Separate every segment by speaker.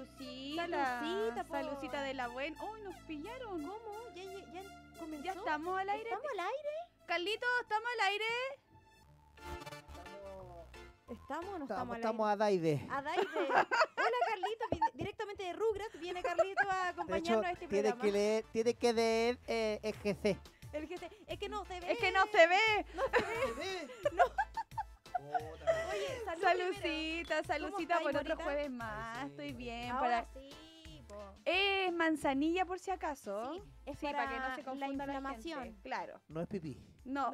Speaker 1: de la
Speaker 2: Salucita, po.
Speaker 1: salucita de la buena. ¡Uy, nos pillaron!
Speaker 2: ¿Cómo? ¿Ya, ya, ya comenzó?
Speaker 1: ¿Ya estamos al aire?
Speaker 2: ¿Estamos al aire?
Speaker 1: Carlito, ¿estamos al aire?
Speaker 2: ¿Estamos o no
Speaker 3: Estamos,
Speaker 2: estamos,
Speaker 3: estamos
Speaker 2: al aire?
Speaker 3: a Daide.
Speaker 2: A Daide. Hola, Carlito. vi- Directamente de Rugras viene Carlito a
Speaker 3: De hecho,
Speaker 2: acompañarnos a este
Speaker 3: tienes
Speaker 2: programa.
Speaker 3: que leer, tienes que leer eh, EGC.
Speaker 2: El jefe- Es que no se ve.
Speaker 1: Es que no se ve.
Speaker 2: Oye, salud primero.
Speaker 1: Salucita, salucita
Speaker 2: estáis,
Speaker 1: por otro
Speaker 2: Morita?
Speaker 1: jueves más.
Speaker 3: Ay, sí,
Speaker 1: Estoy bien.
Speaker 2: Ahora
Speaker 1: para-
Speaker 2: sí, po.
Speaker 1: Es manzanilla por si acaso.
Speaker 2: Sí, es
Speaker 1: ¿Oh? Sí,
Speaker 2: para,
Speaker 1: para, que no se
Speaker 2: la
Speaker 1: confunda la,
Speaker 2: inflamación.
Speaker 1: gente. Claro.
Speaker 3: No es pipí.
Speaker 1: No.
Speaker 2: No.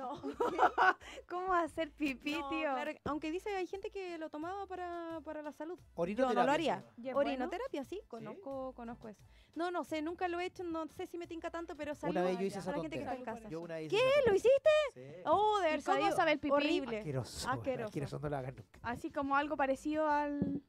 Speaker 1: ¿Cómo hacer pipí,
Speaker 2: No,
Speaker 1: tío?
Speaker 2: claro, aunque dice hay gente que lo tomaba para, para la salud.
Speaker 3: Orino
Speaker 2: Yo no lo haría.
Speaker 1: ¿Y es
Speaker 2: Orinoterapia, sí, conozco, conozco eso. No, no sé, nunca lo he hecho, no sé si me tinca tanto, pero salud
Speaker 3: vez yo hice
Speaker 2: para
Speaker 3: esa
Speaker 2: la gente que está en
Speaker 1: tontera.
Speaker 2: casa.
Speaker 3: Yo una vez.
Speaker 2: ¿Qué?
Speaker 3: hice esa
Speaker 2: ¿Lo hiciste?
Speaker 3: Sí.
Speaker 2: Oh, de
Speaker 1: ¿Y
Speaker 2: haber
Speaker 1: cómo
Speaker 2: sabido.
Speaker 1: sabe el pipí?
Speaker 2: Horrible.
Speaker 3: Asqueroso.
Speaker 2: Asqueroso.
Speaker 3: Asqueroso. Asqueroso, no lo hagas nunca.
Speaker 1: Así como algo parecido al.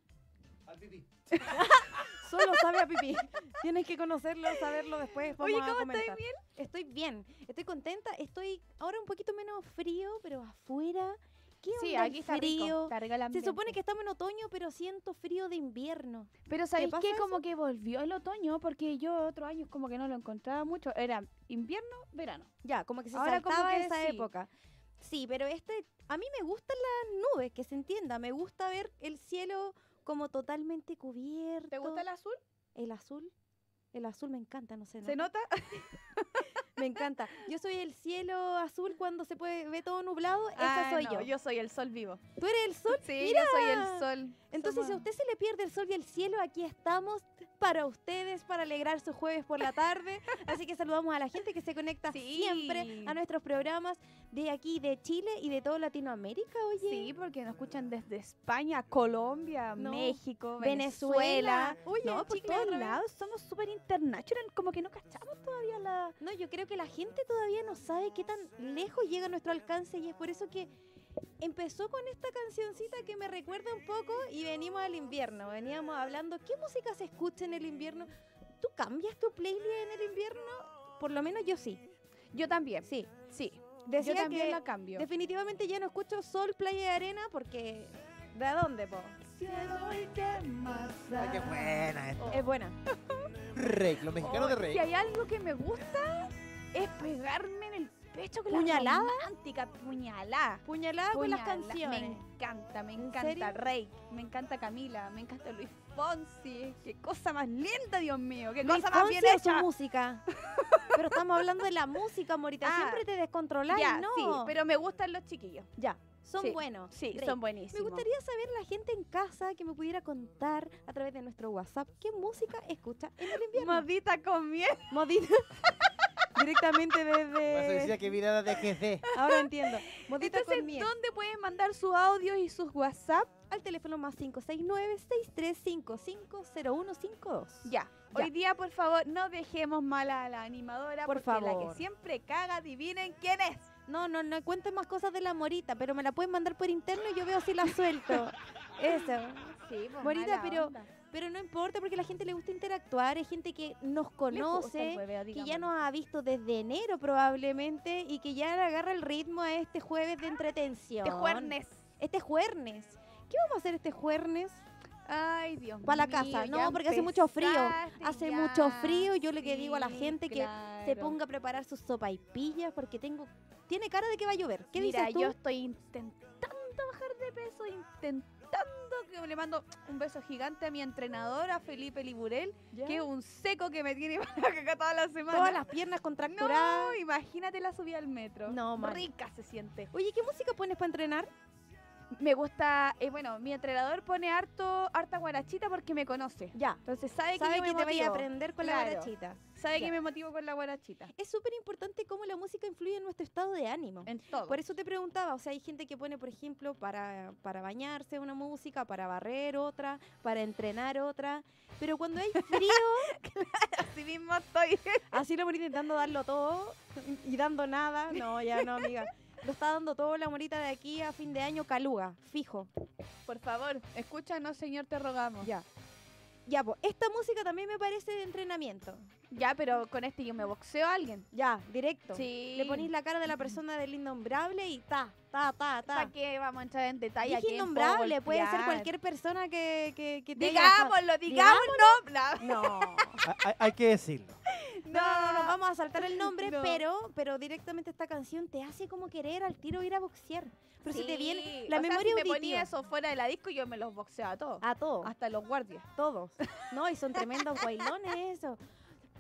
Speaker 3: Al pipí.
Speaker 2: Solo sabe a pipí. Tienes que conocerlo, saberlo después.
Speaker 1: Oye,
Speaker 2: vamos a
Speaker 1: ¿cómo estáis,
Speaker 2: comentar. Estoy bien, estoy contenta, estoy ahora un poquito menos frío, pero afuera. ¿Qué
Speaker 1: Sí,
Speaker 2: onda el
Speaker 1: aquí está rico.
Speaker 2: frío?
Speaker 1: Está rico el
Speaker 2: Se
Speaker 1: ambiente.
Speaker 2: supone que estamos en otoño, pero siento frío de invierno.
Speaker 1: Pero ¿sabéis
Speaker 2: pasa
Speaker 1: qué?
Speaker 2: eso?
Speaker 1: Como que volvió el otoño, porque yo otros años como que no lo encontraba mucho. Era invierno, verano.
Speaker 2: Ya, como que se
Speaker 1: Ahora como
Speaker 2: saltaba
Speaker 1: que
Speaker 2: esa
Speaker 1: sí.
Speaker 2: época. Sí, pero este, a mí me gustan las nubes, que se entienda. Me gusta ver el cielo como totalmente cubierto.
Speaker 1: azul?
Speaker 2: el azul? El azul me encanta, no sé.
Speaker 1: ¿Se nota?
Speaker 2: Me encanta. Yo soy el cielo azul cuando se puede ve todo nublado. Esa
Speaker 1: Ah,
Speaker 2: soy
Speaker 1: no,
Speaker 2: yo.
Speaker 1: Yo soy el sol vivo.
Speaker 2: Tú eres el sol.
Speaker 1: Sí,
Speaker 2: Mira.
Speaker 1: yo soy el sol.
Speaker 2: Entonces, si a
Speaker 1: Somos-
Speaker 2: usted se le pierde el sol y el cielo, aquí estamos para ustedes, para alegrar su jueves por la tarde. Así que saludamos a la gente que se conecta
Speaker 1: Sí.
Speaker 2: siempre a nuestros programas de aquí, de Chile y de toda Latinoamérica, oye.
Speaker 1: Sí, porque nos escuchan desde España, Colombia,
Speaker 2: No.
Speaker 1: México,
Speaker 2: Venezuela.
Speaker 1: Venezuela.
Speaker 2: Oye,
Speaker 1: no, por
Speaker 2: chicle,
Speaker 1: todos
Speaker 2: otra vez.
Speaker 1: lados somos súper international, como que no cachamos todavía la...
Speaker 2: No, yo creo que la gente todavía no sabe qué tan lejos llega nuestro alcance y es por eso que empezó con esta cancioncita que me recuerda un poco y venimos al invierno. Veníamos hablando, ¿qué música se escucha en el invierno? ¿Tú cambias tu playlist en el invierno? Por lo menos yo sí.
Speaker 1: Yo también,
Speaker 2: Sí.
Speaker 1: sí.
Speaker 2: Decía
Speaker 1: yo también
Speaker 2: que
Speaker 1: la cambio.
Speaker 2: definitivamente ya no escucho sol, playa y arena porque ¿de dónde, po?
Speaker 3: Ay, qué buena esta.
Speaker 2: Es buena.
Speaker 3: Rey, los mexicanos de
Speaker 1: Oh,
Speaker 3: Rey.
Speaker 1: Si hay algo que me gusta es pegarme en el pecho con
Speaker 2: ¿Puñalada?
Speaker 1: la romántica, puñalada.
Speaker 2: Puñalada con las canciones.
Speaker 1: Me encanta, me
Speaker 2: ¿En
Speaker 1: encanta
Speaker 2: serio?
Speaker 1: Rey, me encanta Camila, me encanta Luis Fonsi. Qué cosa más linda, Dios mío, qué cosa más
Speaker 2: Fonsi
Speaker 1: bien
Speaker 2: o su
Speaker 1: hecha.
Speaker 2: música. Pero estamos hablando de la música, Morita.
Speaker 1: Ah,
Speaker 2: Siempre te descontrolas,
Speaker 1: ya,
Speaker 2: ¿no?
Speaker 1: sí, pero me gustan los chiquillos.
Speaker 2: Ya, son
Speaker 1: Sí,
Speaker 2: buenos.
Speaker 1: Sí,
Speaker 2: Rey,
Speaker 1: son
Speaker 2: Me
Speaker 1: buenísimos.
Speaker 2: gustaría saber la gente en casa que me pudiera contar a través de nuestro WhatsApp qué música escucha en el invierno.
Speaker 1: Modita con miel.
Speaker 2: Modita. Directamente
Speaker 3: Vas a
Speaker 2: desde.
Speaker 3: decir que mirada de GC.
Speaker 2: Ahora entiendo. Modita
Speaker 1: Entonces,
Speaker 2: con miel.
Speaker 1: ¿dónde pueden mandar sus audios y sus WhatsApp?
Speaker 2: Al teléfono más 569-6355-0152.
Speaker 1: Ya.
Speaker 2: Ya.
Speaker 1: Hoy día, por favor, no dejemos mal a la animadora,
Speaker 2: Por
Speaker 1: porque la
Speaker 2: favor.
Speaker 1: que siempre caga, adivinen quién es.
Speaker 2: No, no, no cuenten más cosas de la Morita, pero me la pueden mandar por interno y yo veo si la suelto. Eso.
Speaker 1: Sí, pues,
Speaker 2: Morita,
Speaker 1: mala
Speaker 2: pero
Speaker 1: onda.
Speaker 2: Pero no importa porque a la gente le gusta interactuar, hay gente que nos
Speaker 1: Les gusta el
Speaker 2: conoce,
Speaker 1: hueveo,
Speaker 2: que ya
Speaker 1: digámoslo.
Speaker 2: nos ha visto desde enero probablemente y que ya le agarra el ritmo a este jueves de entretención.
Speaker 1: Te juernes.
Speaker 2: Este jueves. ¿Qué vamos a hacer este jueves?
Speaker 1: Ay, Dios mío.
Speaker 2: Pa' la casa, no,
Speaker 1: ya
Speaker 2: porque hace mucho frío,
Speaker 1: empezaste
Speaker 2: hace
Speaker 1: ya,
Speaker 2: mucho frío, yo le que digo a la
Speaker 1: sí,
Speaker 2: gente que Se
Speaker 1: claro.
Speaker 2: ponga a preparar sus sopaipillas porque tengo tiene cara de que va a llover. ¿Qué
Speaker 1: Mira,
Speaker 2: dices tú?
Speaker 1: yo estoy intentando bajar de peso, intentando que le mando un beso gigante a mi entrenadora Felipe Liburel, que es un seco que me tiene para acá toda la semana.
Speaker 2: Todas las piernas contracturadas.
Speaker 1: No, imagínate la subida al metro.
Speaker 2: No, mal.
Speaker 1: rica se siente.
Speaker 2: Oye, ¿qué música pones para entrenar?
Speaker 1: Me gusta, eh, bueno, mi entrenador pone harto harta guarachita porque me conoce.
Speaker 2: Ya.
Speaker 1: Entonces sabe,
Speaker 2: Sabe
Speaker 1: que,
Speaker 2: que
Speaker 1: yo me
Speaker 2: te vaya a
Speaker 1: motivo.
Speaker 2: aprender con
Speaker 1: Claro.
Speaker 2: la barachita.
Speaker 1: Sabe
Speaker 2: Ya.
Speaker 1: que me motivo con la guarachita.
Speaker 2: Es súper importante cómo la música influye en nuestro estado de ánimo.
Speaker 1: En todo.
Speaker 2: Por eso te preguntaba, o sea, hay gente que pone, por ejemplo, para, para bañarse una música, para barrer otra, para entrenar otra, pero cuando hay frío,
Speaker 1: Así mismo estoy.
Speaker 2: así lo voy intentando darlo todo y dando nada, no, ya no, amiga. Lo está dando todo la morita de aquí a fin de año, caluga, fijo,
Speaker 1: Por favor, escúchanos, señor, te rogamos.
Speaker 2: ya. Ya, pues, esta música también me parece de entrenamiento.
Speaker 1: Ya, pero con este yo me boxeo a alguien.
Speaker 2: Ya, directo.
Speaker 1: Sí.
Speaker 2: Le ponéis la cara de la persona del innombrable y ta, ta, ta, ta.
Speaker 1: ¿Para qué vamos a entrar en detalle?
Speaker 2: Dije
Speaker 1: a quién puedo
Speaker 2: innombrable, puede ser
Speaker 1: golpear?
Speaker 2: cualquier persona que, que, que tenga-
Speaker 1: Digámoslo, digámoslo. Bla,
Speaker 2: No, no,
Speaker 3: Ah, Hay, hay que decirlo.
Speaker 2: no, no, no,
Speaker 1: No.
Speaker 2: vamos a saltar el nombre,
Speaker 1: No.
Speaker 2: pero, pero directamente esta canción te hace como querer al tiro ir a boxear. Pero si te viene
Speaker 1: Sí,
Speaker 2: la
Speaker 1: o sea,
Speaker 2: memoria
Speaker 1: si me
Speaker 2: auditiva.
Speaker 1: ponía eso fuera de la disco, yo me los boxeo a todos.
Speaker 2: A todo.
Speaker 1: Ah. Hasta los guardias.
Speaker 2: todos. No, y son tremendos bailones eso.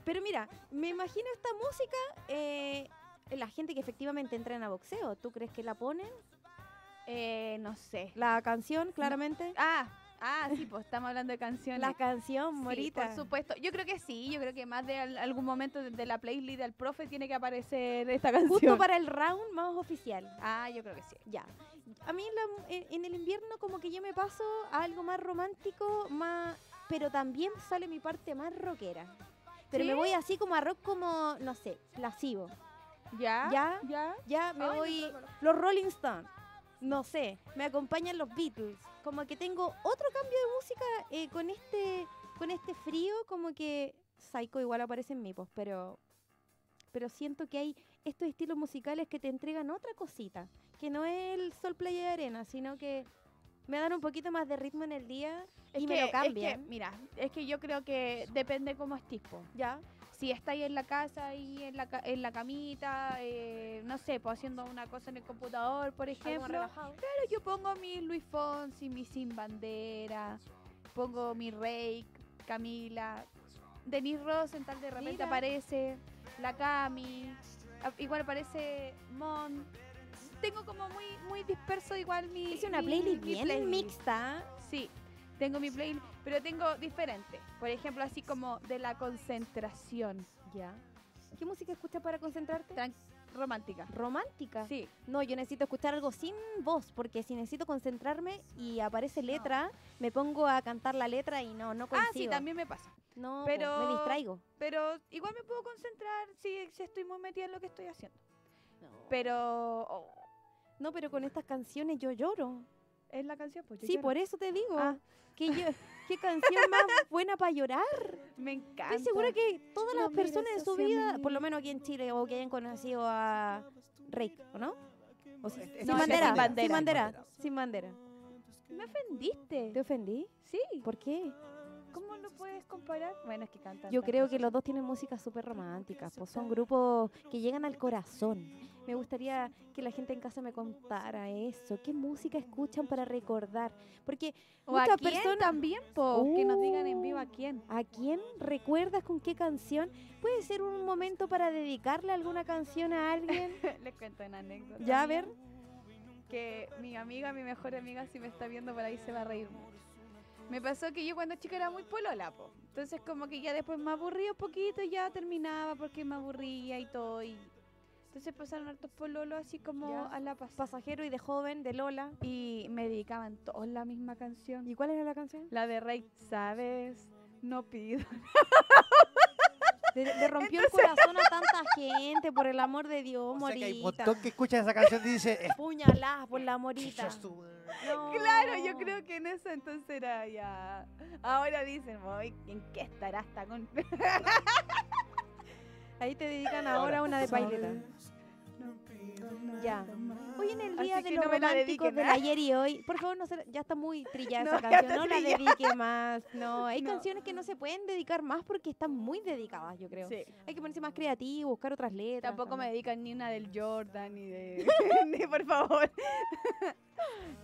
Speaker 2: Pero mira, me imagino esta música, eh, la gente que efectivamente entrena boxeo, ¿tú crees que la ponen?
Speaker 1: Eh, no sé.
Speaker 2: La canción, claramente.
Speaker 1: Ah, ah, sí, pues estamos hablando de canciones.
Speaker 2: La canción,
Speaker 1: Sí,
Speaker 2: Morita.
Speaker 1: por supuesto. Yo creo que sí, yo creo que más de al- algún momento de, de la playlist del profe tiene que aparecer esta canción.
Speaker 2: Justo para el round más oficial.
Speaker 1: Ah, yo creo que sí.
Speaker 2: Ya. A mí la- en, en el invierno como que yo me paso a algo más romántico, más pero también sale mi parte más rockera. Pero me
Speaker 1: ¿Sí?
Speaker 2: voy así como a rock como, no sé, plasivo.
Speaker 1: ¿Ya?
Speaker 2: ¿Ya?
Speaker 1: ¿Ya?
Speaker 2: Ya me
Speaker 1: ¿Ah? Ay, no
Speaker 2: voy.
Speaker 1: te lo conozco.
Speaker 2: Los Rolling Stones. No sé. Me acompañan los Beatles. Como que tengo otro cambio de música eh, con este. con este frío, como que. Psycho igual aparece en mí, pues, pero. Pero siento que hay estos estilos musicales que te entregan otra cosita. Que no es el sol playa y arena, sino que me dan un poquito más de ritmo en el día
Speaker 1: Es
Speaker 2: y me
Speaker 1: que- es
Speaker 2: lo
Speaker 1: que,
Speaker 2: cambian.
Speaker 1: mira, es que yo creo que depende cómo es tipo.
Speaker 2: Ya.
Speaker 1: si estáis en la casa y en la, ca- en la camita, eh, no sé, pues haciendo una cosa en el computador, por ejemplo. Claro, yo pongo mi Luis Fonsi, mi Sin Bandera, pongo mi Rake, Camila, Denise Rosenthal de repente
Speaker 2: Mira.
Speaker 1: aparece, la Cami, a- igual aparece Mon. Tengo como muy muy disperso igual mi
Speaker 2: Hice una
Speaker 1: mi-
Speaker 2: playlist
Speaker 1: mi
Speaker 2: bien
Speaker 1: playlist.
Speaker 2: mixta.
Speaker 1: Sí, tengo mi playlist, pero tengo diferente. Por ejemplo, así como de la concentración.
Speaker 2: Ya. ¿Qué música escuchas para concentrarte?
Speaker 1: Tran- romántica.
Speaker 2: Romántica.
Speaker 1: Sí.
Speaker 2: No, yo necesito escuchar algo sin voz, porque si necesito concentrarme y aparece letra, me pongo a cantar la letra y no, no consigo.
Speaker 1: Ah, sí, también me pasa.
Speaker 2: No,
Speaker 1: Pero-
Speaker 2: po, me distraigo.
Speaker 1: Pero igual me puedo concentrar si, si estoy muy metida en lo que estoy haciendo. Pero oh,
Speaker 2: No, pero con estas canciones yo lloro.
Speaker 1: es la canción, pues yo
Speaker 2: sí,
Speaker 1: lloro.
Speaker 2: por eso te digo.
Speaker 1: Ah.
Speaker 2: Que yo, qué canción más buena para llorar.
Speaker 1: Me encanta.
Speaker 2: Estoy segura que todas
Speaker 1: No
Speaker 2: las
Speaker 1: mires
Speaker 2: personas en su
Speaker 1: hacia
Speaker 2: vida,
Speaker 1: mí.
Speaker 2: por lo menos aquí en Chile, o que hayan conocido a Rick, ¿o no? O si-
Speaker 3: Este-
Speaker 2: sin,
Speaker 1: no, ese es
Speaker 2: bandera,
Speaker 1: Sin Bandera.
Speaker 2: sin bandera,
Speaker 3: Bandera.
Speaker 2: sin bandera.
Speaker 1: Me ofendiste.
Speaker 2: ¿Te ofendí?
Speaker 1: Sí.
Speaker 2: ¿Por qué?
Speaker 1: ¿Cómo lo puedes comparar? Bueno, es que cantan.
Speaker 2: Yo
Speaker 1: tantas
Speaker 2: creo que
Speaker 1: cosas.
Speaker 2: los dos tienen música súper romántica, pues son grupos que llegan al corazón. Me gustaría que la gente en casa me contara eso. ¿Qué música escuchan para recordar? Porque
Speaker 1: O a
Speaker 2: muchas
Speaker 1: quién
Speaker 2: personas-
Speaker 1: también, po, que nos digan en vivo a
Speaker 2: Uh.
Speaker 1: quién.
Speaker 2: ¿a quién recuerdas con qué canción? Puede ser un momento para dedicarle alguna canción a alguien.
Speaker 1: Les cuento una anécdota.
Speaker 2: ya, a ver.
Speaker 1: que mi amiga, mi mejor amiga, si me está viendo por ahí, se va a reír mucho. Me pasó que yo cuando chica era muy polola, po. Entonces como que ya después me aburría un poquito, y ya terminaba porque me aburría y todo. Y... Entonces pasaron hartos pololos así como
Speaker 2: Ya.
Speaker 1: a la pasada.
Speaker 2: Pasajero y de joven, de Lola.
Speaker 1: Y me dedicaban todos la misma canción.
Speaker 2: ¿Y cuál era la canción?
Speaker 1: La de Rey, ¿sabes? No pido.
Speaker 2: Le, le rompió el corazón a tanta gente, por el amor de Dios,
Speaker 3: O sea que
Speaker 2: morita.
Speaker 3: hay un montón que escucha esa canción y dice. "Eh,
Speaker 2: Puñalás por la morita.
Speaker 3: chuchas tú".
Speaker 1: Claro, yo
Speaker 2: No.
Speaker 1: creo que en eso entonces era ya. Ahora dicen, "Ay, ¿en qué estará esta con
Speaker 2: Ahí te dedican
Speaker 3: Ahora.
Speaker 2: ahora una de paileta. Ya. Hoy en el día de los románticos del ayer y hoy, por favor, no se, ya está muy trillada
Speaker 1: No,
Speaker 2: esa
Speaker 1: ya
Speaker 2: canción,
Speaker 1: está
Speaker 2: no la
Speaker 1: trillada.
Speaker 2: dedique más. No, hay
Speaker 1: No.
Speaker 2: canciones que no se pueden dedicar más porque están muy dedicadas, yo creo.
Speaker 1: Sí.
Speaker 2: Hay que ponerse más creativo, buscar otras letras.
Speaker 1: Tampoco me
Speaker 2: también.
Speaker 1: dedican ni una del Jordan ni de. ni por favor.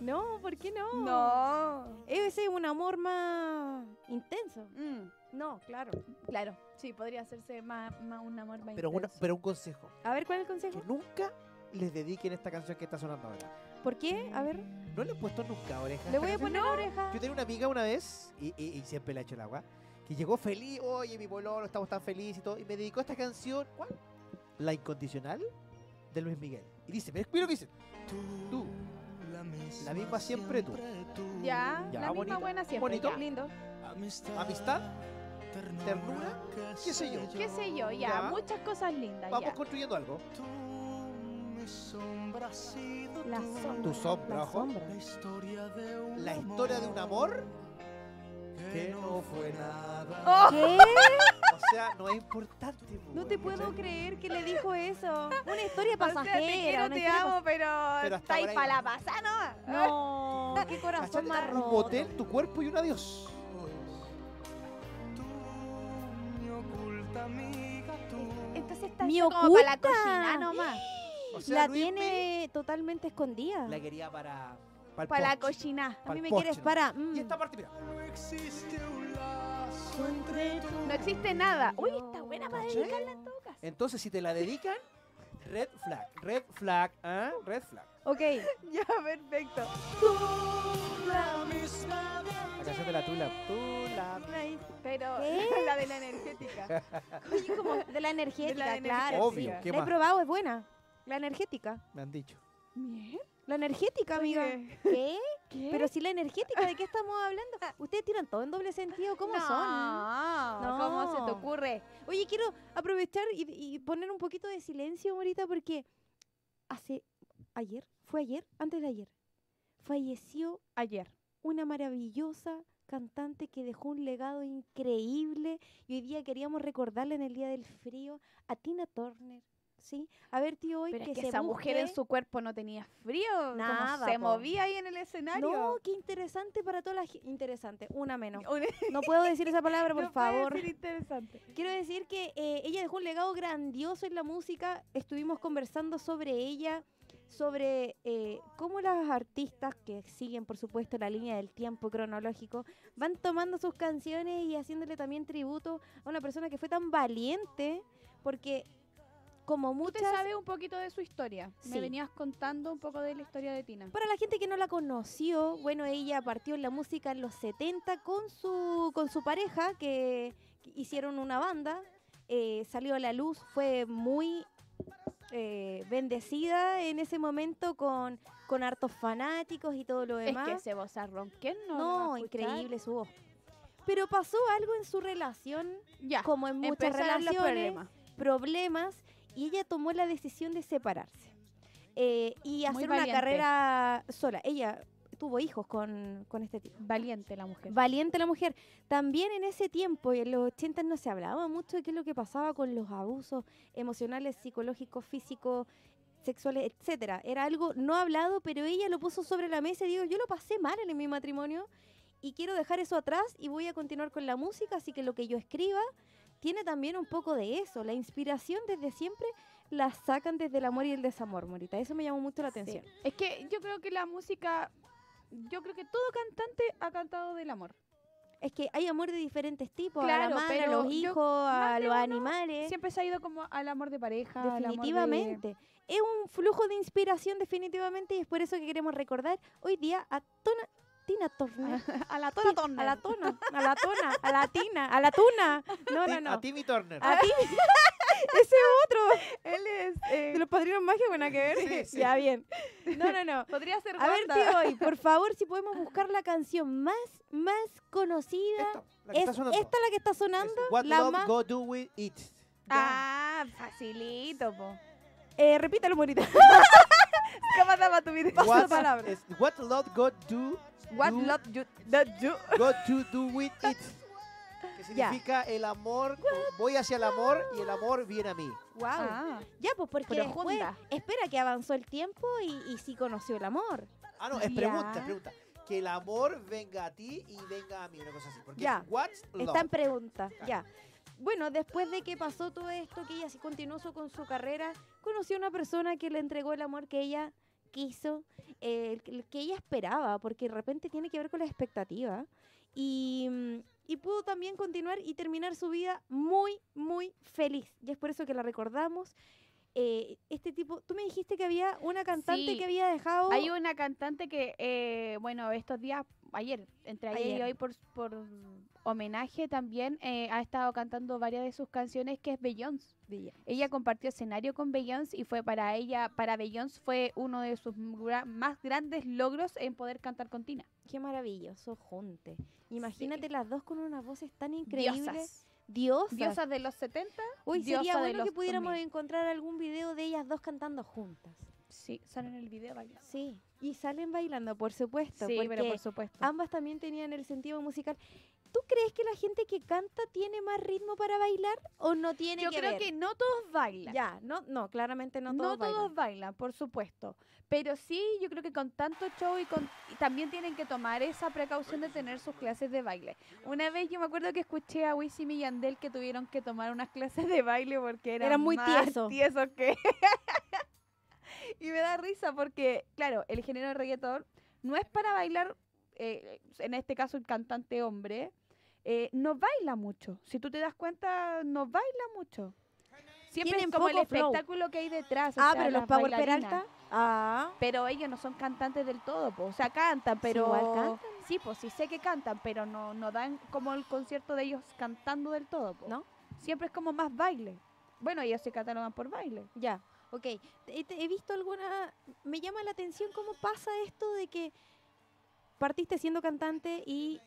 Speaker 2: No, ¿por qué no?
Speaker 1: No.
Speaker 2: Ese es un amor más intenso. No, claro.
Speaker 1: Mm. claro, sí, podría hacerse más, más un amor más
Speaker 3: Pero, una-
Speaker 1: intenso.
Speaker 3: pero un consejo:
Speaker 2: A ver, ¿cuál es el
Speaker 3: que
Speaker 2: consejo?
Speaker 3: nunca les dediquen esta canción que está sonando ahora.
Speaker 2: ¿Por qué? A ver,
Speaker 3: No le he puesto nunca oreja.
Speaker 2: le
Speaker 3: a esta
Speaker 2: voy a
Speaker 3: canción.
Speaker 2: poner oreja.
Speaker 3: Yo tenía una amiga una vez, y, y- y siempre le ha hecho el agua, que llegó feliz, oye, mi bolón, estamos tan felices y todo, y me dedicó esta canción, ¿cuál? La incondicional de Luis Miguel. Y dice, mira lo que dice, tú, la misma siempre tú.
Speaker 1: Ya,
Speaker 3: Ya,
Speaker 1: la misma
Speaker 3: bonito.
Speaker 1: buena siempre.
Speaker 3: Bonito.
Speaker 1: ya.
Speaker 2: Lindo.
Speaker 3: Amistad, ternura, qué sé yo.
Speaker 1: Qué sé yo, ya,
Speaker 3: Ya.
Speaker 1: muchas cosas
Speaker 2: Ah,
Speaker 1: lindas.
Speaker 3: Vamos
Speaker 1: ya.
Speaker 3: construyendo algo.
Speaker 2: La sombra.
Speaker 3: Tu sombra,
Speaker 2: La
Speaker 3: ojo.
Speaker 2: sombra.
Speaker 3: La historia de un amor que no fue nada.
Speaker 1: ¡Oh!
Speaker 2: ¿Qué?
Speaker 3: O sea, no es importante. po,
Speaker 2: No te
Speaker 3: weón,
Speaker 2: puedo
Speaker 3: ¿cachai?
Speaker 2: creer que le dijo eso. Una historia
Speaker 1: O sea,
Speaker 2: pasajera.
Speaker 1: te quiero,
Speaker 2: una
Speaker 1: te
Speaker 2: historia
Speaker 1: amo, pero
Speaker 3: Pero hasta
Speaker 1: estáis
Speaker 3: ahora
Speaker 1: para
Speaker 3: ya
Speaker 1: la
Speaker 3: no.
Speaker 1: pasada nomás.
Speaker 2: pas- No, qué
Speaker 3: Cachai,
Speaker 2: corazón
Speaker 3: te
Speaker 2: más
Speaker 3: dan Un
Speaker 2: roto.
Speaker 3: motel, tu cuerpo y un adiós.
Speaker 1: Oh. Entonces está
Speaker 2: Mi
Speaker 1: hecho como para la
Speaker 2: oculta.
Speaker 1: cocina nomás.
Speaker 3: O sea,
Speaker 2: la
Speaker 3: Luis
Speaker 2: tiene totalmente escondida.
Speaker 3: La quería para. Para, el
Speaker 1: Para la
Speaker 3: porche.
Speaker 1: cocina.
Speaker 2: A mí
Speaker 3: pa'l
Speaker 2: me
Speaker 3: porche
Speaker 2: quieres
Speaker 3: nomás.
Speaker 2: para. mm.
Speaker 3: Y esta parte, mira.
Speaker 1: No existe nada. Uy,
Speaker 2: No.
Speaker 1: está buena para
Speaker 3: ¿Cachai?
Speaker 1: dedicarla en todo caso.
Speaker 3: Entonces, si te la dedican, red flag, red flag, ¿ah? Red flag.
Speaker 2: Ok,
Speaker 1: Ya, perfecto.
Speaker 3: La canción de la tula. Tula.
Speaker 1: Pero
Speaker 2: ¿Qué?
Speaker 1: la de la energética.
Speaker 2: Oye, como de la energética, claro.
Speaker 1: energética,
Speaker 3: Obvio,
Speaker 1: sí.
Speaker 3: ¿qué
Speaker 2: la he
Speaker 3: más?
Speaker 2: probado, es buena. La energética.
Speaker 3: Me han dicho.
Speaker 1: Bien.
Speaker 2: La energética, amiga.
Speaker 1: Oye,
Speaker 2: ¿Qué?
Speaker 1: ¿Qué?
Speaker 2: Pero si la energética, ¿de qué estamos hablando? Ustedes tiran todo en doble sentido, ¿cómo
Speaker 1: no,
Speaker 2: son?
Speaker 1: No, ¿cómo se te
Speaker 2: No.
Speaker 1: ocurre?
Speaker 2: Oye, quiero aprovechar y, y poner un poquito de silencio, Morita, porque hace ayer, fue ayer, antes de ayer, falleció
Speaker 1: Ayer.
Speaker 2: una maravillosa cantante que dejó un legado increíble y hoy día queríamos recordarla en el Día del Frío a Tina Turner, ¿sí? A ver, tío, hoy
Speaker 1: Pero
Speaker 2: que,
Speaker 1: es que
Speaker 2: se
Speaker 1: esa mujer en
Speaker 2: busque-
Speaker 1: su cuerpo no tenía frío. Nada.
Speaker 2: Nada,
Speaker 1: se
Speaker 2: po.
Speaker 1: movía ahí en el escenario.
Speaker 2: No, qué interesante para toda la gente. Interesante, una menos.
Speaker 1: Un-
Speaker 2: No puedo decir esa palabra, por
Speaker 1: no puede
Speaker 2: favor.
Speaker 1: ser interesante.
Speaker 2: Quiero decir que eh, ella dejó un legado grandioso en la música. Estuvimos conversando sobre ella, sobre eh, cómo las artistas que siguen, por supuesto, la línea del tiempo cronológico, van tomando sus canciones y haciéndole también tributo a una persona que fue tan valiente, porque como
Speaker 1: Tú te
Speaker 2: muchas...
Speaker 1: sabes un poquito de su historia. Me
Speaker 2: Sí.
Speaker 1: venías contando un poco de la historia de Tina.
Speaker 2: Para la gente que no la conoció, bueno, ella partió en la música en los 70 con su, con su pareja, que que hicieron una banda, eh, salió a la luz, fue muy eh, bendecida en ese momento con, con hartos fanáticos y todo lo
Speaker 1: Es
Speaker 2: demás.
Speaker 1: que ese bozarrón, ¿quién no? lo va
Speaker 2: no,
Speaker 1: a escuchar?
Speaker 2: increíble su voz. Pero pasó algo en su relación,
Speaker 1: Ya,
Speaker 2: como en muchas
Speaker 1: empezaron los
Speaker 2: relaciones,
Speaker 1: problemas.
Speaker 2: problemas y ella tomó la decisión de separarse eh, y
Speaker 1: Muy
Speaker 2: hacer
Speaker 1: valiente.
Speaker 2: una carrera sola. Ella tuvo hijos con, con este tipo.
Speaker 1: Valiente la mujer.
Speaker 2: Valiente la mujer. También en ese tiempo, y en los 80 no se hablaba mucho de qué es lo que pasaba con los abusos emocionales, psicológicos, físicos, sexuales, etcétera. Era algo no hablado, pero ella lo puso sobre la mesa y digo, yo lo pasé mal en mi matrimonio y quiero dejar eso atrás y voy a continuar con la música, así que lo que yo escriba tiene también un poco de eso. La inspiración desde siempre la sacan desde el amor y el desamor, Morita. Eso me llamó mucho la
Speaker 1: Sí.
Speaker 2: atención.
Speaker 1: Es que yo creo que la música, yo creo que todo cantante ha cantado del amor.
Speaker 2: Es que hay amor de diferentes tipos, a
Speaker 1: Claro,
Speaker 2: la madre, a
Speaker 1: pero
Speaker 2: los
Speaker 1: yo-
Speaker 2: hijos, a
Speaker 1: más de
Speaker 2: los
Speaker 1: uno
Speaker 2: animales.
Speaker 1: Siempre se ha ido como al amor de pareja. al amor de-
Speaker 2: Definitivamente. Es un flujo de inspiración definitivamente y es por eso que queremos recordar hoy día a Tona, Tina Turner.
Speaker 1: a la tona
Speaker 2: A la Tona, a la Tona, a la Tina, a la Tuna. No, no,
Speaker 3: Ti- A
Speaker 2: no.
Speaker 3: Timmy Turner.
Speaker 2: A ti. Ese otro
Speaker 1: Él es... eh,
Speaker 2: de los padrinos mágicos, nada que ver.
Speaker 3: Sí, sí.
Speaker 2: Ya, bien. No, no, no.
Speaker 1: Podría ser
Speaker 2: A ver,
Speaker 1: Wanda.
Speaker 2: tío, hoy, por favor, si podemos buscar la canción más, más conocida.
Speaker 3: Esta, la que
Speaker 2: Es
Speaker 3: está sonando.
Speaker 2: esta la que está sonando.
Speaker 3: Es What
Speaker 2: la
Speaker 3: love
Speaker 2: más-
Speaker 3: go do with it.
Speaker 1: Ah, facilito, po.
Speaker 2: Eh, repítalo, Morita.
Speaker 1: ¿Qué pasaba tu video?
Speaker 3: What,
Speaker 1: palabra.
Speaker 3: es what love go do
Speaker 1: What
Speaker 3: do-
Speaker 1: love you, that you...
Speaker 3: Got to do with it. Que
Speaker 2: Ya.
Speaker 3: significa el amor, voy hacia el amor y el amor viene a mí.
Speaker 2: Wow.
Speaker 1: Ah.
Speaker 2: Ya, pues porque después-
Speaker 1: Profunda.
Speaker 2: espera que avanzó el tiempo y, y sí conoció el amor.
Speaker 3: Ah, no, es
Speaker 1: Ya.
Speaker 3: pregunta, es pregunta. Que el amor venga a ti y venga a mí, una cosa así. Porque
Speaker 2: Ya.
Speaker 3: es what's love.
Speaker 2: Está en pregunta,
Speaker 3: Claro.
Speaker 2: ya. Bueno, después de que pasó todo esto, que ella sí continuó su- con su carrera, conoció a una persona que le entregó el amor que ella quiso, eh, el que- el que ella esperaba, porque de repente tiene que ver con la expectativa. Y, mm, y pudo también continuar y terminar su vida muy, muy feliz. Y es por eso que la recordamos. Eh, este tipo, tú me dijiste que había una cantante
Speaker 1: Sí,
Speaker 2: que había dejado...
Speaker 1: Hay una cantante que, eh, bueno, estos días, ayer, entre ayer, y
Speaker 2: Ayer.
Speaker 1: hoy, por, por homenaje también, eh, ha estado cantando varias de sus canciones, que es Beyoncé. Ella compartió escenario con Beyoncé y fue para ella, para Beyoncé fue uno de sus gra- más grandes logros en poder cantar con Tina.
Speaker 2: Qué maravilloso junte. Imagínate las dos con unas voces tan increíbles.
Speaker 1: Diosas.
Speaker 2: Diosas.
Speaker 1: Diosas de los 70.
Speaker 2: Uy,
Speaker 1: diosa
Speaker 2: sería
Speaker 1: de
Speaker 2: bueno que
Speaker 1: los
Speaker 2: pudiéramos
Speaker 1: 2000.
Speaker 2: encontrar algún video de ellas dos cantando juntas.
Speaker 1: Sí, salen en el video bailando.
Speaker 2: Sí. Y salen bailando, por supuesto.
Speaker 1: Sí,
Speaker 2: porque
Speaker 1: pero por supuesto.
Speaker 2: ambas también tenían el sentido musical. ¿Tú crees que la gente que canta tiene más ritmo para bailar o no tiene
Speaker 1: Yo
Speaker 2: que
Speaker 1: creo
Speaker 2: ver?
Speaker 1: que no todos bailan.
Speaker 2: Ya, no, no, claramente no todos bailan.
Speaker 1: por supuesto. Pero sí, yo creo que con tanto show y, con, y también tienen que tomar esa precaución de tener sus clases de baile. Una vez yo me acuerdo que escuché a Wisin y Yandel que tuvieron que tomar unas clases de baile porque eran,
Speaker 2: Eran muy
Speaker 1: más
Speaker 2: tiesos.
Speaker 1: tiesos que... y me da risa porque, claro, el género de reggaetón no es para bailar, eh, en este caso el cantante hombre, eh, no baila mucho. Si tú te das cuenta, no baila mucho. Siempre
Speaker 2: Tienen
Speaker 1: es como el
Speaker 2: poco flow.
Speaker 1: espectáculo que hay detrás. o
Speaker 2: Ah,
Speaker 1: sea,
Speaker 2: pero
Speaker 1: las
Speaker 2: los Power
Speaker 1: bailarinas.
Speaker 2: Peralta. Ah.
Speaker 1: Pero ellos no son cantantes del todo, po. o sea, cantan, pero...
Speaker 2: igual cantan.
Speaker 1: Sí, pues sí sé que cantan, pero no, no dan como el concierto de ellos cantando del todo, po.
Speaker 2: ¿No?
Speaker 1: Siempre es como más baile. Bueno, ellos se catalogan por baile.
Speaker 2: Ya, ok. He, te- he visto alguna... Me llama la atención cómo pasa esto de que partiste siendo cantante y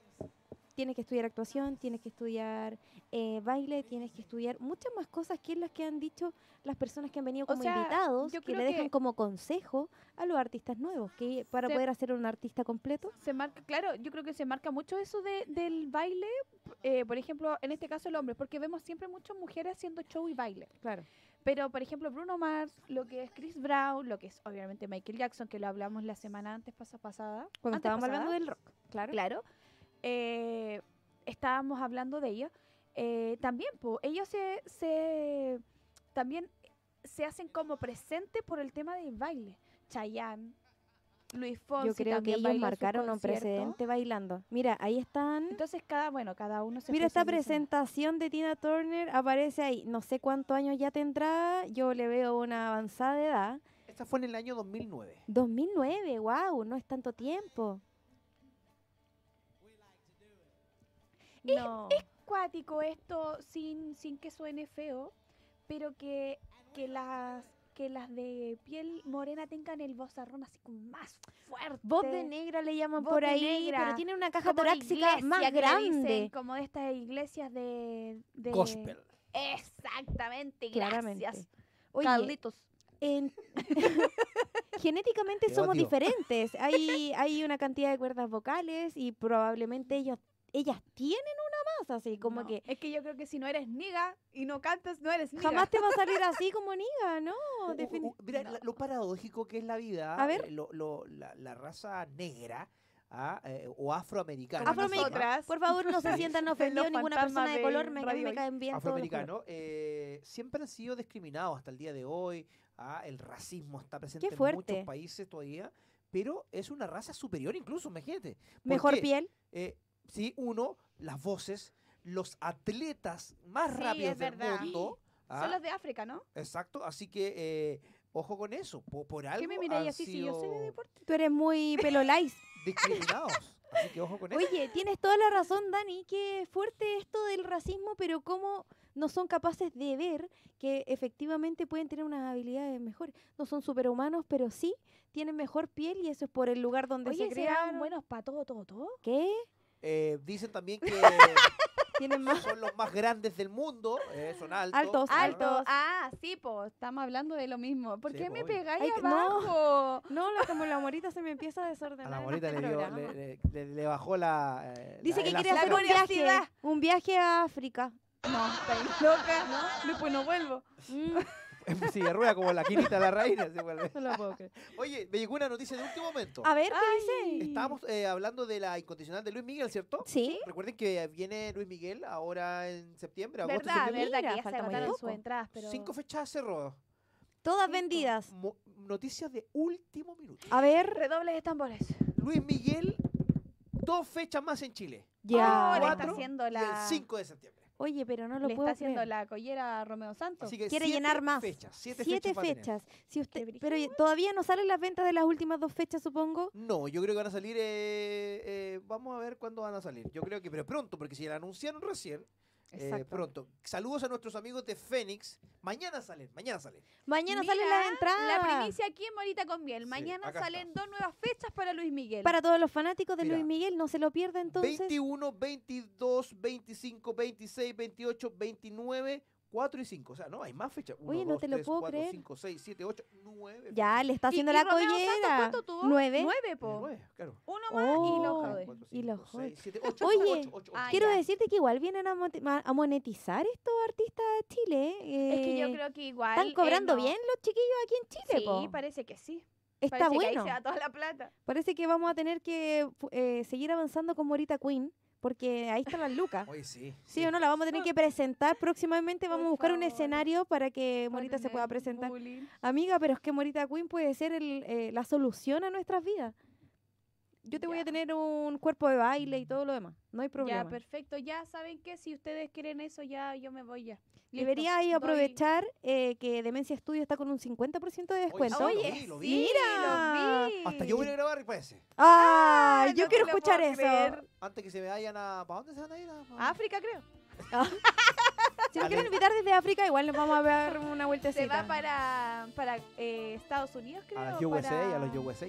Speaker 2: tienes que estudiar actuación, tienes que estudiar eh, baile, tienes que estudiar muchas más cosas que las que han dicho las personas que han venido
Speaker 1: O
Speaker 2: como
Speaker 1: sea,
Speaker 2: invitados,
Speaker 1: yo
Speaker 2: que
Speaker 1: creo
Speaker 2: le dejan
Speaker 1: que-
Speaker 2: como consejo a los artistas nuevos, que para
Speaker 1: Se-
Speaker 2: poder hacer un artista completo.
Speaker 1: Se marca, claro, yo creo que se marca mucho eso de- del baile, eh, por ejemplo, en este caso el hombre, porque vemos siempre muchas mujeres haciendo show y baile.
Speaker 2: Claro.
Speaker 1: Pero, por ejemplo, Bruno Mars, lo que es Chris Brown, lo que es obviamente Michael Jackson, que lo hablamos la semana antes pasa- pasada.
Speaker 2: Cuando
Speaker 1: antes
Speaker 2: estábamos
Speaker 1: pasada,
Speaker 2: hablando del rock. Claro.
Speaker 1: Claro. Eh, estábamos hablando de ellos. Eh, también, po, ellos se, se- también se hacen como presente por el tema del baile. Chayanne, Luis Fonsi
Speaker 2: Yo creo que
Speaker 1: también
Speaker 2: ellos
Speaker 1: bailó en sus
Speaker 2: marcaron un
Speaker 1: conciertos.
Speaker 2: precedente bailando. Mira, ahí están...
Speaker 1: Entonces cada, bueno, cada uno se
Speaker 2: Mira, esta
Speaker 1: especializa.
Speaker 2: presentación de Tina Turner aparece ahí. No sé cuántos años ya tendrá. Yo le veo una avanzada edad.
Speaker 3: Esta fue en el año 2009.
Speaker 2: 2009, wow, no es tanto tiempo.
Speaker 1: No. cuático esto sin, sin que suene feo, pero que, que las que las de piel morena tengan el vozarrón así como más fuerte.
Speaker 2: Voz de negra le llaman
Speaker 1: Voz
Speaker 2: por
Speaker 1: de
Speaker 2: ahí,
Speaker 1: negra.
Speaker 2: pero tiene una caja
Speaker 1: como de
Speaker 2: torácica
Speaker 1: iglesia
Speaker 2: más
Speaker 1: que le dicen,
Speaker 2: grande.
Speaker 1: como de estas iglesias de, de-
Speaker 3: Gospel.
Speaker 1: Exactamente,
Speaker 2: Claramente.
Speaker 1: gracias.
Speaker 2: Oye,
Speaker 1: Carlitos.
Speaker 2: en- genéticamente
Speaker 3: Te
Speaker 2: somos
Speaker 3: odio.
Speaker 2: diferentes. Hay, hay una cantidad de cuerdas vocales y probablemente ellos, ellas tienen una más, así como
Speaker 1: No,
Speaker 2: que
Speaker 1: es que yo creo que si no eres niga y no cantas, no eres niga.
Speaker 2: jamás te va a salir así como niga, ¿no?
Speaker 3: U- u-
Speaker 2: defini-
Speaker 3: u- Uh, mira, la- lo paradójico que es la vida.
Speaker 2: A ver.
Speaker 3: eh, lo- lo- la, la raza negra ah, eh, o afroamericana. Ah,
Speaker 1: Como
Speaker 2: Afroameric-
Speaker 1: nosotras.
Speaker 2: Por favor, no se
Speaker 3: Sí.
Speaker 2: sientan
Speaker 1: Los
Speaker 2: ofendidos ninguna
Speaker 1: fantasmas
Speaker 2: persona de
Speaker 1: del
Speaker 2: color, me, a mí
Speaker 1: radio
Speaker 2: me
Speaker 1: hoy.
Speaker 2: caen bien todos los colores.
Speaker 3: afroamericano, eh, siempre han sido discriminados hasta el día de hoy. ah, el racismo está presente en
Speaker 2: fuerte.
Speaker 3: muchos países todavía, pero es una raza superior incluso, imagínate. ¿Por
Speaker 2: Mejor
Speaker 3: qué?
Speaker 2: piel,
Speaker 3: Eh, sí, uno, las voces, los atletas más
Speaker 1: Sí,
Speaker 3: rápidos
Speaker 1: es
Speaker 3: del
Speaker 1: verdad.
Speaker 3: mundo. ah,
Speaker 1: Son los de África, ¿no? Exacto,
Speaker 3: Exacto, así que eh, ojo con eso. po- Por, algo
Speaker 1: ¿Qué me miráis
Speaker 3: han
Speaker 1: así si yo sé de
Speaker 3: sido
Speaker 1: deporte?
Speaker 2: tú eres muy pelo light.
Speaker 3: discriminados. así que ojo con eso.
Speaker 2: Oye, tienes toda la razón, Dani, qué fuerte esto del racismo, pero cómo no son capaces de ver que efectivamente pueden tener unas habilidades mejores. No son superhumanos, pero sí tienen mejor piel y eso es por el lugar donde
Speaker 1: Oye,
Speaker 2: se
Speaker 1: ¿serán
Speaker 2: crearon.
Speaker 1: buenos para todo, todo, todo?
Speaker 2: ¿Qué?
Speaker 3: Eh, dicen también que
Speaker 2: Tienen más
Speaker 3: son los más grandes del mundo. eh, son altos.
Speaker 2: Altos,
Speaker 3: ah,
Speaker 2: altos.
Speaker 1: Alto. Ah, sí, po, estamos hablando de lo mismo. ¿Por
Speaker 3: Sí,
Speaker 1: qué
Speaker 3: po,
Speaker 1: me
Speaker 3: obvio.
Speaker 1: pegáis
Speaker 2: Ay, que- no.
Speaker 1: abajo?
Speaker 2: No, la- como la morita se me empieza a
Speaker 3: A
Speaker 2: desordenar.
Speaker 3: la
Speaker 2: en
Speaker 3: morita
Speaker 2: este
Speaker 3: le, dio-
Speaker 2: programa.
Speaker 3: le, le- le- le bajó la. eh,
Speaker 2: Dice
Speaker 3: la-
Speaker 2: que
Speaker 3: el
Speaker 2: quiere
Speaker 3: azúcar.
Speaker 2: hacer un viaje,
Speaker 1: curiosidad.
Speaker 2: un viaje a África.
Speaker 1: No, estáis loca. Después no vuelvo.
Speaker 2: Mm,
Speaker 3: Sí, rueda como la quinita de la reina. se vuelve.
Speaker 2: no lo puedo creer.
Speaker 3: Oye, me llegó una noticia de último momento.
Speaker 2: A ver, ¿qué
Speaker 1: Ay.
Speaker 2: dice?
Speaker 3: Estábamos eh, hablando de la incondicional de Luis Miguel, ¿cierto?
Speaker 2: Sí.
Speaker 3: Recuerden que viene Luis Miguel ahora en septiembre, agosto,
Speaker 1: Verdad,
Speaker 3: septiembre.
Speaker 1: verdad, que ya se
Speaker 2: falta muy
Speaker 1: agotaron
Speaker 2: poco.
Speaker 1: sus entradas, pero...
Speaker 3: Cinco fechas cerró.
Speaker 2: Todas
Speaker 1: Cinco.
Speaker 2: vendidas.
Speaker 3: Mo- noticias de último minuto.
Speaker 2: A ver.
Speaker 1: Redobles de tambores.
Speaker 3: Luis Miguel, dos fechas más en Chile.
Speaker 1: Oh,
Speaker 2: Ya.
Speaker 1: le está
Speaker 3: Cuatro
Speaker 1: haciendo
Speaker 3: Y el
Speaker 1: la...
Speaker 3: 5 de septiembre.
Speaker 2: Oye, pero no lo
Speaker 1: Le
Speaker 2: puedo
Speaker 1: está haciendo
Speaker 2: creer.
Speaker 1: la collera a Romeo Santos.
Speaker 3: Así que
Speaker 2: Oh, Quiere
Speaker 3: siete
Speaker 2: llenar más.
Speaker 3: Fechas, siete,
Speaker 2: Siete
Speaker 3: fechas. va a tener.
Speaker 2: fechas. Si usted,
Speaker 1: brígido,
Speaker 2: pero todavía no salen las ventas de las últimas dos fechas, supongo.
Speaker 3: No, yo creo que van a salir. eh, eh, vamos a ver cuándo van a salir. Yo creo que, pero pronto, porque si la anunciaron recién, eh, pronto. Saludos a nuestros amigos de Fénix. Mañana salen, mañana salen.
Speaker 2: Mañana
Speaker 1: Mira,
Speaker 2: salen las entradas.
Speaker 1: La primicia aquí en Morita con Miel.
Speaker 3: Sí,
Speaker 1: Mañana
Speaker 3: acá
Speaker 1: salen dos nuevas fechas para Luis Miguel.
Speaker 2: Para todos los fanáticos de
Speaker 3: Mira.
Speaker 2: Luis Miguel, no se lo pierda entonces.
Speaker 3: 21, 22, 25, 26, 28, 29, 4 y 5. O sea, no, hay más fechas. 1,
Speaker 2: Oye, no
Speaker 3: 2,
Speaker 2: te lo
Speaker 3: 3,
Speaker 2: puedo
Speaker 3: 4,
Speaker 2: creer.
Speaker 3: 5, 6, 7, 8, 9.
Speaker 2: Ya, le está haciendo
Speaker 1: ¿Y- y
Speaker 2: la
Speaker 1: Romeo Santos
Speaker 2: collera.
Speaker 1: ¿Cuánto tuvo?
Speaker 2: Nueve.
Speaker 1: Nueve, eh, po.
Speaker 3: 9, claro.
Speaker 1: Uno más y lo
Speaker 2: Oh.
Speaker 1: jode.
Speaker 2: Y lo jode.
Speaker 3: 7, 8,
Speaker 2: Oye,
Speaker 3: 8, 8,
Speaker 1: ah,
Speaker 2: Quiero
Speaker 1: ya.
Speaker 2: decirte que igual vienen a, monte- ma- a monetizar estos artistas de Chile.
Speaker 1: Es que yo
Speaker 2: eh,
Speaker 1: creo que igual.
Speaker 2: Están
Speaker 1: eh,
Speaker 2: cobrando
Speaker 1: no.
Speaker 2: bien los chiquillos aquí en Chile,
Speaker 1: Sí,
Speaker 2: po.
Speaker 1: parece que sí.
Speaker 2: Está
Speaker 1: Parece que
Speaker 2: bueno.
Speaker 1: ahí se da toda la plata.
Speaker 2: Parece que vamos a tener que fu- eh, seguir avanzando con Morita Queen, porque ahí están las lucas.
Speaker 3: Oye, sí.
Speaker 2: Sí o no, la vamos a tener que presentar próximamente.
Speaker 1: Por
Speaker 2: Vamos a buscar un
Speaker 1: favor.
Speaker 2: escenario para que
Speaker 1: Para
Speaker 2: Morita se
Speaker 1: tener
Speaker 2: pueda presentar.
Speaker 1: bullying.
Speaker 2: Amiga, pero es que Morita Queen puede ser el, eh, la solución a nuestras vidas. Yo te voy a
Speaker 1: Ya.
Speaker 2: tener un cuerpo de baile y todo lo demás. No hay
Speaker 1: Ya,
Speaker 2: problema.
Speaker 1: perfecto. Ya saben que si ustedes quieren eso, ya yo me voy ya. Listo.
Speaker 2: Debería ahí
Speaker 1: Doy-
Speaker 2: aprovechar eh, que Demencia Studio está con un 50% de descuento.
Speaker 3: sí, lo
Speaker 1: Oye,
Speaker 3: vi, lo
Speaker 1: sí,
Speaker 3: vi.
Speaker 2: Mira.
Speaker 1: lo vi.
Speaker 3: Hasta yo voy a ir a grabar y parece.
Speaker 2: ¡Ah!
Speaker 1: Ay,
Speaker 2: yo
Speaker 1: no
Speaker 2: quiero
Speaker 1: te lo
Speaker 2: escuchar
Speaker 1: puedo
Speaker 2: eso.
Speaker 1: creer.
Speaker 3: pues, Antes que se me vayan a. ¿Para dónde se van a ir? A- a-
Speaker 1: África, creo.
Speaker 2: Si nos
Speaker 3: Ale-
Speaker 2: quieren invitar desde África, igual nos vamos a ver una vueltecita.
Speaker 1: Se va para, para eh, Estados Unidos, creo.
Speaker 3: A las
Speaker 1: o
Speaker 3: USA,
Speaker 1: para-
Speaker 3: a los USA.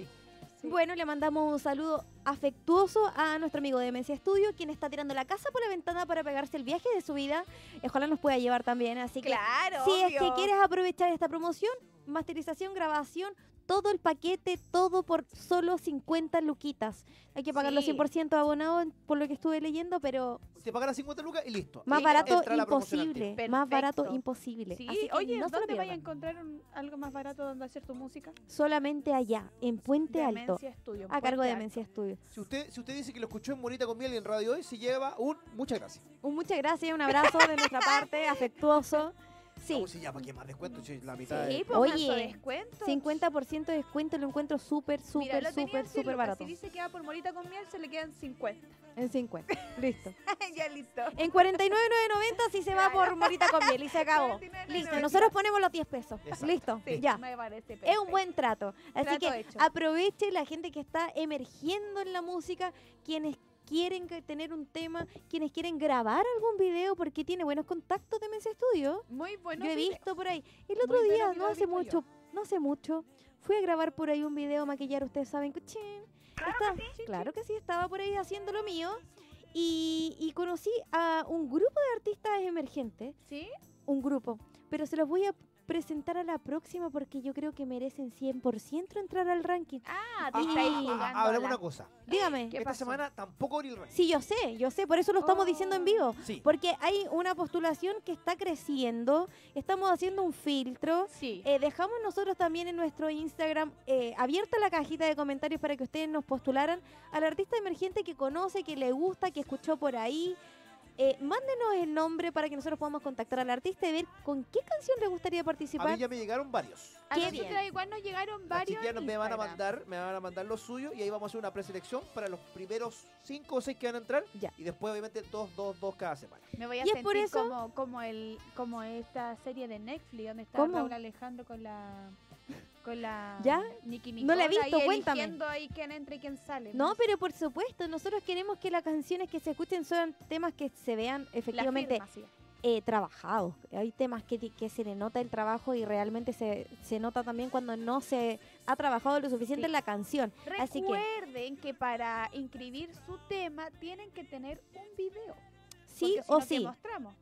Speaker 1: Sí.
Speaker 2: Bueno, le mandamos un saludo afectuoso a nuestro amigo de Demencia Studio, quien está tirando la casa por la ventana para pegarse el viaje de su vida. Eh, Ojalá nos pueda llevar también, así que
Speaker 1: Claro.
Speaker 2: Si es que
Speaker 1: obvio.
Speaker 2: quieres aprovechar esta promoción, masterización, grabación, todo el paquete, todo por solo 50 luquitas. Hay que pagar los
Speaker 1: Sí.
Speaker 2: 100% abonado por lo que estuve leyendo, pero
Speaker 3: Te pagan las 50 lucas y listo.
Speaker 2: más
Speaker 3: Y
Speaker 2: barato
Speaker 3: entra la promoción al
Speaker 2: imposible.
Speaker 1: tiempo.
Speaker 2: Más barato
Speaker 1: Perfecto.
Speaker 2: imposible.
Speaker 1: Sí,
Speaker 2: Así que
Speaker 1: oye,
Speaker 2: no se lo
Speaker 1: ¿dónde vaya a
Speaker 2: pierdan.
Speaker 1: encontrar un- algo más barato donde hacer tu música?
Speaker 2: Solamente allá, en Puente Alto,
Speaker 1: Demencia Studio, pues
Speaker 2: a cargo de
Speaker 1: Puente
Speaker 2: Demencia Studio.
Speaker 3: Si usted, si usted dice que lo escuchó en Bonita con Miel y en Radio Hoy, se lleva un muchas gracias.
Speaker 2: Un muchas gracias, un abrazo de nuestra parte, afectuoso. Sí,
Speaker 3: No, si ya, ¿para qué más descuento? Si la mitad
Speaker 1: Alto. Sí,
Speaker 3: de-
Speaker 1: pues,
Speaker 2: Oye,
Speaker 1: harto descuento.
Speaker 2: 50% de descuento, lo encuentro súper,
Speaker 1: Mira,
Speaker 2: súper,
Speaker 1: lo tenía
Speaker 2: súper,
Speaker 1: en 100
Speaker 2: súper
Speaker 1: lucas.
Speaker 2: barato.
Speaker 1: Si dice que va por morita con miel, se le quedan 50.
Speaker 2: En 50. Listo.
Speaker 1: ya listo.
Speaker 2: En 49.990 si se va
Speaker 1: Claro.
Speaker 2: por morita con miel y se acabó.
Speaker 1: 49.990.
Speaker 2: Listo, nosotros ponemos los 10 pesos.
Speaker 3: Exacto.
Speaker 2: Listo,
Speaker 1: Sí,
Speaker 2: ya.
Speaker 1: Me parece
Speaker 2: Es un buen trato. Así
Speaker 1: Trato
Speaker 2: que
Speaker 1: hecho.
Speaker 2: aproveche la gente que está emergiendo en la música, quienes quieren que- tener un tema, quienes quieren grabar algún video porque tiene buenos contactos de Mensa Studio.
Speaker 1: Muy bueno.
Speaker 2: yo he
Speaker 1: video.
Speaker 2: visto por ahí. El otro
Speaker 1: buenos
Speaker 2: día,
Speaker 1: videos
Speaker 2: no
Speaker 1: he
Speaker 2: hace
Speaker 1: visto yo.
Speaker 2: mucho, no hace mucho, fui a grabar por ahí un video, maquillar, ustedes saben, cuchín. Está- Claro que sí, estaba por ahí haciendo lo mío. Y, y conocí a un grupo de artistas emergentes,
Speaker 1: ¿Sí?
Speaker 2: un grupo, pero se los voy a presentar a la próxima porque yo creo que merecen 100% entrar al ranking.
Speaker 1: Ah, te
Speaker 3: Ah,
Speaker 1: estáis
Speaker 2: ah, ah,
Speaker 1: jugando.
Speaker 3: ah, hablamos
Speaker 1: a
Speaker 3: una
Speaker 1: la-
Speaker 3: cosa.
Speaker 2: Dígame.
Speaker 1: ¿Qué
Speaker 3: Esta
Speaker 1: pasó?
Speaker 3: semana tampoco abrí el ranking.
Speaker 2: Sí, yo sé, yo sé, por eso lo estamos diciendo en vivo.
Speaker 3: Sí.
Speaker 2: Porque hay una postulación que está creciendo, estamos haciendo un filtro,
Speaker 1: Sí.
Speaker 2: Eh, dejamos nosotros también en nuestro Instagram eh, abierta la cajita de comentarios para que ustedes nos postularan al artista emergente que conoce, que le gusta, que escuchó por ahí. Eh, mándenos el nombre para que nosotros podamos contactar al artista y ver con qué canción le gustaría
Speaker 3: A mí
Speaker 2: participar.
Speaker 3: ya me llegaron varios.
Speaker 1: a
Speaker 2: qué
Speaker 1: nosotras
Speaker 2: bien.
Speaker 1: igual nos llegaron
Speaker 3: Las
Speaker 1: varios.
Speaker 3: chiquillas
Speaker 1: en
Speaker 3: me van a
Speaker 1: Instagram.
Speaker 3: mandar, me van a mandar los suyos y ahí vamos a hacer una preselección para los primeros 5 o 6 que van a entrar.
Speaker 2: Ya.
Speaker 3: Y después, obviamente, 2, 2, 2 cada semana.
Speaker 1: Me voy a
Speaker 2: Y es
Speaker 1: sentir
Speaker 2: por eso-
Speaker 1: como, como, el, como esta serie de Netflix donde está
Speaker 2: ¿Cómo?
Speaker 1: Raúl Alejandro con la. Con la.
Speaker 2: ¿Ya?
Speaker 1: Nicki
Speaker 2: No la he
Speaker 1: Nicole
Speaker 2: visto,
Speaker 1: ahí
Speaker 2: cuéntame.
Speaker 1: eligiendo ahí quién entra y quién sale.
Speaker 2: No, pero por supuesto, nosotros queremos que las canciones que se escuchen sean temas que se vean
Speaker 1: La
Speaker 2: efectivamente
Speaker 1: firma, sí.
Speaker 2: eh, trabajados. Hay temas que, ti- que se le nota el trabajo y realmente se, se nota también cuando no se ha trabajado lo suficiente
Speaker 1: Sí.
Speaker 2: en la canción. Así que-
Speaker 1: Recuerden que... para inscribir su tema tienen que tener un video.
Speaker 2: Sí
Speaker 1: porque si
Speaker 2: o
Speaker 1: no, ¿qué
Speaker 2: sí.
Speaker 1: mostramos.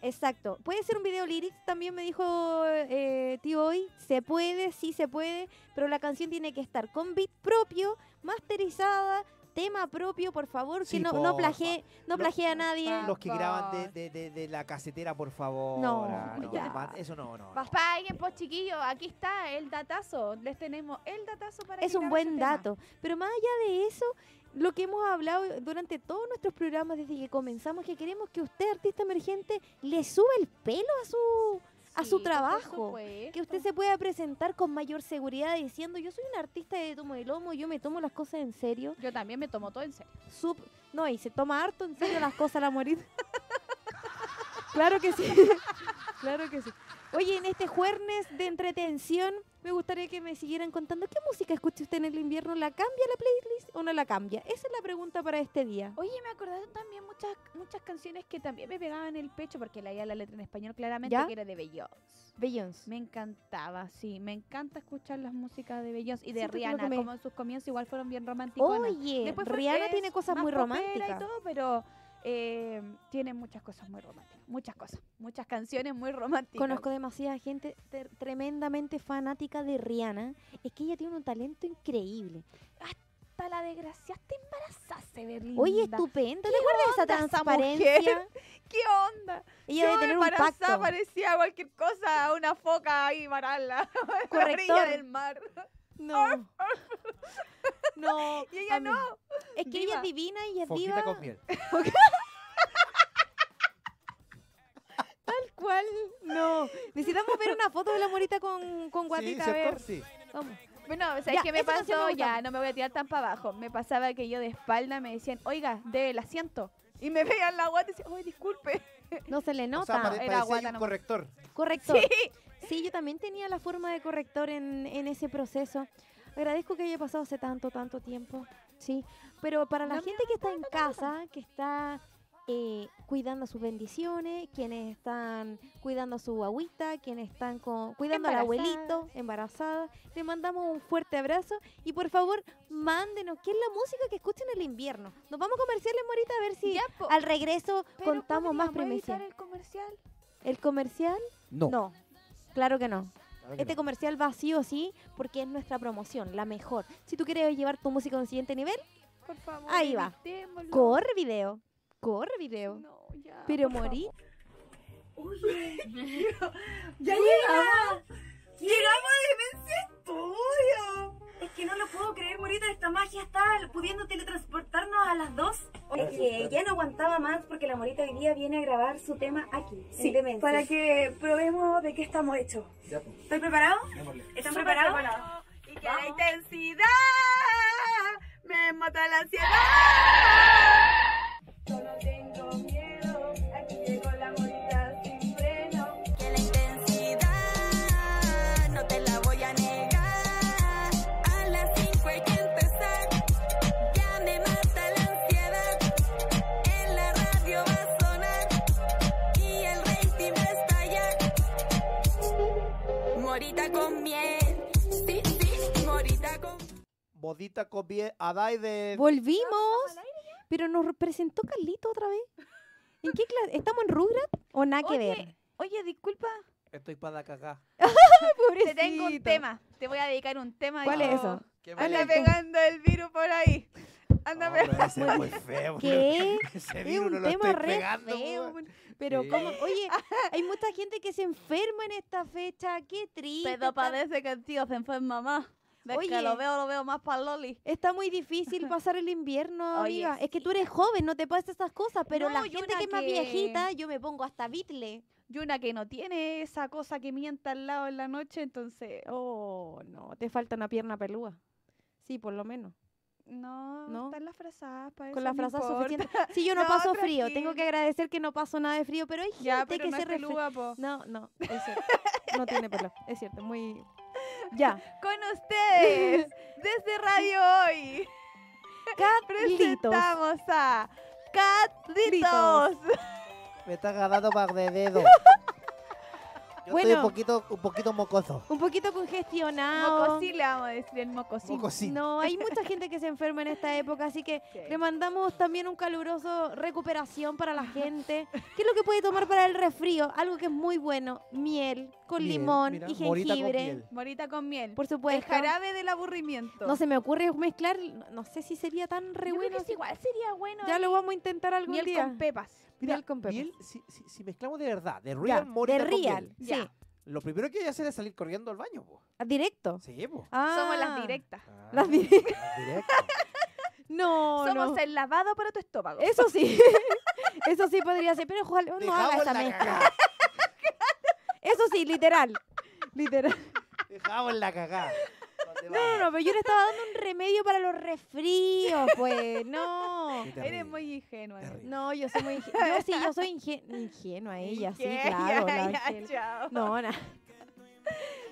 Speaker 2: Exacto. Puede ser un video lyrics, también me dijo eh, tío hoy. Se puede, sí se puede, pero la canción tiene que estar con beat propio, masterizada, tema propio, por favor,
Speaker 3: Sí,
Speaker 2: que no,
Speaker 3: porfa.
Speaker 2: no plagie, no
Speaker 3: Lo-
Speaker 2: plagie a nadie.
Speaker 1: Ah,
Speaker 3: Los que graban de,
Speaker 1: por-
Speaker 3: de- de- de la casetera, por favor.
Speaker 2: No,
Speaker 3: ah,
Speaker 2: ya.
Speaker 3: man- Eso no, no. no.
Speaker 2: Basta.
Speaker 1: Paguen, pues chiquillos, aquí está el datazo. Les tenemos el datazo para
Speaker 2: Es un
Speaker 1: quitar
Speaker 2: buen
Speaker 1: ese tema.
Speaker 2: dato. Pero más allá de eso, lo que hemos hablado durante todos nuestros programas desde que comenzamos, que queremos que usted, artista emergente, le suba el pelo a su, a
Speaker 1: Sí,
Speaker 2: su
Speaker 1: por
Speaker 2: trabajo.
Speaker 1: supuesto.
Speaker 2: que usted se pueda presentar con mayor seguridad diciendo yo soy un artista de tomo de lomo, yo me tomo las cosas en serio.
Speaker 1: Yo también me tomo todo en serio.
Speaker 2: Sup- no, y se toma harto en serio las cosas la morita. claro que sí. claro que sí. Oye, en este jueves de entretención, me gustaría que me siguieran contando qué música escucha usted en el invierno. ¿La cambia la playlist o no la cambia? Esa es la pregunta para este día.
Speaker 1: Oye, me acordaron también muchas muchas canciones que también me pegaban en el pecho porque leía la letra en español claramente
Speaker 2: ¿Ya?
Speaker 1: que era de Beyoncé.
Speaker 2: Beyoncé.
Speaker 1: Me encantaba, sí. Me encanta escuchar las músicas de Beyoncé y de
Speaker 2: Siento que lo que
Speaker 1: Rihanna,
Speaker 2: me-
Speaker 1: como en sus comienzos igual fueron bien románticos.
Speaker 2: Oye, Rihanna tiene cosas muy románticas.
Speaker 1: Y todo, pero eh, tiene muchas cosas muy románticas, muchas cosas, muchas canciones muy románticas.
Speaker 2: Conozco demasiada gente ter- tremendamente fanática de Rihanna. Es que ella tiene un talento increíble.
Speaker 1: Hasta la desgracia te embarazaste, Berlín.
Speaker 2: Oye, estupenda. ¿Te acuerdas de esa
Speaker 1: onda esa
Speaker 2: transparencia?
Speaker 1: ¿Qué onda?
Speaker 2: Ella debe
Speaker 1: Yo
Speaker 2: tener un
Speaker 1: embarazada
Speaker 2: pacto.
Speaker 1: parecía cualquier cosa, una foca ahí mararla a la orilla
Speaker 2: Corrector.
Speaker 1: del mar.
Speaker 2: No. No.
Speaker 1: Y ella
Speaker 2: amigo.
Speaker 1: no.
Speaker 2: Es que
Speaker 1: Diva.
Speaker 2: ella es divina y es
Speaker 3: Foquita
Speaker 2: viva.
Speaker 3: con miel.
Speaker 2: Tal cual. No. Necesitamos ver una foto de la morita con, con guatita.
Speaker 3: sí,
Speaker 2: a ver.
Speaker 3: ¿cierto? Sí.
Speaker 2: Vamos.
Speaker 1: Bueno, o sea,
Speaker 2: Ya,
Speaker 1: es que me
Speaker 2: esa canción me
Speaker 1: pasó,
Speaker 2: gusta
Speaker 1: ya,
Speaker 2: mucho.
Speaker 1: no me voy a tirar tan para abajo. Me pasaba que yo de espalda me decían, oiga, dé el asiento. Y me veían la guata y decían, oye, disculpe.
Speaker 2: No se le
Speaker 3: O sea,
Speaker 2: nota.
Speaker 3: pare-
Speaker 1: era
Speaker 3: parecía ahí
Speaker 1: guata
Speaker 3: un
Speaker 1: nomás.
Speaker 3: corrector.
Speaker 2: Corrector.
Speaker 1: Sí.
Speaker 2: Sí, yo también tenía la forma de corrector en, en ese proceso. Agradezco que haya pasado hace tanto, tanto tiempo. Sí, pero para la
Speaker 1: No me
Speaker 2: gente que está en casa, que está eh, cuidando sus bendiciones, quienes están cuidando a su agüita, quienes están co- cuidando al
Speaker 1: Embarazadas.
Speaker 2: abuelito, embarazada, le mandamos un fuerte abrazo y por favor, mándenos qué es la música que escuchan el invierno. Nos vamos a comerciales, Morita, a ver si
Speaker 1: Ya, po.
Speaker 2: al regreso
Speaker 1: Pero
Speaker 2: contamos más
Speaker 1: ¿podríamos evitar
Speaker 2: primicia.
Speaker 1: el comercial?
Speaker 2: ¿El comercial?
Speaker 3: No.
Speaker 2: no, claro que no.
Speaker 3: claro que
Speaker 2: Este
Speaker 3: no.
Speaker 2: comercial va sí o sí porque es nuestra promoción, la mejor. Si tú quieres llevar tu música a un siguiente nivel,
Speaker 1: Por favor.
Speaker 2: Ahí va.
Speaker 1: evitémoslo.
Speaker 2: corre video. Corre video.
Speaker 1: No, ya,
Speaker 2: Pero
Speaker 1: por favor.
Speaker 2: morí.
Speaker 4: Oye, ya llegamos. Llegamos a Demencia Estudio. Es que no lo puedo creer, Morita. Esta magia está pudiendo teletransportarnos a las dos. Es que ya no aguantaba más porque la Morita hoy día viene a grabar su tema aquí, en Demencia. Para que probemos de qué estamos hechos. ¿Están preparados? ¿Están preparados?
Speaker 1: Y que la intensidad me mata la ansiedad.
Speaker 4: Solo tengo miedo, aquí llegó la morita sin freno. Que la intensidad no te la voy a negar. A las 5 hay que empezar. Ya me mata la ansiedad. En la radio va a sonar y el rating va a estallar. Morita con miel, sí, sí, morita con
Speaker 3: Modita con miel. Adai de.
Speaker 2: Volvimos. Pero nos presentó Carlito otra vez. ¿En qué clase? ¿Estamos en Rugrat o nada que
Speaker 1: Oye,
Speaker 2: ver?
Speaker 1: Oye, disculpa,
Speaker 3: Estoy para la cagá.
Speaker 1: te tengo un
Speaker 2: Pobrecito.
Speaker 1: tema. Te voy a dedicar un tema.
Speaker 2: ¿Cuál
Speaker 1: dijo.
Speaker 2: es eso?
Speaker 3: Qué
Speaker 1: Anda
Speaker 3: mal-
Speaker 1: pegando el virus por ahí. Anda
Speaker 3: No,
Speaker 1: pegando.
Speaker 3: pero ese es muy feo.
Speaker 2: ¿Qué?
Speaker 3: Ese
Speaker 2: Es
Speaker 3: virus no
Speaker 2: un
Speaker 3: lo
Speaker 2: tema
Speaker 3: estoy
Speaker 2: re
Speaker 3: pegando.
Speaker 2: feo,
Speaker 3: weón.
Speaker 2: Pero
Speaker 3: Sí.
Speaker 2: cómo, oye, hay mucha gente que se enferma en esta fecha, qué triste.
Speaker 1: Pero
Speaker 2: está-
Speaker 1: parece que el tío se enferma más. Ves
Speaker 2: Oye.
Speaker 1: que lo veo, lo veo más para Loli.
Speaker 2: Está muy difícil pasar el invierno,
Speaker 1: Oye,
Speaker 2: amiga. Es que tú eres joven, no te pasan esas cosas, pero
Speaker 1: No,
Speaker 2: la
Speaker 1: y
Speaker 2: gente
Speaker 1: una
Speaker 2: que es más
Speaker 1: que-
Speaker 2: viejita, yo me pongo hasta bitle.
Speaker 1: Y una que no tiene esa cosa que mienta al lado en la noche, entonces, oh, no.
Speaker 2: No, te falta una pierna pelúa. Sí, por lo menos.
Speaker 1: No,
Speaker 2: No.
Speaker 1: están las frazadas para
Speaker 2: Con
Speaker 1: eso,
Speaker 2: la
Speaker 1: no
Speaker 2: frase
Speaker 1: importa.
Speaker 2: suficiente. Sí, yo no,
Speaker 1: No,
Speaker 2: paso frío. Tengo que
Speaker 1: tranquila.
Speaker 2: agradecer que no paso nada de frío, pero hay gente
Speaker 1: Ya, pero
Speaker 2: que
Speaker 1: no
Speaker 2: se
Speaker 1: es
Speaker 2: refleja.
Speaker 1: peluda, po.
Speaker 2: No, no, es cierto. No tiene pelo. Es cierto, muy. Ya.
Speaker 1: Con ustedes, desde Radio Hoy,
Speaker 2: Carlitos.
Speaker 1: presentamos a
Speaker 2: Gritos.
Speaker 1: Catritos.
Speaker 3: Me está agarrando más de dedo. Yo estoy
Speaker 2: Bueno.
Speaker 3: un poquito, un poquito mocoso.
Speaker 2: Un poquito congestionado.
Speaker 1: Mocosí le vamos a decir el mocosí.
Speaker 3: Mocosín.
Speaker 2: No, hay mucha gente que se enferma en esta época, así que
Speaker 1: Sí.
Speaker 2: le mandamos también un caluroso recuperación para la gente. ¿Qué es lo que puede tomar para el resfrío? Algo que es muy bueno, miel con
Speaker 3: Miel,
Speaker 2: limón
Speaker 3: mira,
Speaker 2: y
Speaker 3: morita con
Speaker 2: jengibre.
Speaker 3: miel.
Speaker 1: Morita con miel.
Speaker 2: Por
Speaker 1: el
Speaker 2: supuesto.
Speaker 1: jarabe del aburrimiento.
Speaker 2: No se me ocurre mezclar, no- no sé si sería tan re
Speaker 1: Yo creo
Speaker 2: bueno.
Speaker 1: que sí,
Speaker 2: así.
Speaker 1: igual sería bueno.
Speaker 2: Ya lo vamos a intentar algún
Speaker 1: miel
Speaker 2: día.
Speaker 1: con pepas.
Speaker 2: Miel
Speaker 3: Mira,
Speaker 2: con pepas.
Speaker 3: miel, si, si- si mezclamos de verdad, de
Speaker 2: Ya,
Speaker 3: real, morita
Speaker 2: de
Speaker 3: con miel,
Speaker 2: real, sí.
Speaker 1: Ya.
Speaker 3: Lo primero que hay que hacer es salir corriendo al baño, po.
Speaker 2: Ah, Directo.
Speaker 3: Sí, po.
Speaker 1: Somos
Speaker 2: Ah,
Speaker 1: las directas.
Speaker 3: Ah,
Speaker 2: las directas.
Speaker 3: las directas.
Speaker 2: No,
Speaker 1: Somos
Speaker 2: no.
Speaker 1: el lavado para tu estómago.
Speaker 2: Eso sí. Eso sí podría ser, pero ojalá no haga
Speaker 3: Dejamos
Speaker 2: esa
Speaker 3: la
Speaker 2: mezcla.
Speaker 3: cagá.
Speaker 2: Eso sí, literal. Literal.
Speaker 3: Dejamos la cagá.
Speaker 2: No,
Speaker 3: ¿Dónde
Speaker 2: no,
Speaker 3: vamos?
Speaker 2: no, pero yo le estaba dando un remedio para los resfríos, pues. No.
Speaker 3: Qué terrible.
Speaker 1: Eres muy ingenua.
Speaker 3: Terrible.
Speaker 2: No, yo soy muy ingenua. Yo sí, yo soy inge- ingenua, ella, sí,
Speaker 1: Ya,
Speaker 2: claro. la
Speaker 1: ya,
Speaker 2: Ángel.
Speaker 1: chao.
Speaker 2: No, na-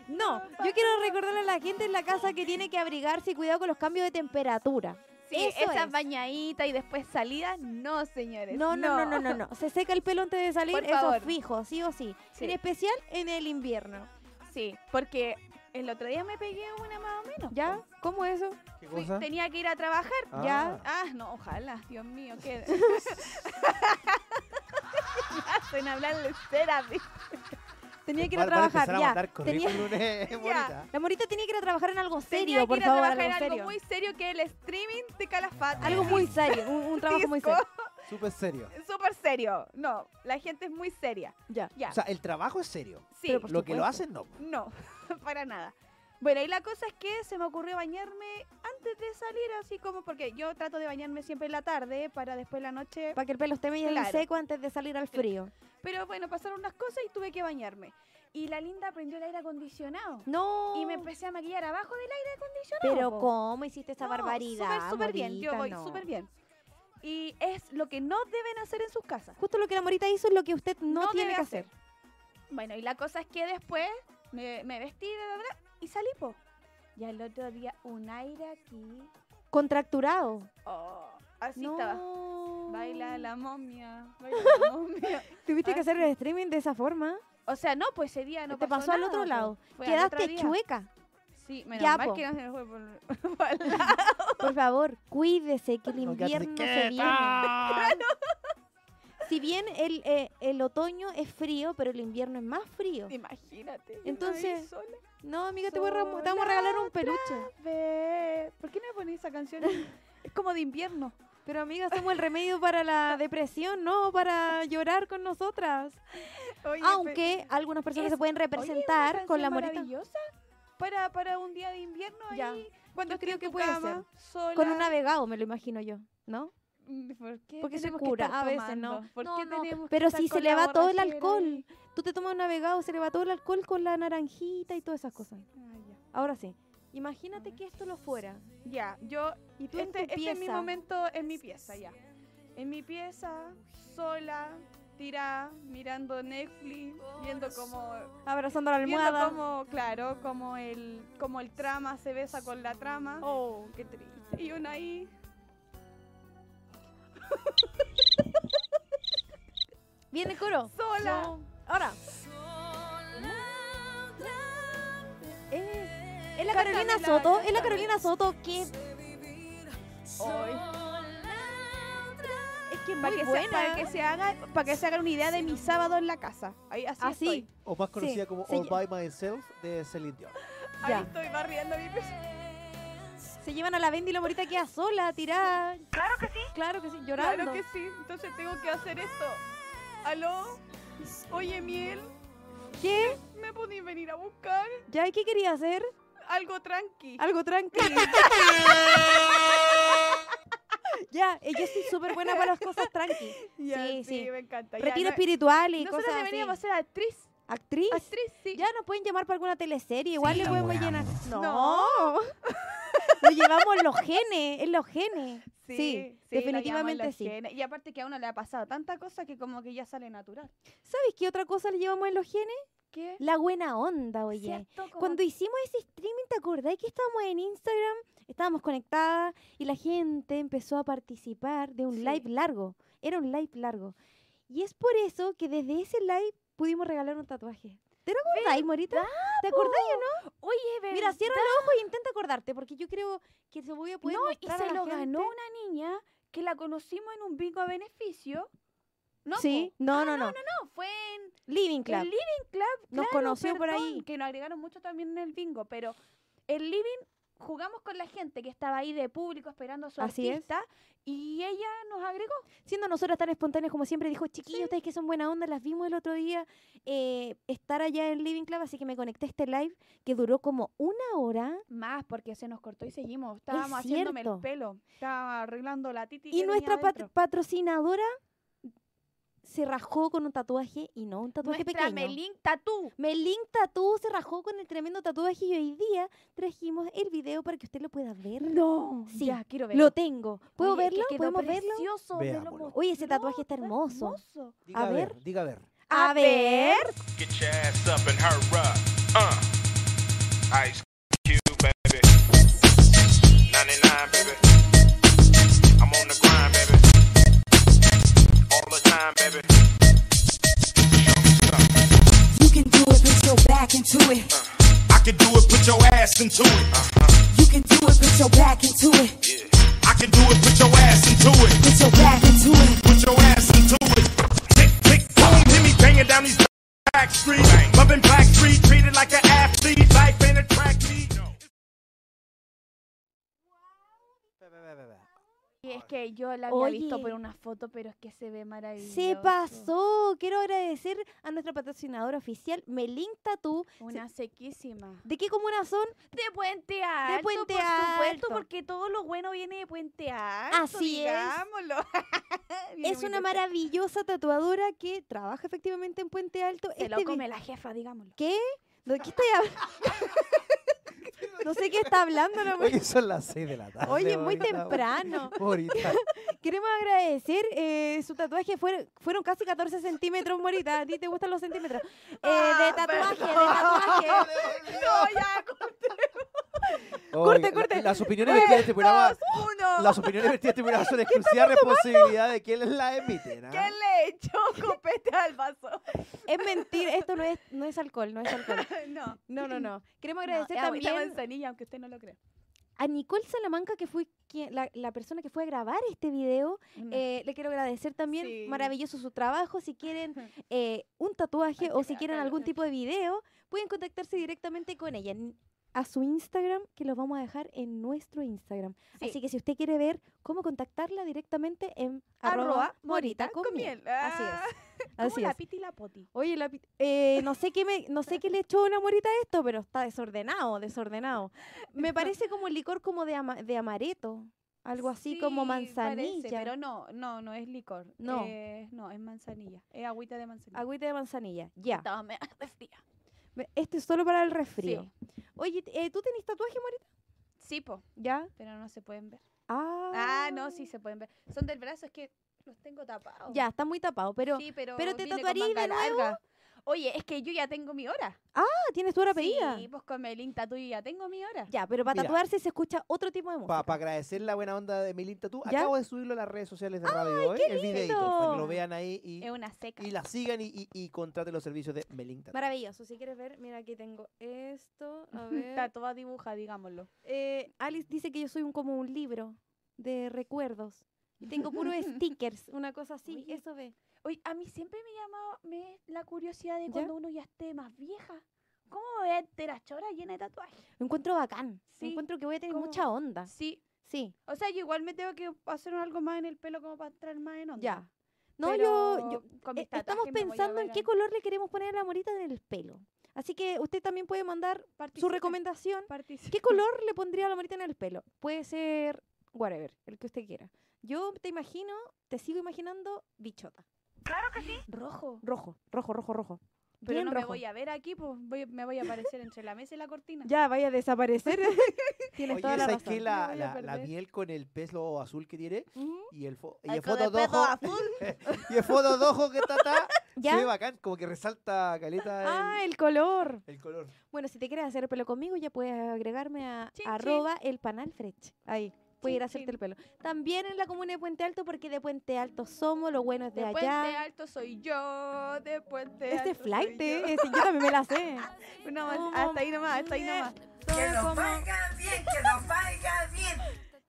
Speaker 2: No, yo quiero recordarle a la gente en la casa que tiene que abrigarse y cuidado con los cambios de temperatura.
Speaker 1: Sí,
Speaker 2: eso
Speaker 1: esa
Speaker 2: es.
Speaker 1: bañadita y después salida, no, señores.
Speaker 2: No, no, no, no, no, no. Se seca el pelo antes de salir,
Speaker 1: Pues Por
Speaker 2: eso
Speaker 1: favor.
Speaker 2: es fijo, sí o sí.
Speaker 1: Sí.
Speaker 2: En especial en el invierno.
Speaker 1: Sí, porque el otro día me pegué una más o menos.
Speaker 2: ¿Ya? ¿Cómo eso?
Speaker 3: ¿Qué
Speaker 1: Fui-
Speaker 3: cosa?
Speaker 1: tenía que ir a trabajar.
Speaker 3: Ah.
Speaker 2: ya,
Speaker 1: Ah, no, ojalá, Dios mío, qué. pueden hablar en therapy.
Speaker 2: Tenía que ir a
Speaker 3: Van- van
Speaker 2: trabajar,
Speaker 3: empezar a
Speaker 2: ya.
Speaker 3: mandar
Speaker 2: Tenía-
Speaker 3: currículum, eh, Morita.
Speaker 2: La morita tenía que ir a trabajar en algo serio,
Speaker 1: Tenía que
Speaker 2: por
Speaker 1: ir a
Speaker 2: favor,
Speaker 1: trabajar
Speaker 2: algo
Speaker 1: en algo
Speaker 2: serio.
Speaker 1: muy serio que el streaming de Calafate.
Speaker 2: Algo muy serio, un, un trabajo muy
Speaker 1: Disco.
Speaker 2: serio.
Speaker 3: Súper serio.
Speaker 1: súper serio. No, la gente es muy seria.
Speaker 2: Ya.
Speaker 1: Ya.
Speaker 3: O sea, el trabajo es serio.
Speaker 1: sí.
Speaker 2: pero por
Speaker 3: Lo que lo
Speaker 2: supuesto.
Speaker 3: hacen, no.
Speaker 1: No, para nada. Bueno, y la cosa es que se me ocurrió bañarme antes de salir, así como porque yo trato de bañarme siempre en la tarde para después en la noche.
Speaker 2: Para que el pelo esté medio
Speaker 1: Claro.
Speaker 2: seco antes de salir al frío.
Speaker 1: Pero bueno, pasaron unas cosas y tuve que bañarme. Y la linda prendió el aire acondicionado.
Speaker 2: No.
Speaker 1: Y me empecé a maquillar abajo del aire acondicionado.
Speaker 2: Pero
Speaker 1: po.
Speaker 2: ¿cómo hiciste esa
Speaker 1: No,
Speaker 2: barbaridad?
Speaker 1: Súper, súper bien, yo
Speaker 2: Morita?
Speaker 1: voy
Speaker 2: No.
Speaker 1: súper bien. Y es lo que no deben hacer en sus casas.
Speaker 2: Justo lo que la morita hizo es lo que usted no,
Speaker 1: No
Speaker 2: tiene
Speaker 1: debe
Speaker 2: que hacer.
Speaker 1: Bueno, y la cosa es que después me, me vestí bla, bla, bla, y salí, po. Y al otro día un aire aquí.
Speaker 2: Contracturado.
Speaker 1: Oh, así
Speaker 2: no.
Speaker 1: estaba. Baila la momia, baila la momia.
Speaker 2: Tuviste que
Speaker 1: Así.
Speaker 2: hacer el streaming de esa forma.
Speaker 1: O sea, no, pues ese día no
Speaker 2: Te pasó al
Speaker 1: nada,
Speaker 2: otro
Speaker 1: pues.
Speaker 2: lado.
Speaker 1: Fue al otro
Speaker 2: Quedaste
Speaker 1: día.
Speaker 2: chueca.
Speaker 1: Sí, menos
Speaker 2: Ya,
Speaker 1: mal
Speaker 2: po.
Speaker 1: que no se me fue por, por al lado.
Speaker 2: Por favor, cuídese que el
Speaker 3: No, quédate
Speaker 2: invierno se
Speaker 3: quieta.
Speaker 2: viene. Ah, Si bien el, eh, el otoño es frío, pero el invierno es más frío.
Speaker 1: Imagínate. yo
Speaker 2: Entonces-
Speaker 1: ahí sola.
Speaker 2: No, amiga, te, voy a ramo- te vamos a regalar un peluche.
Speaker 1: Ve, ¿Por qué no me pones esa canción? es como de invierno.
Speaker 2: Pero amiga, somos el remedio para la depresión, no para llorar con nosotras.
Speaker 1: Oye, pe-
Speaker 2: Aunque algunas personas
Speaker 1: es-
Speaker 2: se pueden
Speaker 1: oye, una
Speaker 2: representar con la
Speaker 1: canción
Speaker 2: morita.
Speaker 1: maravillosa Para, para un día de invierno
Speaker 2: Ya.
Speaker 1: ahí. Cuando
Speaker 2: Yo
Speaker 1: estés en
Speaker 2: creo que
Speaker 1: tu
Speaker 2: puede
Speaker 1: cama, sola.
Speaker 2: Con un navegado, me lo imagino yo, ¿no?
Speaker 1: Mm, ¿Por qué
Speaker 2: Porque se
Speaker 1: tenemos que
Speaker 2: cura
Speaker 1: estar
Speaker 2: a veces,
Speaker 1: tomando?
Speaker 2: ¿no?
Speaker 1: ¿Por
Speaker 2: No,
Speaker 1: qué
Speaker 2: no,
Speaker 1: tenemos que
Speaker 2: pero
Speaker 1: estar
Speaker 2: si se
Speaker 1: con
Speaker 2: le
Speaker 1: la
Speaker 2: va todo el
Speaker 1: borrachera
Speaker 2: alcohol.
Speaker 1: ahí?
Speaker 2: Tú te tomas un navegado, se le va todo el alcohol con la naranjita y todas esas cosas.
Speaker 1: Ah, ya.
Speaker 2: Ahora sí, imagínate que esto lo fuera.
Speaker 1: Ya, yo.
Speaker 2: Y tú en tu
Speaker 1: Este, este es mi
Speaker 2: pieza.
Speaker 1: momento en mi pieza, ya. En mi pieza, sola, tirada, mirando Netflix, viendo como.
Speaker 2: Abrazando la
Speaker 1: Viendo
Speaker 2: almohada.
Speaker 1: como, claro, como el, como el trama se besa con la trama.
Speaker 2: Oh, qué triste.
Speaker 1: Y uno ahí.
Speaker 2: Viene el coro.
Speaker 1: Sola.
Speaker 2: No. Ahora. Es, es
Speaker 1: Cántame
Speaker 2: la Carolina
Speaker 1: la-
Speaker 2: Soto, es la
Speaker 1: cántame.
Speaker 2: Carolina Soto que es
Speaker 1: Hoy.
Speaker 2: que es
Speaker 1: Para
Speaker 2: muy
Speaker 1: que, se, para
Speaker 2: buena.
Speaker 1: que se haga, para que se hagan una idea de mi sábado en la casa. Ahí, así,
Speaker 2: Así,
Speaker 1: estoy.
Speaker 3: O más conocida como
Speaker 2: se
Speaker 3: All
Speaker 2: ll-
Speaker 3: By Myself de Celine Dion.
Speaker 1: Ahí
Speaker 2: ya.
Speaker 1: estoy barriendo mi pieza.
Speaker 2: Se llevan a la Bendy y la morita queda sola, tirada. Claro que sí. Claro que sí, llorando.
Speaker 1: Claro que sí, entonces tengo que hacer esto. ¿Aló? Oye, Miel,
Speaker 2: ¿Qué?
Speaker 1: ¿me podéis venir a buscar?
Speaker 2: ¿Ya? ¿Y qué quería hacer?
Speaker 1: Algo tranqui.
Speaker 2: Algo tranquilo. ya, eh, yo soy súper buena para las cosas tranqui.
Speaker 1: Ya,
Speaker 2: sí, sí.
Speaker 1: me encanta. Ya, no-
Speaker 2: Retiro espiritual y
Speaker 1: Nosotros
Speaker 2: cosas así.
Speaker 1: deberíamos ser actriz.
Speaker 2: ¿Actriz?
Speaker 1: Actriz, sí.
Speaker 2: Ya nos pueden llamar para alguna teleserie, igual
Speaker 3: Sí,
Speaker 2: le podemos
Speaker 3: weón.
Speaker 2: llenar. No.
Speaker 1: No.
Speaker 2: Lo llevamos en los genes, en los genes. Sí,
Speaker 1: lo
Speaker 2: definitivamente
Speaker 1: llevamos en los
Speaker 2: sí.
Speaker 1: genes. Y aparte que a uno le ha pasado tanta cosa que como que ya sale natural.
Speaker 2: ¿Sabes qué otra cosa le llevamos en los genes?
Speaker 1: ¿Qué?
Speaker 2: La buena onda, oye. Cuando hicimos ese streaming, ¿te acordás que estábamos en Instagram? Estábamos conectadas y la gente empezó a participar de un
Speaker 1: Sí.
Speaker 2: live largo. Era un live largo. Y es por eso que desde ese live pudimos regalar un tatuaje. ¿Te lo acordáis, Morita? ¿Te acordás o no?
Speaker 1: Oye,
Speaker 2: Mira, cierra los ojos e intenta acordarte, porque yo creo que se lo voy a poder
Speaker 1: No, y
Speaker 2: mostrar a
Speaker 1: se
Speaker 2: la
Speaker 1: lo
Speaker 2: gente.
Speaker 1: ganó una niña que la conocimos en un bingo a beneficio. No,
Speaker 2: sí,
Speaker 1: po. Ah,
Speaker 2: no, no, no,
Speaker 1: no, fue en
Speaker 2: Living Club.
Speaker 1: El Living Club
Speaker 2: Nos
Speaker 1: claro,
Speaker 2: conoció por
Speaker 1: perdón,
Speaker 2: ahí.
Speaker 1: Que nos agregaron mucho también en el bingo, pero el Living jugamos con la gente que estaba ahí de público esperando a su
Speaker 2: Así es.
Speaker 1: artista y ella nos agregó.
Speaker 2: Siendo nosotras tan espontáneas como siempre, dijo, chiquillos, ustedes que son buena onda, las vimos el otro día eh, estar allá en Living Club, así que me conecté a este live que duró como una hora.
Speaker 1: Más porque se nos cortó y seguimos. Estábamos
Speaker 2: Es
Speaker 1: haciéndome el
Speaker 2: cierto.
Speaker 1: pelo. Estaba arreglando la titi.
Speaker 2: Y nuestra pat- patrocinadora se rajó con un tatuaje y no un tatuaje
Speaker 1: Nuestra
Speaker 2: pequeño.
Speaker 1: Melin Tatú.
Speaker 2: Melin Tatú se rajó con el tremendo tatuaje y hoy día trajimos el video para que usted lo pueda ver.
Speaker 1: No.
Speaker 2: Sí,
Speaker 1: Ya, quiero verlo.
Speaker 2: Lo tengo. ¿Puedo
Speaker 1: Oye, que
Speaker 2: verlo?
Speaker 1: quedó
Speaker 2: ¿Podemos verlo?
Speaker 1: precioso, me lo
Speaker 3: Veámoslo.
Speaker 1: mostró,
Speaker 2: Oye, ese Este tatuaje está hermoso.
Speaker 1: hermoso.
Speaker 3: Diga
Speaker 2: A
Speaker 3: a ver,
Speaker 2: ver.
Speaker 3: diga a ver.
Speaker 2: A ver.
Speaker 5: Get your ass up and hurry up. Uh. Ice Cube, baby. 99, baby. I'm on the grind, baby. All the time, baby. Show me something.
Speaker 6: You can do it, put your back into it.
Speaker 5: Uh. I can do it, put your ass into it. Uh-huh.
Speaker 6: You can do it, put your back into it.
Speaker 5: Yeah. I can do it, put your ass into it.
Speaker 6: Put your back into it.
Speaker 5: Put your ass into it. Tick, tick, boom, hit me, street, bumping black street, treated like an athlete, life in a track meet.
Speaker 3: Ve, ve, ve, ve, ve.
Speaker 1: Y es que yo la había visto
Speaker 2: Oye.
Speaker 1: por una foto, pero es que se ve maravilloso.
Speaker 2: Se pasó. Quiero agradecer a nuestra patrocinadora oficial, Melin Tattoo.
Speaker 1: Una sequísima.
Speaker 2: ¿De qué comuna son?
Speaker 1: De Puente Alto,
Speaker 2: Puente
Speaker 1: por supuesto,
Speaker 2: Alto.
Speaker 1: porque todo lo bueno viene de Puente Alto,
Speaker 2: Así es.
Speaker 1: digámoslo. Viene
Speaker 2: Es
Speaker 1: muy
Speaker 2: una
Speaker 1: de-
Speaker 2: maravillosa tatuadora que trabaja efectivamente en Puente Alto.
Speaker 1: Se lo
Speaker 2: Este
Speaker 1: come la jefa, digámoslo.
Speaker 2: ¿Qué? ¿De qué estoy hablando? no sé qué está hablando la mujer.
Speaker 3: Oye, son las 6 de la tarde.
Speaker 2: Oye, muy
Speaker 3: ahorita,
Speaker 2: temprano.
Speaker 3: Ahorita.
Speaker 2: Queremos agradecer eh, su tatuaje. Fueron, fueron casi 14 centímetros, Morita. A ti te gustan los centímetros. Eh, de
Speaker 1: Ah,
Speaker 2: tatuaje, de
Speaker 1: perdón.
Speaker 2: tatuaje.
Speaker 1: No, ya,
Speaker 3: Oye,
Speaker 2: Corte, corte.
Speaker 3: Las opiniones vertidas en este programa,
Speaker 1: uno.
Speaker 3: las opiniones vertidas en este programa son exclusiva responsabilidad de quienes la emiten. ¿ah?
Speaker 1: ¿Qué le echó copete al vaso?
Speaker 2: Es mentira. Esto no es, no es alcohol, no es alcohol.
Speaker 1: No.
Speaker 2: No, no, no. Queremos
Speaker 1: No,
Speaker 2: agradecer
Speaker 1: es agüita
Speaker 2: también
Speaker 1: manzanilla, aunque usted no lo crea.
Speaker 2: a Nicole Salamanca, que fue quien- la, la persona que fue a grabar este video. Eh, le quiero agradecer también,
Speaker 1: Mm. Sí.
Speaker 2: maravilloso su trabajo. Si quieren eh, un tatuaje
Speaker 1: Ay,
Speaker 2: o
Speaker 1: qué
Speaker 2: si quieren
Speaker 1: bacán.
Speaker 2: algún tipo de video, pueden contactarse directamente con ella en- a su Instagram, que los vamos a dejar en nuestro Instagram.
Speaker 1: Sí.
Speaker 2: Así que si usted quiere ver cómo contactarla directamente en
Speaker 1: Arroba
Speaker 2: arroba morita con miel. Así
Speaker 1: Ah,
Speaker 2: es.
Speaker 1: como
Speaker 2: Así
Speaker 1: la
Speaker 2: es.
Speaker 1: piti y la poti.
Speaker 2: Oye, la pi- eh, no sé qué me, no sé qué le echó una morita a esto, pero está desordenado, desordenado. Me parece como licor como de, ama- de amareto, algo así como
Speaker 1: Sí, parece,
Speaker 2: manzanilla.
Speaker 1: pero no, no, no es licor.
Speaker 2: No.
Speaker 1: Eh, no, es manzanilla. Es agüita de manzanilla.
Speaker 2: Agüita de manzanilla, ya.
Speaker 1: Estaba me de fría.
Speaker 2: Me- Esto es solo para el resfrío. Oye, t- eh, ¿tú tenés tatuaje, Morita?
Speaker 1: Sí, po,
Speaker 2: ¿Ya?
Speaker 1: pero no se pueden ver.
Speaker 2: Ah,
Speaker 1: Ah, no, sí se pueden ver. Son del brazo, es que los tengo tapados.
Speaker 2: Ya, está muy tapado, pero
Speaker 1: Sí, pero,
Speaker 2: pero te
Speaker 1: viene con
Speaker 2: tatuarí de
Speaker 1: manga
Speaker 2: nuevo.
Speaker 1: larga. Oye, es que yo ya tengo mi hora.
Speaker 2: ah, tienes tu hora pedida.
Speaker 1: Sí, pues con Melin Tatu yo ya tengo mi hora.
Speaker 2: Ya, pero para
Speaker 3: Mira.
Speaker 2: tatuarse se escucha otro tipo de música.
Speaker 3: Para agradecer la buena onda de Milinta, tú
Speaker 2: ¿Ya?
Speaker 3: acabo de subirlo a las redes sociales de Radio Hoy, el videito, para que
Speaker 2: lindo!
Speaker 3: lo vean ahí y,
Speaker 1: Es una seca.
Speaker 3: y la sigan y, y, y contraten los servicios de Melinta.
Speaker 2: Maravilloso, si quieres ver, mira aquí tengo esto, a ver.
Speaker 1: Tatuada dibuja, digámoslo.
Speaker 2: Eh, Alice dice que yo soy un como un libro de recuerdos. Y tengo puros stickers, una cosa así,
Speaker 1: Oye.
Speaker 2: eso ve.
Speaker 1: Oye, a mí siempre me llamaba me, la curiosidad de
Speaker 2: ¿Ya?
Speaker 1: cuando uno ya esté más vieja. ¿Cómo voy a estar a chora llena de tatuajes?
Speaker 2: Lo encuentro bacán, lo
Speaker 1: Sí,
Speaker 2: encuentro que voy a tener
Speaker 1: como-
Speaker 2: mucha onda.
Speaker 1: Sí.
Speaker 2: Sí,
Speaker 1: O sea, yo igual me tengo que hacer algo más en el pelo como para entrar más en onda.
Speaker 2: ya. No, yo,
Speaker 1: Pero
Speaker 2: yo,
Speaker 1: con mis
Speaker 2: Eh, Estamos
Speaker 1: tatuajes me voy a
Speaker 2: pensando en
Speaker 1: ver
Speaker 2: qué
Speaker 1: al-
Speaker 2: color le queremos poner a la morita en el pelo. Así que usted también puede mandar su
Speaker 1: Participe,
Speaker 2: recomendación.
Speaker 1: participe.
Speaker 2: ¿Qué color le pondría a la morita en el pelo? Puede ser whatever, el que usted quiera. Yo te imagino, te sigo imaginando bichota.
Speaker 1: Rojo.
Speaker 2: Rojo, rojo, rojo, rojo.
Speaker 1: Pero
Speaker 2: Bien
Speaker 1: no me
Speaker 2: rojo.
Speaker 1: voy a ver aquí, pues voy- me voy a aparecer entre la mesa y la cortina.
Speaker 2: Ya, vaya a desaparecer. Tienes
Speaker 3: Oye,
Speaker 2: toda la
Speaker 3: ¿sabes
Speaker 2: razón.
Speaker 3: qué?
Speaker 1: Me
Speaker 3: La,
Speaker 1: voy a
Speaker 3: la, la
Speaker 1: perder.
Speaker 3: miel con el pez lobo azul que tiene
Speaker 2: Ujú.
Speaker 3: y el, fo- y
Speaker 1: Ay,
Speaker 3: el
Speaker 1: con
Speaker 3: fondo
Speaker 1: el
Speaker 3: de ojo. y el fondo de ojo que está acá. Se ve
Speaker 2: ¿Ya?
Speaker 3: bacán, como que resalta caleta el,
Speaker 2: Ah, el color.
Speaker 3: el color.
Speaker 2: Bueno, si te quieres hacer el pelo conmigo, ya puedes agregarme a
Speaker 1: Chin, chin.
Speaker 2: arroba el Ahí, puedes
Speaker 1: Chin,
Speaker 2: ir a hacerte
Speaker 1: chin.
Speaker 2: el pelo. También en la comuna de Puente Alto, porque de Puente Alto somos, lo bueno es de,
Speaker 1: De Puente
Speaker 2: allá.
Speaker 1: Alto soy yo, de Puente
Speaker 2: Este
Speaker 1: Alto soy
Speaker 2: flight,
Speaker 1: yo.
Speaker 2: eh, ese yo también me la sé.
Speaker 1: No, más,
Speaker 2: Como
Speaker 1: hasta ahí nomás, hasta ahí nomás.
Speaker 4: Que nos vaya bien, que nos vaya bien.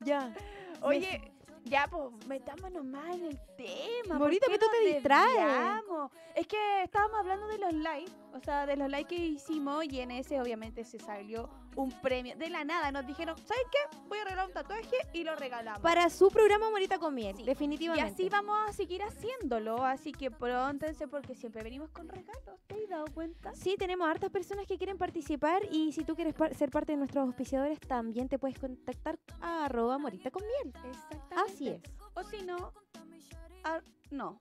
Speaker 2: Ya.
Speaker 1: Oye, ya, pues, metámonos más en el tema.
Speaker 2: Morita,
Speaker 1: ¿por
Speaker 2: que tú
Speaker 1: nos
Speaker 2: te distraes.
Speaker 1: desviamos? Es que estábamos hablando de los likes, o sea, de los likes que hicimos y en ese obviamente se salió un premio. De la nada nos dijeron, ¿sabes qué? Voy a regalar un tatuaje y lo regalamos.
Speaker 2: Para su programa Morita con Miel,
Speaker 1: y
Speaker 2: definitivamente.
Speaker 1: así vamos a seguir haciéndolo, así que prontense porque siempre venimos con regalos, ¿te has dado cuenta?
Speaker 2: Sí, tenemos hartas personas que quieren participar y si tú quieres par- ser parte de nuestros auspiciadores, también te puedes contactar a arroba Morita con Miel.
Speaker 1: Exactamente.
Speaker 2: Así es.
Speaker 1: O si no, ar- no.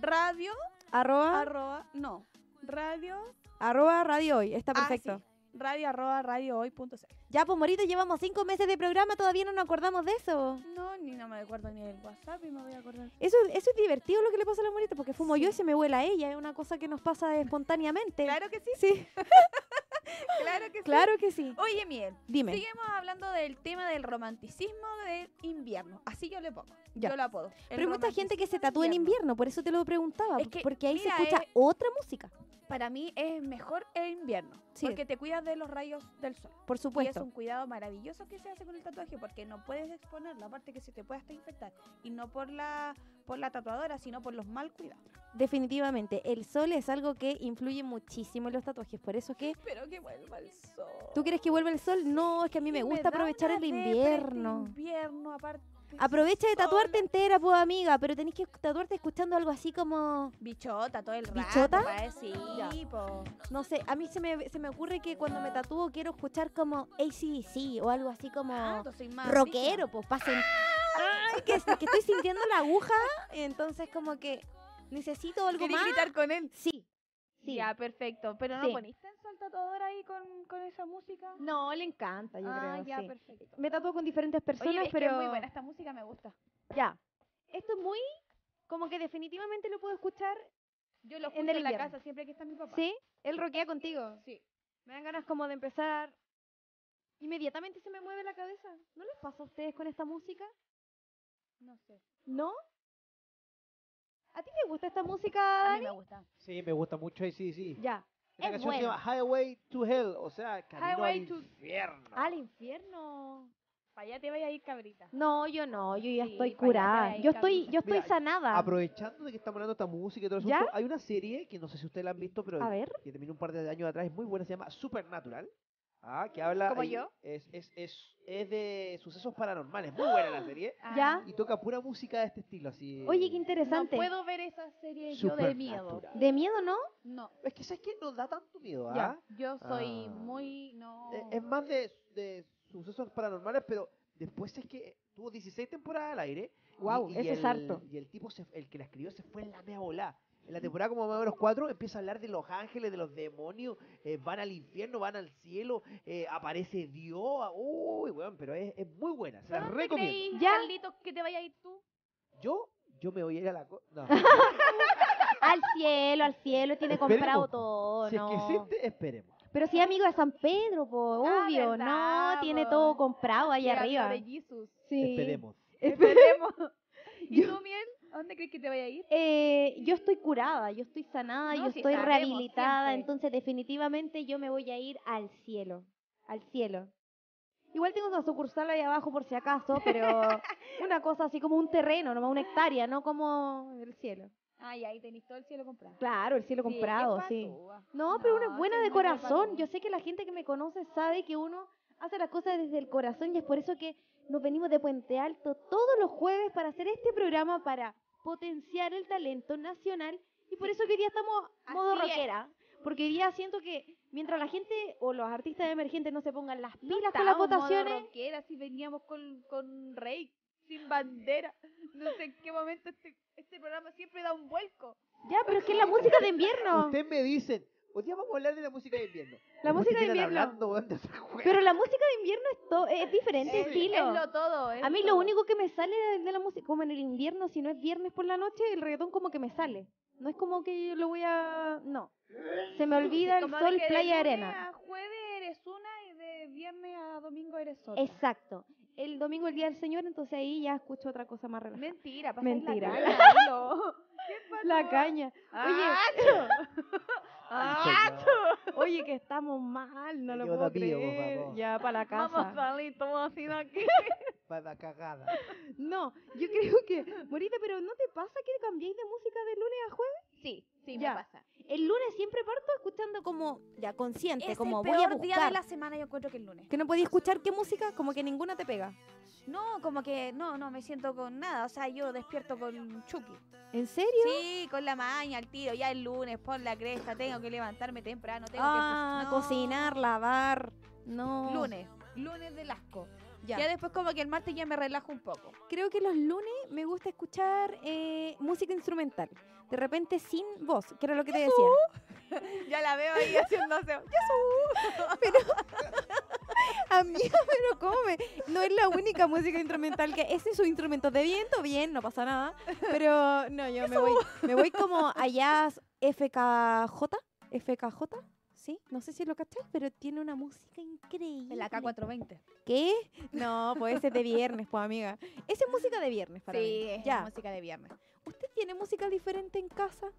Speaker 1: Radio,
Speaker 2: Arroba,
Speaker 1: arroba, no. Radio,
Speaker 2: arroba Radio Hoy, está
Speaker 1: ah,
Speaker 2: perfecto.
Speaker 1: sí. Radio, arroba, radio hoy punto cl.
Speaker 2: Ya, pues Morita, llevamos cinco meses de programa, todavía no nos acordamos de eso.
Speaker 1: No, ni no me acuerdo ni del WhatsApp y me voy a acordar.
Speaker 2: Eso, eso es divertido lo que le pasa a la Morita, porque fumo yo y se me vuela ella, es una cosa que nos pasa espontáneamente.
Speaker 1: Claro que sí,
Speaker 2: Sí, Oh,
Speaker 1: claro que
Speaker 2: claro que sí.
Speaker 1: sí. Oye, Miel,
Speaker 2: Dime.
Speaker 1: seguimos hablando del tema del romanticismo del invierno. Así yo le pongo.
Speaker 2: Ya.
Speaker 1: Yo lo apodo. El
Speaker 2: Pero hay mucha gente que se
Speaker 1: romanticismo
Speaker 2: tatúa en
Speaker 1: del
Speaker 2: invierno, por eso te lo preguntaba,
Speaker 1: Es que,
Speaker 2: porque ahí se
Speaker 1: mira,
Speaker 2: escucha
Speaker 1: eh,
Speaker 2: otra música.
Speaker 1: para mí es mejor el invierno,
Speaker 2: Sí.
Speaker 1: porque te cuidas de los rayos del sol.
Speaker 2: Por
Speaker 1: Y es
Speaker 2: supuesto.
Speaker 1: un cuidado maravilloso que se hace con el tatuaje porque no puedes exponerlo, aparte que se te puede hasta infectar. Y no por la, por la tatuadora, sino por los mal cuidados.
Speaker 2: Definitivamente, el sol es algo que influye muchísimo en los tatuajes. Por eso que,
Speaker 1: Pero que vuelva el sol.
Speaker 2: ¿tú crees que vuelve el sol? No, es que a mí me
Speaker 1: Y
Speaker 2: gusta
Speaker 1: da
Speaker 2: aprovechar
Speaker 1: una
Speaker 2: el
Speaker 1: depre este
Speaker 2: invierno.
Speaker 1: invierno, aparte.
Speaker 2: Aprovecha de tatuarte
Speaker 1: sola.
Speaker 2: entera, pues amiga, pero tenés que tatuarte escuchando algo así como,
Speaker 1: Bichota todo el rato.
Speaker 2: ¿Bichota?
Speaker 1: pa' Sí,
Speaker 2: Ya.
Speaker 1: po.
Speaker 2: no sé, a mí se me, se me ocurre que cuando me tatúo quiero escuchar como ACDC o algo así como
Speaker 1: Ah, entonces soy más rígida.
Speaker 2: rockero, pues pasen. Ay, que, que estoy sintiendo la aguja, entonces como que necesito algo
Speaker 1: ¿Querís
Speaker 2: más.
Speaker 1: gritar con él?
Speaker 2: Sí, sí.
Speaker 1: Ya, perfecto. Pero
Speaker 2: Sí.
Speaker 1: no poniste en su tatuador ahí con, con esa música.
Speaker 2: No, le encanta, yo
Speaker 1: ah,
Speaker 2: creo.
Speaker 1: ya,
Speaker 2: sí.
Speaker 1: perfecto.
Speaker 2: Me tatuo con diferentes personas,
Speaker 1: Oye, es que
Speaker 2: pero
Speaker 1: es muy buena esta música, me gusta.
Speaker 2: ya. Esto es muy como que definitivamente lo puedo escuchar,
Speaker 1: Yo lo
Speaker 2: En
Speaker 1: escucho en,
Speaker 2: el
Speaker 1: la
Speaker 2: invierno.
Speaker 1: casa siempre que está mi papá.
Speaker 2: ¿sí? Él roquea contigo.
Speaker 1: Sí.
Speaker 2: Me dan ganas como de empezar. Inmediatamente se me mueve la cabeza. ¿No les pasa a ustedes con esta música?
Speaker 1: No sé.
Speaker 2: ¿No? ¿A ti te gusta esta música,
Speaker 1: A mí
Speaker 2: Dani?
Speaker 1: me gusta.
Speaker 3: Sí, me gusta mucho ACDC.
Speaker 2: Ya.
Speaker 3: Esta
Speaker 2: es
Speaker 3: canción se
Speaker 2: buena.
Speaker 3: llama Highway to Hell, o sea, camino
Speaker 1: Highway
Speaker 3: al
Speaker 1: to-
Speaker 3: infierno.
Speaker 2: Al infierno.
Speaker 1: Para allá te vaya a ir cabrita.
Speaker 2: No, yo no, yo ya
Speaker 1: Sí,
Speaker 2: estoy
Speaker 1: para allá
Speaker 2: curada.
Speaker 1: hay
Speaker 2: Yo estoy,
Speaker 1: camino.
Speaker 2: yo estoy
Speaker 3: Mira,
Speaker 2: sanada.
Speaker 3: Aprovechando de que estamos hablando de esta música y todo el
Speaker 2: ¿Ya?
Speaker 3: asunto, hay una serie que no sé si ustedes la han visto, pero
Speaker 2: A ver.
Speaker 3: que terminó un par de años atrás, es muy buena, se llama Supernatural. Ah, que habla.
Speaker 1: ¿Como
Speaker 3: ahí-
Speaker 1: yo?
Speaker 3: Es, es, es, es de sucesos paranormales, muy buena la serie.
Speaker 1: Ah,
Speaker 2: Ya.
Speaker 3: Y toca pura música de este estilo, así.
Speaker 2: Oye, qué
Speaker 1: No
Speaker 2: interesante.
Speaker 1: puedo ver esa serie yo de miedo.
Speaker 3: Supernatural.
Speaker 2: De miedo, ¿no?
Speaker 1: No.
Speaker 3: Es que sabes que no da tanto miedo, ¿ah?
Speaker 1: Ya. Yo soy
Speaker 3: Ah.
Speaker 1: muy. No.
Speaker 3: Eh, Es más de, de sucesos paranormales, pero después es que tuvo 16 temporadas al aire. y-
Speaker 2: Guau,
Speaker 3: y
Speaker 2: eso es
Speaker 3: el-
Speaker 2: harto.
Speaker 3: Y el tipo, se- el que la escribió, se fue en la mea volá. En la temporada como más o menos 4 empieza a hablar de los ángeles, de los demonios, eh, van al infierno, van al cielo, eh, aparece Dios. ah, Uy, weón, pero es, es muy buena, se
Speaker 1: ¿Pero
Speaker 3: la
Speaker 1: dónde
Speaker 3: recomiendo.
Speaker 1: creí,
Speaker 2: Ya.
Speaker 1: Carlitos, que te vaya a ir tú?
Speaker 3: Yo, yo me voy a ir a la... co- No.
Speaker 2: Al cielo, al cielo, tiene comprado
Speaker 3: Esperemos.
Speaker 2: todo,
Speaker 3: si es
Speaker 2: ¿no?
Speaker 3: que existe, esperemos.
Speaker 2: Pero sí, amigo de San Pedro, po,
Speaker 1: Ah,
Speaker 2: obvio,
Speaker 1: verdad,
Speaker 2: no, tiene
Speaker 1: po.
Speaker 2: todo comprado ahí
Speaker 1: Que era
Speaker 2: arriba.
Speaker 1: amigo de Jesus.
Speaker 2: Sí.
Speaker 3: Esperemos.
Speaker 1: Esperemos. ¿Y
Speaker 2: Yo-
Speaker 1: tú, Miel? ¿A dónde crees que te vaya a ir?
Speaker 2: Eh, yo estoy curada, yo estoy sanada,
Speaker 1: No,
Speaker 2: yo
Speaker 1: sí
Speaker 2: estoy
Speaker 1: sabemos,
Speaker 2: rehabilitada,
Speaker 1: siempre.
Speaker 2: entonces definitivamente yo me voy a ir al cielo, al cielo. Igual tengo una sucursal ahí abajo por si acaso, pero una cosa así como un terreno, nomás una hectárea, no como el cielo.
Speaker 1: Ay, ahí tenéis todo el cielo comprado.
Speaker 2: Claro, el cielo
Speaker 1: Sí, es
Speaker 2: comprado,
Speaker 1: pa'
Speaker 2: sí.
Speaker 1: tú, ah.
Speaker 2: No, pero uno
Speaker 1: No,
Speaker 2: es buena
Speaker 1: sí,
Speaker 2: de
Speaker 1: uno es re
Speaker 2: corazón.
Speaker 1: patúa.
Speaker 2: Yo sé que la gente que me conoce sabe que uno hace las cosas desde el corazón y es por eso que nos venimos de Puente Alto todos los jueves para hacer este programa para potenciar el talento nacional y por eso que hoy día estamos modo
Speaker 1: Así es.
Speaker 2: rockera. Porque hoy día siento que mientras la gente o los artistas emergentes no se pongan las
Speaker 1: No
Speaker 2: pilas con las
Speaker 1: estábamos modo
Speaker 2: votaciones,
Speaker 1: rockera, si veníamos con, con Rey, sin bandera. No sé en qué momento este, este programa siempre da un vuelco.
Speaker 2: ya, pero es que es la música de invierno.
Speaker 3: Ustedes me dicen, hoy día vamos a hablar de la música de invierno.
Speaker 2: La
Speaker 3: Después
Speaker 2: música de
Speaker 3: terminan
Speaker 2: invierno.
Speaker 3: hablando, weón, de otra weá.
Speaker 2: Pero la música de invierno es, to- es diferente
Speaker 3: Sí,
Speaker 2: estilo.
Speaker 1: Es lo todo. es
Speaker 2: A mí lo
Speaker 1: todo.
Speaker 2: único que me sale de la música, como en el invierno, si no es viernes por la noche, el reggaetón como que me sale. No es como que yo lo voy a... No. Se me olvida el
Speaker 1: Como
Speaker 2: sol,
Speaker 1: que de
Speaker 2: playa,
Speaker 1: lunes
Speaker 2: arena.
Speaker 1: a jueves eres una y de viernes a domingo eres otra.
Speaker 2: Exacto. El domingo el Día del Señor, entonces ahí ya escucho otra cosa más relajada.
Speaker 1: Mentira, pasáis
Speaker 2: Mentira.
Speaker 1: La caña, Lolo.
Speaker 2: La caña.
Speaker 1: Ah, ¡Acho! ah,
Speaker 2: Ah,
Speaker 1: ¡Acho!
Speaker 2: Oye, que estamos mal, no
Speaker 3: Me
Speaker 2: lo
Speaker 3: quedo
Speaker 2: puedo
Speaker 3: tapío, por
Speaker 2: creer.
Speaker 3: favor.
Speaker 2: Ya, para la
Speaker 1: Vamos a
Speaker 2: casa.
Speaker 1: salir todos así de aquí.
Speaker 3: Para la cagada.
Speaker 2: No, yo creo que... Morita, pero ¿no te pasa que cambiáis de música de lunes a jueves?
Speaker 1: Sí, sí,
Speaker 2: Ya.
Speaker 1: me pasa.
Speaker 2: El lunes siempre parto escuchando como... Ya, consciente,
Speaker 1: Es
Speaker 2: como
Speaker 1: el
Speaker 2: voy a
Speaker 1: peor
Speaker 2: buscar.
Speaker 1: día de la semana, yo encuentro que el lunes.
Speaker 2: Que no podía escuchar qué música, como que ninguna te pega.
Speaker 1: No, como que no, no me siento con nada. O sea, yo despierto con chupi.
Speaker 2: ¿En serio?
Speaker 1: Sí, con la maña, al tiro. Ya el lunes, por la cresta, tengo que levantarme temprano. Tengo
Speaker 2: ah,
Speaker 1: que no.
Speaker 2: cocinar, lavar. No.
Speaker 1: Lunes, lunes del asco.
Speaker 2: Ya.
Speaker 1: Ya. después, como que el martes ya me relajo un poco.
Speaker 2: Creo que los lunes me gusta escuchar eh, música instrumental. De repente sin voz, que era lo que te decía.
Speaker 1: Ya la veo ahí haciéndose.
Speaker 2: Amiga, pero come. No es la única música instrumental que ese es su instrumento de viento, bien, no pasa nada. Pero no, yo me voy, me voy como allá FKJ, FKJ, sí, no sé si lo cachas, pero tiene una música increíble.
Speaker 1: En la K420.
Speaker 2: ¿Qué? No, pues ese es de viernes, pues amiga. Esa es música de viernes para mí.
Speaker 1: Sí, es
Speaker 2: Ya.
Speaker 1: música de viernes.
Speaker 2: ¿Usted tiene música diferente en casa?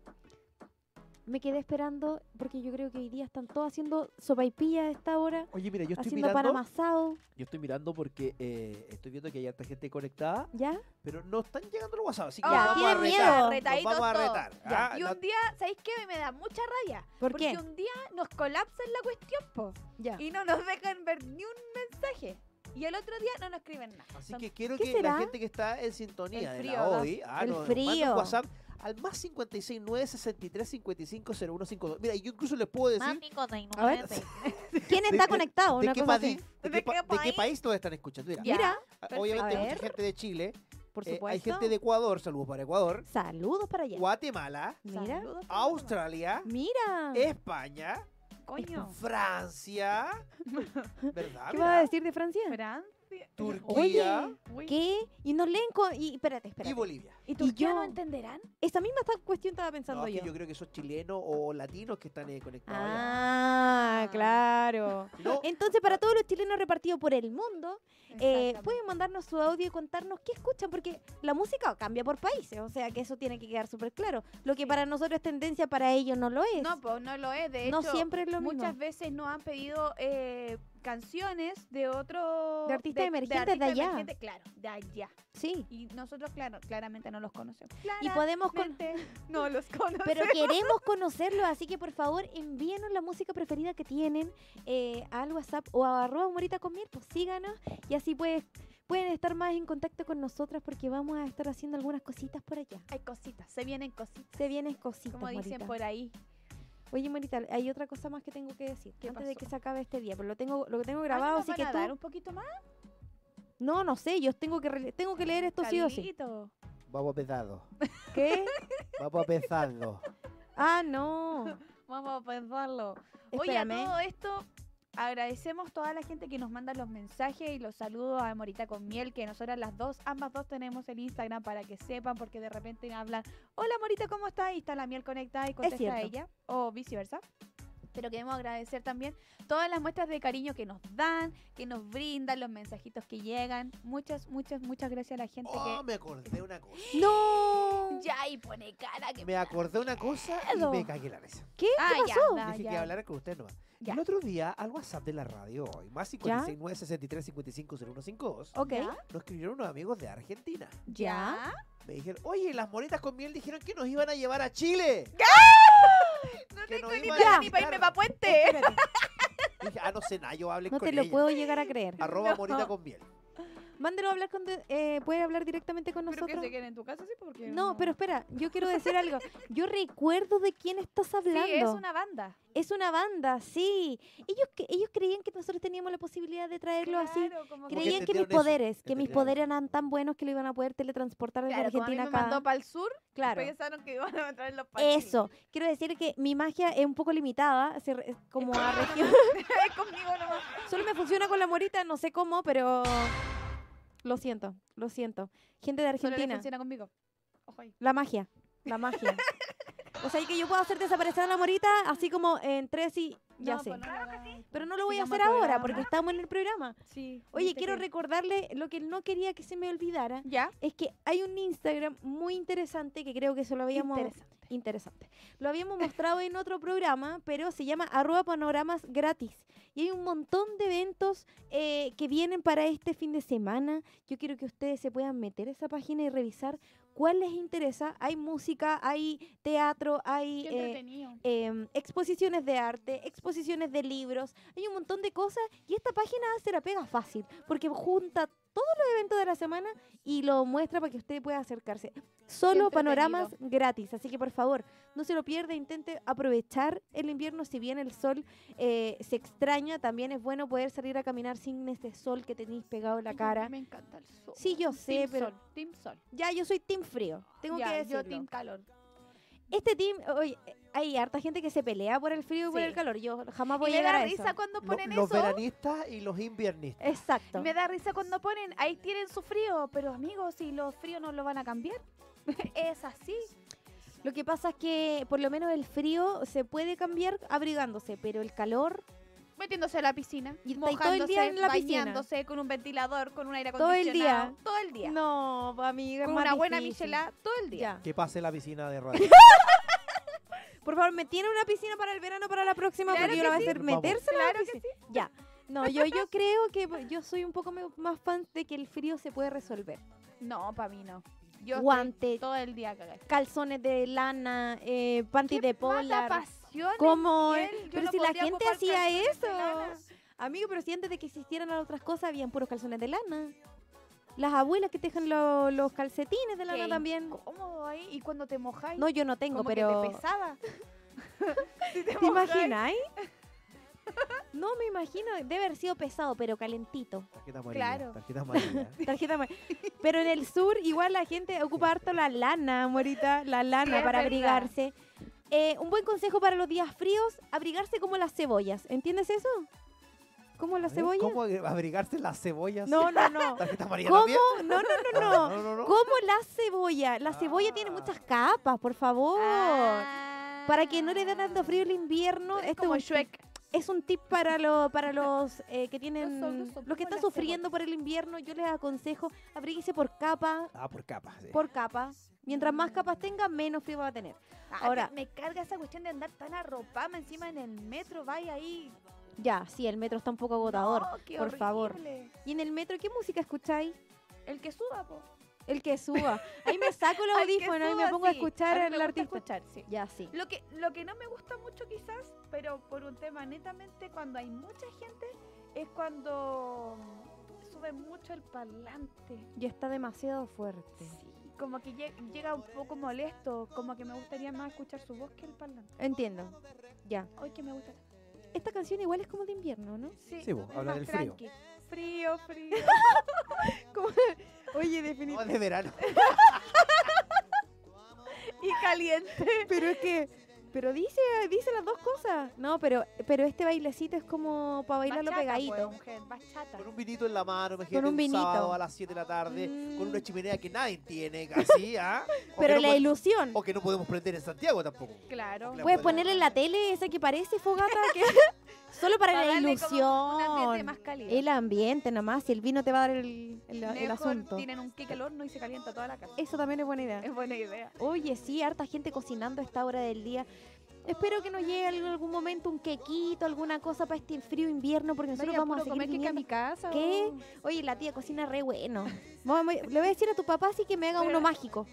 Speaker 2: me quedé esperando porque yo creo que hoy día están todos haciendo sopaipillas a esta hora,
Speaker 3: Oye, mira, yo estoy
Speaker 2: haciendo pan
Speaker 3: mirando.
Speaker 2: amasado,
Speaker 3: Yo estoy mirando porque eh, estoy viendo que hay harta gente conectada,
Speaker 2: ¿ya?
Speaker 3: pero no están llegando los WhatsApp, así que
Speaker 2: Ya,
Speaker 3: nos vamos a
Speaker 2: tiene
Speaker 3: retar.
Speaker 2: Oh, miedo.
Speaker 3: nos
Speaker 1: Retaditos
Speaker 3: vamos a
Speaker 1: todos.
Speaker 3: retar.
Speaker 1: Ya.
Speaker 3: ah,
Speaker 1: y
Speaker 3: no-
Speaker 1: un día, ¿sabéis qué? Me da mucha rabia.
Speaker 2: ¿Por
Speaker 1: porque
Speaker 2: qué?
Speaker 1: un día nos colapsan la cuestión, po,
Speaker 2: Ya.
Speaker 1: Y no nos dejan ver ni un mensaje. Y el otro día no nos escriben nada.
Speaker 3: Así
Speaker 1: Son-
Speaker 3: que quiero
Speaker 2: ¿Qué
Speaker 3: que
Speaker 2: será?
Speaker 3: la gente que está en sintonía
Speaker 1: El
Speaker 3: de
Speaker 1: frío,
Speaker 3: la
Speaker 1: ¿no?
Speaker 3: ODI, ah,
Speaker 2: El
Speaker 3: nos mande un
Speaker 2: frío.
Speaker 3: WhatsApp al más 56 9 63 55 01 52. Mira, yo incluso les puedo decir
Speaker 7: Más 59.
Speaker 2: A ver. ¿Quién está
Speaker 3: de-
Speaker 2: conectado?
Speaker 3: de,
Speaker 2: Una
Speaker 3: qué
Speaker 2: cosa
Speaker 3: padi-
Speaker 2: así.
Speaker 3: de
Speaker 1: ¿De
Speaker 3: qué pa-
Speaker 1: qué
Speaker 3: de qué
Speaker 1: país?
Speaker 3: país nos están escuchando. Mira,
Speaker 1: Ya,
Speaker 2: Mira,
Speaker 3: ah,
Speaker 1: perfecto.
Speaker 3: obviamente
Speaker 2: A
Speaker 3: hay mucha
Speaker 2: ver.
Speaker 3: gente de Chile,
Speaker 2: por
Speaker 3: eh,
Speaker 2: supuesto.
Speaker 3: hay gente de Ecuador, saludos para Ecuador,
Speaker 2: Saludos para allá.
Speaker 3: Guatemala,
Speaker 2: Mira,
Speaker 1: Saludos,
Speaker 3: Australia,
Speaker 2: mira.
Speaker 3: Eh, España,
Speaker 1: Coño.
Speaker 3: Francia, ¿verdad?
Speaker 2: ¿Qué
Speaker 3: Mira,
Speaker 2: vas a decir de Francia?
Speaker 1: Francia.
Speaker 3: Turquía
Speaker 1: Uy,
Speaker 2: ¿Qué? Y nos leen con... Y espérate,
Speaker 3: y
Speaker 2: espérate.
Speaker 3: Bolivia.
Speaker 1: ¿Y Turquía
Speaker 2: yo?
Speaker 1: no entenderán?
Speaker 2: Esa misma esta- cuestión estaba pensando
Speaker 3: No, es que
Speaker 2: yo.
Speaker 3: yo. creo que esos chilenos o latinos que están eh, conectados. allá.
Speaker 2: Ah,
Speaker 1: Ah.
Speaker 2: claro.
Speaker 3: No,
Speaker 2: Entonces, para todos los chilenos repartidos por el mundo, eh,
Speaker 1: Exactamente.
Speaker 2: pueden mandarnos su audio y contarnos qué escuchan, porque la música cambia por países, o sea que eso tiene que quedar súper claro. Lo que para nosotros es tendencia, para ellos no lo es.
Speaker 1: No, pues no lo es. De
Speaker 2: No
Speaker 1: hecho,
Speaker 2: siempre es lo mismo.
Speaker 1: muchas veces nos han pedido eh, canciones de otro...
Speaker 2: De artistas emergentes de
Speaker 1: artistas
Speaker 2: allá.
Speaker 1: emergentes, claro, de allá.
Speaker 2: Sí.
Speaker 1: Y nosotros, claro, claramente no los conocemos.
Speaker 2: Y podemos con-
Speaker 1: Claramente No los conocemos.
Speaker 2: Pero queremos conocerlos, así que por favor envíenos la música preferida que tienen eh, al WhatsApp o a arroba humorita con miel, pues síganos y así pues pueden estar más en contacto con nosotras porque vamos a estar haciendo algunas cositas por allá.
Speaker 1: Hay cositas, se vienen cositas.
Speaker 2: Se vienen cositas,
Speaker 1: como dicen
Speaker 2: Morita.
Speaker 1: por ahí.
Speaker 2: Oye, Morita, hay otra cosa más que tengo que decir
Speaker 1: ¿Qué
Speaker 2: antes de que
Speaker 1: pasó?
Speaker 2: se acabe este día, pero lo tengo lo tengo
Speaker 1: Ah, ¿no
Speaker 2: grabado,
Speaker 1: nos
Speaker 2: así
Speaker 1: van
Speaker 2: que
Speaker 1: a
Speaker 2: tú
Speaker 1: dar un poquito más?
Speaker 2: No, no sé, yo tengo que rele- tengo que leer esto sí o sí.
Speaker 1: Carlito?
Speaker 3: vamos pesado.
Speaker 2: ¿Qué?
Speaker 3: Vamos pesado.
Speaker 2: Ah, no.
Speaker 1: Vamos a pensarlo. Oye, a
Speaker 2: Espérame.
Speaker 1: todo esto, agradecemos toda la gente que nos manda los mensajes y los saludos a Morita con Miel, que nosotras las dos, ambas dos tenemos el Instagram para que sepan, porque de repente hablan, hola Morita, ¿cómo estás? Y está la Miel conectada y contesta a
Speaker 2: cierto.
Speaker 1: ella, o viceversa. Pero queremos agradecer también todas las muestras de cariño que nos dan, que nos brindan, los mensajitos que llegan. Muchas, muchas, muchas gracias a la gente
Speaker 3: Oh, me acordé una cosa.
Speaker 2: No.
Speaker 1: que... Ya, y pone cara que...
Speaker 3: Me acordé una cosa y
Speaker 2: miedo.
Speaker 3: me cagué la risa.
Speaker 2: ¿Qué?
Speaker 1: Ah,
Speaker 2: ¿Qué
Speaker 1: ya,
Speaker 2: pasó?
Speaker 1: da,
Speaker 3: Dije que
Speaker 1: ya.
Speaker 3: hablara con usted nomás.
Speaker 1: Ya.
Speaker 3: El otro día, al WhatsApp de la radio hoy, más 569 63 55 0152,
Speaker 2: Ok.
Speaker 1: ¿Ya?
Speaker 3: nos escribieron unos amigos de Argentina.
Speaker 1: ¿Ya?
Speaker 3: Me dijeron, oye, las moritas con miel dijeron que nos iban a llevar a Chile.
Speaker 1: No
Speaker 3: Que
Speaker 1: tengo
Speaker 3: nos
Speaker 1: ni
Speaker 3: iban
Speaker 1: idea
Speaker 3: a
Speaker 1: ni para irme pa'
Speaker 3: invitar.
Speaker 1: puente.
Speaker 3: Dije, ah, no sé, nada, yo hablé
Speaker 2: No
Speaker 3: con
Speaker 2: te lo
Speaker 3: ella. Ah.
Speaker 2: puedo llegar a creer.
Speaker 3: Arroba
Speaker 1: No.
Speaker 3: morita con miel.
Speaker 2: Mándelo a hablar con. de- eh, puede hablar directamente con
Speaker 1: Pero que
Speaker 2: nosotros.
Speaker 1: se queden en tu casa, sí, porque...
Speaker 2: No, pero espera, yo quiero decir algo. Yo recuerdo de quién estás hablando.
Speaker 1: Sí, es una banda.
Speaker 2: Es una banda, sí. Ellos, que- ellos creían que nosotros teníamos la posibilidad de traerlo así.
Speaker 1: Claro, como
Speaker 3: que
Speaker 2: Creían que, mis
Speaker 3: entendieron eso,
Speaker 2: poderes, que mis
Speaker 3: entendieron.
Speaker 2: poderes eran tan buenos que lo iban a poder teletransportar desde
Speaker 1: Claro, como a mí
Speaker 2: Argentina
Speaker 1: me
Speaker 2: acá.
Speaker 1: mandó para el sur,
Speaker 2: Claro.
Speaker 1: pensaron que iban a traer los países.
Speaker 2: Eso, quiero decir que mi magia es un poco limitada, se re- es como a región.
Speaker 1: Es conmigo nomás.
Speaker 2: Solo me funciona con la morita, no sé cómo, pero lo siento, lo siento. Gente de
Speaker 1: Solo le
Speaker 2: Argentina,
Speaker 1: funciona conmigo. Ojo ahí.
Speaker 2: la magia, la magia. O sea, que yo puedo hacer desaparecer a la morita así como en tres y ya
Speaker 1: No,
Speaker 2: sé.
Speaker 1: pues no lo hagas.
Speaker 2: Pero no lo voy a
Speaker 1: Sigamos
Speaker 2: hacer
Speaker 1: el
Speaker 2: ahora
Speaker 1: programa.
Speaker 2: porque estamos en el programa.
Speaker 1: Sí.
Speaker 2: Oye,
Speaker 1: viste
Speaker 2: quiero
Speaker 1: que-
Speaker 2: recordarle lo que no quería que se me olvidara.
Speaker 1: ¿Ya?
Speaker 2: Es que hay un Instagram muy interesante que creo que se lo habíamos
Speaker 1: Interesante.
Speaker 2: interesante. Lo habíamos mostrado en otro programa, pero se llama arroba panoramas gratis. Y hay un montón de eventos eh, que vienen para este fin de semana. Yo quiero que ustedes se puedan meter a esa página y revisar cuál les interesa. Hay música, hay teatro, hay...
Speaker 1: Qué
Speaker 2: eh,
Speaker 1: entretenido.
Speaker 2: em, exposiciones de arte, exposiciones de libros, hay un montón de cosas y esta página se la pega fácil porque junta todos los eventos de la semana y lo muestra para que usted pueda acercarse. Solo
Speaker 1: entretenido.
Speaker 2: panoramas gratis, así que por favor, no se lo pierda, intente aprovechar el invierno, si bien el sol eh, se extraña, también es bueno poder salir a caminar sin este sol que tenéis pegado en la
Speaker 1: Ay, a
Speaker 2: cara.
Speaker 1: mí Me encanta el sol.
Speaker 2: Sí, yo sé,
Speaker 1: team
Speaker 2: pero-
Speaker 1: Sol, team sol.
Speaker 2: Ya, yo soy team frío, tengo
Speaker 1: Ya,
Speaker 2: que
Speaker 1: yo
Speaker 2: decirlo.
Speaker 1: team calor.
Speaker 2: Este team, oye, hay harta gente que se pelea por el frío y por
Speaker 1: Sí.
Speaker 2: el calor, yo jamás voy
Speaker 1: y
Speaker 2: a
Speaker 1: me
Speaker 2: llegar
Speaker 1: da
Speaker 2: a eso.
Speaker 1: risa cuando
Speaker 3: Lo-
Speaker 1: ponen
Speaker 3: los
Speaker 1: eso.
Speaker 3: veranistas y los inviernistas.
Speaker 2: Exacto.
Speaker 1: Me da risa cuando ponen, ahí tienen su frío, pero amigos, si los fríos no lo van a cambiar. es así.
Speaker 2: Lo que pasa es que por lo menos el frío se puede cambiar abrigándose, pero el calor
Speaker 1: metiéndose a la piscina,
Speaker 2: Y está ahí
Speaker 1: mojándose,
Speaker 2: todo el día en la piscina.
Speaker 1: bañándose con un ventilador, con un aire
Speaker 2: Todo el día.
Speaker 1: acondicionado, todo el día,
Speaker 2: no,
Speaker 1: pues,
Speaker 2: amiga,
Speaker 1: con una buena michelada, todo el día.
Speaker 2: Ya.
Speaker 3: Que pase la piscina de radio.
Speaker 2: Por favor, me tiene una piscina para el verano para la próxima
Speaker 1: Claro
Speaker 2: porque yo
Speaker 1: que
Speaker 2: la voy
Speaker 1: sí.
Speaker 2: a hacer
Speaker 3: Vamos.
Speaker 2: meterse en la piscina. Ya. No, yo, yo creo que po- yo soy un poco me- más fan de que el frío se puede resolver.
Speaker 1: No, para mí no. Yo estoy
Speaker 2: Guante,
Speaker 1: todo el día cagada.
Speaker 2: calzones de lana, eh, panty de
Speaker 1: Mata
Speaker 2: polar.
Speaker 1: pasiones,
Speaker 2: ¿Cómo?
Speaker 1: Miguel. Yo
Speaker 2: Pero
Speaker 1: no
Speaker 2: si la
Speaker 1: podría
Speaker 2: gente
Speaker 1: ocupar
Speaker 2: hacía
Speaker 1: calzones de
Speaker 2: eso.
Speaker 1: lana.
Speaker 2: Amigo, pero si antes de que existieran las otras cosas habían puros calzones de lana. Las abuelas que te dejan lo- los calcetines de lana
Speaker 1: Qué
Speaker 2: también.
Speaker 1: incómodo ahí. Y cuando te mojáis.
Speaker 2: No, yo no tengo,
Speaker 1: como
Speaker 2: pero...
Speaker 1: Que te pesaba. Si
Speaker 2: ¿Te
Speaker 1: mojáis,
Speaker 2: imaginas? No me imagino, debe haber sido pesado, pero calentito.
Speaker 3: Tarjeta amarilla.
Speaker 1: Claro.
Speaker 3: Tarjeta amarilla.
Speaker 2: Tarjeta amar- Pero en el sur igual la gente ocupa harto la lana, morita, la
Speaker 1: Sí,
Speaker 2: lana
Speaker 1: es
Speaker 2: para
Speaker 1: verdad.
Speaker 2: abrigarse. Eh, un buen consejo para los días fríos, abrigarse como las cebollas. ¿Entiendes eso? ¿Como las
Speaker 3: ¿Eh?
Speaker 2: cebollas?
Speaker 3: ¿Cómo abrigarse las cebollas?
Speaker 2: No, no, no.
Speaker 3: ¿Tarjeta amarilla
Speaker 2: ¿Cómo?
Speaker 3: también?
Speaker 2: No, no, no,
Speaker 3: Ah,
Speaker 2: no.
Speaker 3: no, no, no.
Speaker 2: ¿Cómo la cebolla? La cebolla tiene
Speaker 3: Ah.
Speaker 2: muchas capas, por favor.
Speaker 1: Ah.
Speaker 2: Para que no le dé tanto frío el invierno,
Speaker 1: Es
Speaker 2: esto
Speaker 1: Ah. como
Speaker 2: es un tip-
Speaker 1: Shrek.
Speaker 2: es un tip para, lo- para los eh, que tienen,
Speaker 1: Los
Speaker 2: los,
Speaker 1: ogros
Speaker 2: que
Speaker 1: ocupan
Speaker 2: están
Speaker 1: las
Speaker 2: sufriendo por el invierno, yo les aconsejo, abríguese por capa,
Speaker 3: Ah, por capas. sí.
Speaker 2: por capa. Mientras más capas
Speaker 1: Mm.
Speaker 2: tenga, menos frío va a tener. Ahora-
Speaker 1: Ahora. Ah, Me carga esa cuestión de andar tan arropada encima en el metro. Vaya ahí.
Speaker 2: Ya, sí, el metro está un poco agotador.
Speaker 1: No, qué
Speaker 2: por favor.
Speaker 1: horrible.
Speaker 2: ¿Y en el metro qué música escucháis?
Speaker 1: El que suba, po.
Speaker 2: El que suba. Ahí me saco el
Speaker 1: Al que
Speaker 2: audífono y me
Speaker 1: suba,
Speaker 2: pongo a
Speaker 1: sí.
Speaker 2: escuchar
Speaker 1: mí
Speaker 2: al
Speaker 1: me gusta
Speaker 2: artista.
Speaker 1: escuchar, sí.
Speaker 2: Ya, sí.
Speaker 1: Lo que, lo que no me gusta mucho quizás, pero por un tema netamente cuando hay mucha gente, es cuando mm, sube mucho el parlante.
Speaker 2: Ya está demasiado fuerte.
Speaker 1: Como que lle- llega un poco molesto, como que me gustaría más escuchar su voz que el parlante.
Speaker 2: Entiendo. Ya.
Speaker 1: Hoy que me gusta.
Speaker 2: Esta canción igual es como de invierno, ¿no?
Speaker 1: Sí,
Speaker 3: Sí, vos,
Speaker 1: es más
Speaker 3: habla del frío.
Speaker 1: tranqui. Frío, frío.
Speaker 2: Oye,
Speaker 3: No,
Speaker 2: definitivamente.
Speaker 3: de verano.
Speaker 1: y caliente.
Speaker 2: pero es que. Pero dice, dice las dos cosas. No, pero, pero este bailecito es como para bailarlo
Speaker 1: Bachata,
Speaker 2: pegadito.
Speaker 1: pues, mujer, bachata.
Speaker 3: Con un vinito en la mano, imagínate.
Speaker 2: Con un vinito.
Speaker 3: sábado a las 7 de la tarde, con
Speaker 2: Mm.
Speaker 3: una chimenea que nadie tiene, así, ¿ah? O que
Speaker 2: Pero
Speaker 3: no
Speaker 2: la
Speaker 3: pod-
Speaker 2: ilusión.
Speaker 3: O que no podemos prender en Santiago tampoco.
Speaker 1: Claro.
Speaker 3: Claro.
Speaker 2: Puedes ponerle en la tele esa que parece fogata. que- solo para,
Speaker 1: Para
Speaker 2: la
Speaker 1: darle como un ambiente
Speaker 2: ilusión.
Speaker 1: más cálido.
Speaker 2: El ambiente nomás. Y el vino te va a dar el, el- el
Speaker 1: Mejor
Speaker 2: asunto.
Speaker 1: Tienen un kick al horno y se calienta toda la casa.
Speaker 2: Eso también es buena idea.
Speaker 1: Es buena idea.
Speaker 2: Oye, sí, harta gente cocinando a esta hora del día. Espero que nos llegue en algún momento un quequito, alguna cosa para este frío invierno, porque nosotros
Speaker 1: Vaya,
Speaker 2: vamos a
Speaker 1: puro
Speaker 2: seguir
Speaker 1: comer que a mi
Speaker 2: viniendo.
Speaker 1: casa.
Speaker 2: ¿Qué?
Speaker 1: oh.
Speaker 2: Oye, la tía cocina re bueno. Vamos, le voy a decir a tu papá sí que me haga
Speaker 1: Pero-
Speaker 2: uno mágico.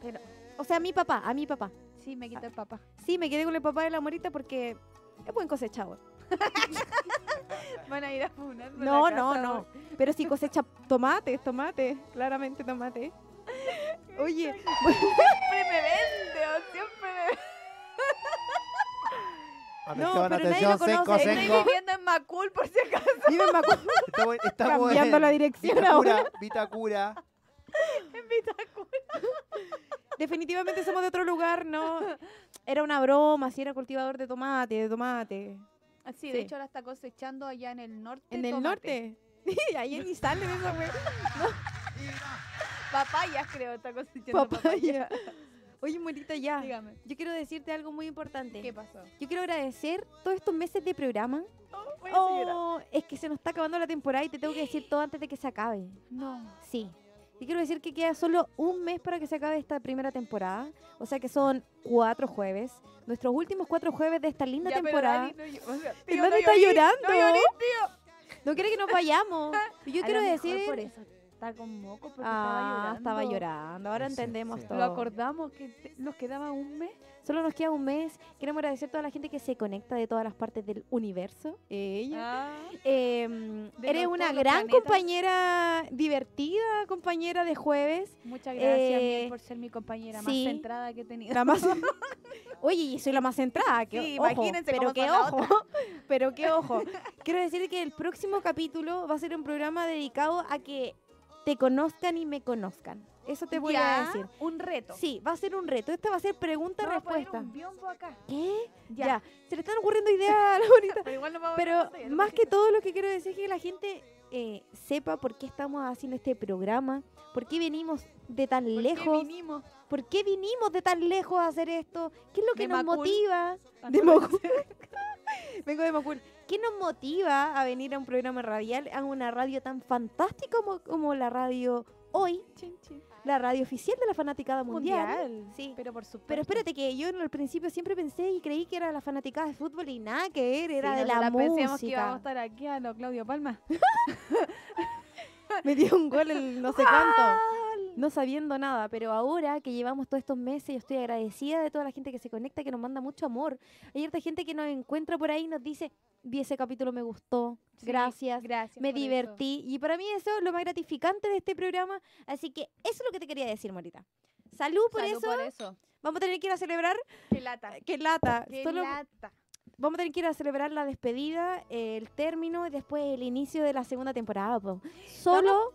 Speaker 1: pero-
Speaker 2: o sea, a mi papá, a mi papá.
Speaker 1: Sí, me quitó el papá.
Speaker 2: Sí, me quedé con el papá de la morita porque es buen cosechador.
Speaker 1: Van a ir a funar.
Speaker 2: No, no, no. Pero si cosecha tomates, tomates, claramente tomate. Oye,
Speaker 1: Siempre me vende, oh, siempre me vende.
Speaker 3: Atención,
Speaker 2: pero nadie
Speaker 3: atención,
Speaker 2: lo
Speaker 3: senco,
Speaker 2: conoce.
Speaker 3: senco.
Speaker 1: Estoy viviendo en Macul, por si acaso.
Speaker 2: vive en Macu-
Speaker 3: Estamos, estamos
Speaker 2: cambiando
Speaker 3: en
Speaker 2: la dirección ahora.
Speaker 3: Vitacura, Vitacura.
Speaker 2: Definitivamente somos de otro lugar, ¿no? Era una broma, si era cultivador de tomate, de tomate.
Speaker 1: Sí,
Speaker 2: Sí.
Speaker 1: de hecho ahora está cosechando allá en el norte.
Speaker 2: En el
Speaker 1: tomate.
Speaker 2: norte. Ahí ni salen esa güey.
Speaker 1: Papayas, creo, está cosechando papayas.
Speaker 2: Papaya. Oye, Morita, ya.
Speaker 1: Dígame,
Speaker 2: Yo quiero decirte algo muy importante.
Speaker 1: ¿qué pasó?
Speaker 2: Yo quiero agradecer todos estos meses de programa.
Speaker 1: Oh, voy a llorar.
Speaker 2: Oh, es que se nos está acabando la temporada y te tengo que decir todo antes de que se acabe.
Speaker 1: No.
Speaker 2: Sí. Yo quiero decir que queda solo un mes para que se acabe esta primera temporada. O sea que son cuatro jueves. Nuestros últimos cuatro jueves de esta linda
Speaker 1: Ya, pero
Speaker 2: temporada.
Speaker 1: Dani, no ll- o sea,
Speaker 2: ¿En
Speaker 1: tío,
Speaker 2: dónde
Speaker 1: no
Speaker 2: está
Speaker 1: llorís,
Speaker 2: llorando?
Speaker 1: No llorís.
Speaker 2: No quiere que nos vayamos. Yo
Speaker 1: A
Speaker 2: quiero
Speaker 1: lo mejor
Speaker 2: decir.
Speaker 1: por eso está con moco porque
Speaker 2: Ah,
Speaker 1: estaba
Speaker 2: estaba
Speaker 1: llorando.
Speaker 2: llorando. Ahora
Speaker 3: Sí, sí,
Speaker 2: entendemos
Speaker 3: sí.
Speaker 2: todo.
Speaker 1: Lo acordamos que te- nos quedaba un mes.
Speaker 2: Solo nos queda un mes. Queremos agradecer a toda la gente que se conecta de todas las partes del universo. Ella. Em,
Speaker 1: de
Speaker 2: eres
Speaker 1: los-
Speaker 2: una
Speaker 1: todos los
Speaker 2: gran
Speaker 1: planetas.
Speaker 2: compañera, divertida compañera de jueves.
Speaker 1: Muchas gracias,
Speaker 2: Eh,
Speaker 1: Miel, por ser mi compañera más
Speaker 2: sí.
Speaker 1: centrada que he tenido.
Speaker 2: La más- Oye, y soy la más centrada. Que,
Speaker 1: Sí,
Speaker 2: ojo,
Speaker 1: imagínense
Speaker 2: pero
Speaker 1: cómo
Speaker 2: qué
Speaker 1: son las
Speaker 2: ojo. Pero qué ojo. Quiero decir que el próximo capítulo va a ser un programa dedicado a que te conozcan y me conozcan. Eso te voy
Speaker 1: Ya,
Speaker 2: a decir.
Speaker 1: Un reto.
Speaker 2: Sí, va a ser un reto. Esta va a ser
Speaker 1: Vamos a poner
Speaker 2: pregunta-respuesta.
Speaker 1: un biombo acá.
Speaker 2: ¿Qué? Ya.
Speaker 1: Ya.
Speaker 2: Se le están ocurriendo ideas a la bonita.
Speaker 1: Pero igual no vamos a
Speaker 2: Pero
Speaker 1: hacer eso, ya
Speaker 2: más
Speaker 1: lo
Speaker 2: que
Speaker 1: hiciste.
Speaker 2: todo lo que quiero decir es que la gente eh, sepa por qué estamos haciendo este programa, por qué venimos de tan
Speaker 1: ¿Por qué
Speaker 2: lejos,
Speaker 1: vinimos?
Speaker 2: por qué vinimos de tan lejos a hacer esto, qué es lo que
Speaker 1: De
Speaker 2: nos
Speaker 1: Macul.
Speaker 2: motiva.
Speaker 1: ¿Te
Speaker 2: De
Speaker 1: acuerdas?
Speaker 2: Macul. Vengo de Macul. ¿Qué nos motiva a venir a un programa radial, a una radio tan fantástica como, como la radio hoy?
Speaker 1: Chin, chin.
Speaker 2: la radio oficial de la fanaticada mundial. Sí. Pero,
Speaker 1: Pero por supuesto.
Speaker 2: espérate que yo en el principio siempre pensé y creí que era la fanaticada de fútbol y nada que ver, era
Speaker 1: Sí,
Speaker 2: de
Speaker 1: nosotras
Speaker 2: la,
Speaker 1: Pensemos que íbamos a
Speaker 2: música.
Speaker 1: estar aquí a lo Claudio Palma.
Speaker 2: Me dio un gol el no sé cuánto. No sabiendo nada, pero ahora que llevamos todos estos meses, yo estoy agradecida de toda la gente que se conecta, que nos manda mucho amor. Hay cierta gente que nos encuentra por ahí y nos dice, vi ese capítulo, me gustó,
Speaker 1: Sí,
Speaker 2: gracias,
Speaker 1: Gracias.
Speaker 2: me
Speaker 1: por eso.
Speaker 2: divertí. Y para mí eso es lo más gratificante de este programa. Así que eso es lo que te quería decir, Morita. Salud por
Speaker 1: Salud
Speaker 2: eso.
Speaker 1: por eso.
Speaker 2: Vamos a tener que ir a celebrar. eh,
Speaker 1: Qué lata.
Speaker 2: ¡Qué lata!
Speaker 1: Qué
Speaker 2: Solo
Speaker 1: lata.
Speaker 2: vamos a tener que ir a celebrar la despedida, eh, el término y después el inicio de la segunda temporada. po. Solo.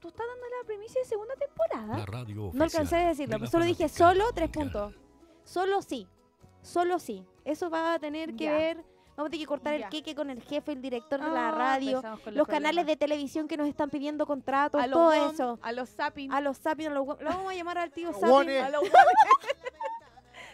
Speaker 1: ¿Tú estás dando la premisa de segunda temporada?
Speaker 7: La radio
Speaker 2: No alcancé a decirlo, pues solo dije solo tres puntos. Solo sí. Solo sí. Eso va a tener que
Speaker 1: Ya.
Speaker 2: ver. Vamos a tener que cortar
Speaker 1: Ya.
Speaker 2: el queque con el jefe, el director de
Speaker 1: Ah,
Speaker 2: la radio, los, canales de televisión que nos están pidiendo contratos,
Speaker 1: a los
Speaker 2: todo
Speaker 1: WOM,
Speaker 2: eso. Ah.
Speaker 1: A los zapping.
Speaker 2: A los sapiens, a los guam- lo vamos a llamar al tío
Speaker 3: Los
Speaker 2: sapien.
Speaker 3: guones.
Speaker 1: a los WOM.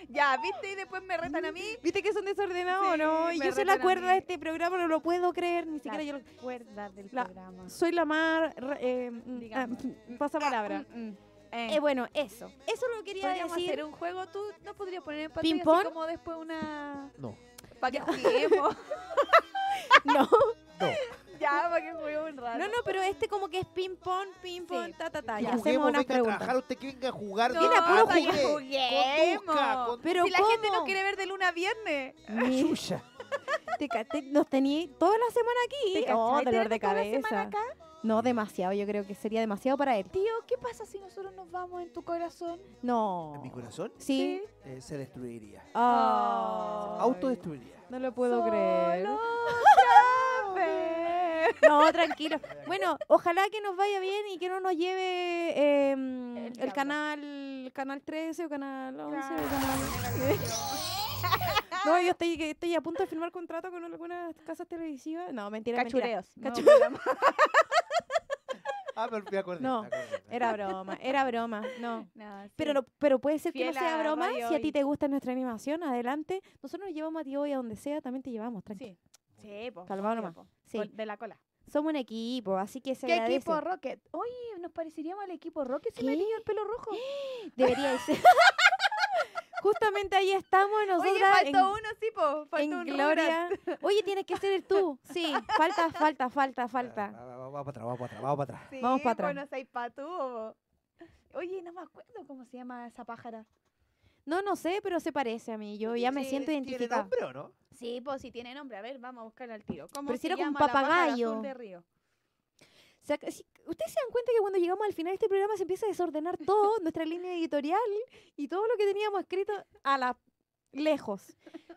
Speaker 1: ya, ¿viste? Y después me retan a mí.
Speaker 2: ¿Viste que son desordenados
Speaker 1: Sí,
Speaker 2: no?
Speaker 1: me
Speaker 2: Y yo soy
Speaker 1: retan a
Speaker 2: la cuerda
Speaker 1: mí.
Speaker 2: de este programa, no lo puedo creer, ni siquiera yo. lo-
Speaker 1: cuerda del
Speaker 2: La-
Speaker 1: programa.
Speaker 2: Soy la más. re- Eh, mm,
Speaker 1: Digamos.
Speaker 2: ah, pasa palabra.
Speaker 1: Mm, mm. Eh,
Speaker 2: Eh, bueno, eso. Eso lo quería
Speaker 1: podríamos
Speaker 2: decir.
Speaker 1: hacer un juego. Tú no podrías poner en pantalla
Speaker 2: ¿Ping-pong?
Speaker 1: así como después una.
Speaker 3: No.
Speaker 1: Para que juguemos.
Speaker 2: No,
Speaker 3: No.
Speaker 1: ya, para que juguemos un rato.
Speaker 2: no, no, pero este como que es ping-pong, ping-pong,
Speaker 1: Sí.
Speaker 2: ta, ta, ta.
Speaker 3: Y
Speaker 2: Ya
Speaker 3: juguemos,
Speaker 2: hacemos unas
Speaker 3: venga a
Speaker 2: preguntas.
Speaker 3: trabajar, usted que venga a jugar.
Speaker 1: No,
Speaker 3: Viene a puro
Speaker 1: para que
Speaker 3: juguete,
Speaker 1: juguemos.
Speaker 3: Con
Speaker 2: Pero
Speaker 1: si la gente no
Speaker 2: ¿cómo?
Speaker 1: quiere ver de luna a viernes.
Speaker 2: Mira,
Speaker 3: chucha.
Speaker 2: te ca- te- nos tenía toda la semana aquí.
Speaker 1: ¿Te
Speaker 2: Oh,
Speaker 1: cachai?
Speaker 2: dolor de
Speaker 1: Tenemos toda la semana
Speaker 2: cabeza. No, demasiado. Yo creo que sería demasiado para él.
Speaker 1: Tío, ¿qué pasa si nosotros nos vamos en tu corazón?
Speaker 2: No.
Speaker 3: En mi corazón
Speaker 2: Sí.
Speaker 3: eh, se destruiría.
Speaker 2: Ah.
Speaker 3: Autodestruiría.
Speaker 2: No lo puedo
Speaker 1: Solo
Speaker 2: creer.
Speaker 1: sabe.
Speaker 2: No, tranquilo. Bueno, ojalá que nos vaya bien y que no nos lleve eh, el,
Speaker 1: diablo.
Speaker 2: canal canal 13 o canal 11
Speaker 1: Claro,
Speaker 2: o canal... No, yo estoy, que estoy a punto de firmar contrato con algunas casas televisivas. No, mentira, mentira.
Speaker 1: Cachureos. No,
Speaker 2: Cachu-
Speaker 3: Ah, pero me acordé.
Speaker 2: No,
Speaker 3: me acordé.
Speaker 2: Era broma, era broma, no.
Speaker 1: no, sí.
Speaker 2: Pero, no- pero puede ser que no
Speaker 1: Fiel
Speaker 2: sea
Speaker 1: a
Speaker 2: broma.
Speaker 1: Radio
Speaker 2: Si a ti
Speaker 1: Hoy.
Speaker 2: te gusta nuestra animación, adelante. Nosotros nos llevamos a ti hoy a donde sea, también te llevamos, tranquilo.
Speaker 1: Sí. Sí, po,
Speaker 2: Calmado
Speaker 1: sí,
Speaker 2: nomás.
Speaker 1: po.
Speaker 2: Sí.
Speaker 1: Col- De la cola.
Speaker 2: Somos un equipo, así que se
Speaker 1: ¿Qué
Speaker 2: agradece.
Speaker 1: equipo Rocket? Oye, nos pareceríamos al equipo Rocket si me
Speaker 2: ¿Qué?
Speaker 1: tiño el pelo rojo.
Speaker 2: Debería de ser. Justamente ahí estamos nosotras
Speaker 1: Oye, faltó
Speaker 2: en-
Speaker 1: uno, sí, po. Faltó
Speaker 2: en
Speaker 1: un Rugrats.
Speaker 2: gloria. Oye, tienes que ser el tú. Sí, falta, falta, falta, falta.
Speaker 3: Ah, Va- va- va- Vamos para atrás, vamos para atrás, vamos para atrás.
Speaker 1: Sí,
Speaker 2: Vamos pa'
Speaker 1: po,
Speaker 2: atrás.
Speaker 1: no seas patúo, po. Oye, no me acuerdo cómo se llama esa pájara.
Speaker 2: No, no sé, pero se parece a mí. Yo ya me
Speaker 3: Sí,
Speaker 2: siento
Speaker 3: ¿Tiene
Speaker 2: identificada.
Speaker 3: nombre o no?
Speaker 1: Sí, pues si tiene nombre. A ver, vamos a buscar al tiro. ¿Cómo
Speaker 2: Pero si
Speaker 1: se
Speaker 2: era como un
Speaker 1: llama la pájara
Speaker 2: papagayo.
Speaker 1: azul de río?
Speaker 2: O sea, que si- Ustedes se dan cuenta que cuando llegamos al final de este programa se empieza a desordenar todo, nuestra línea editorial y todo lo que teníamos escrito a la lejos.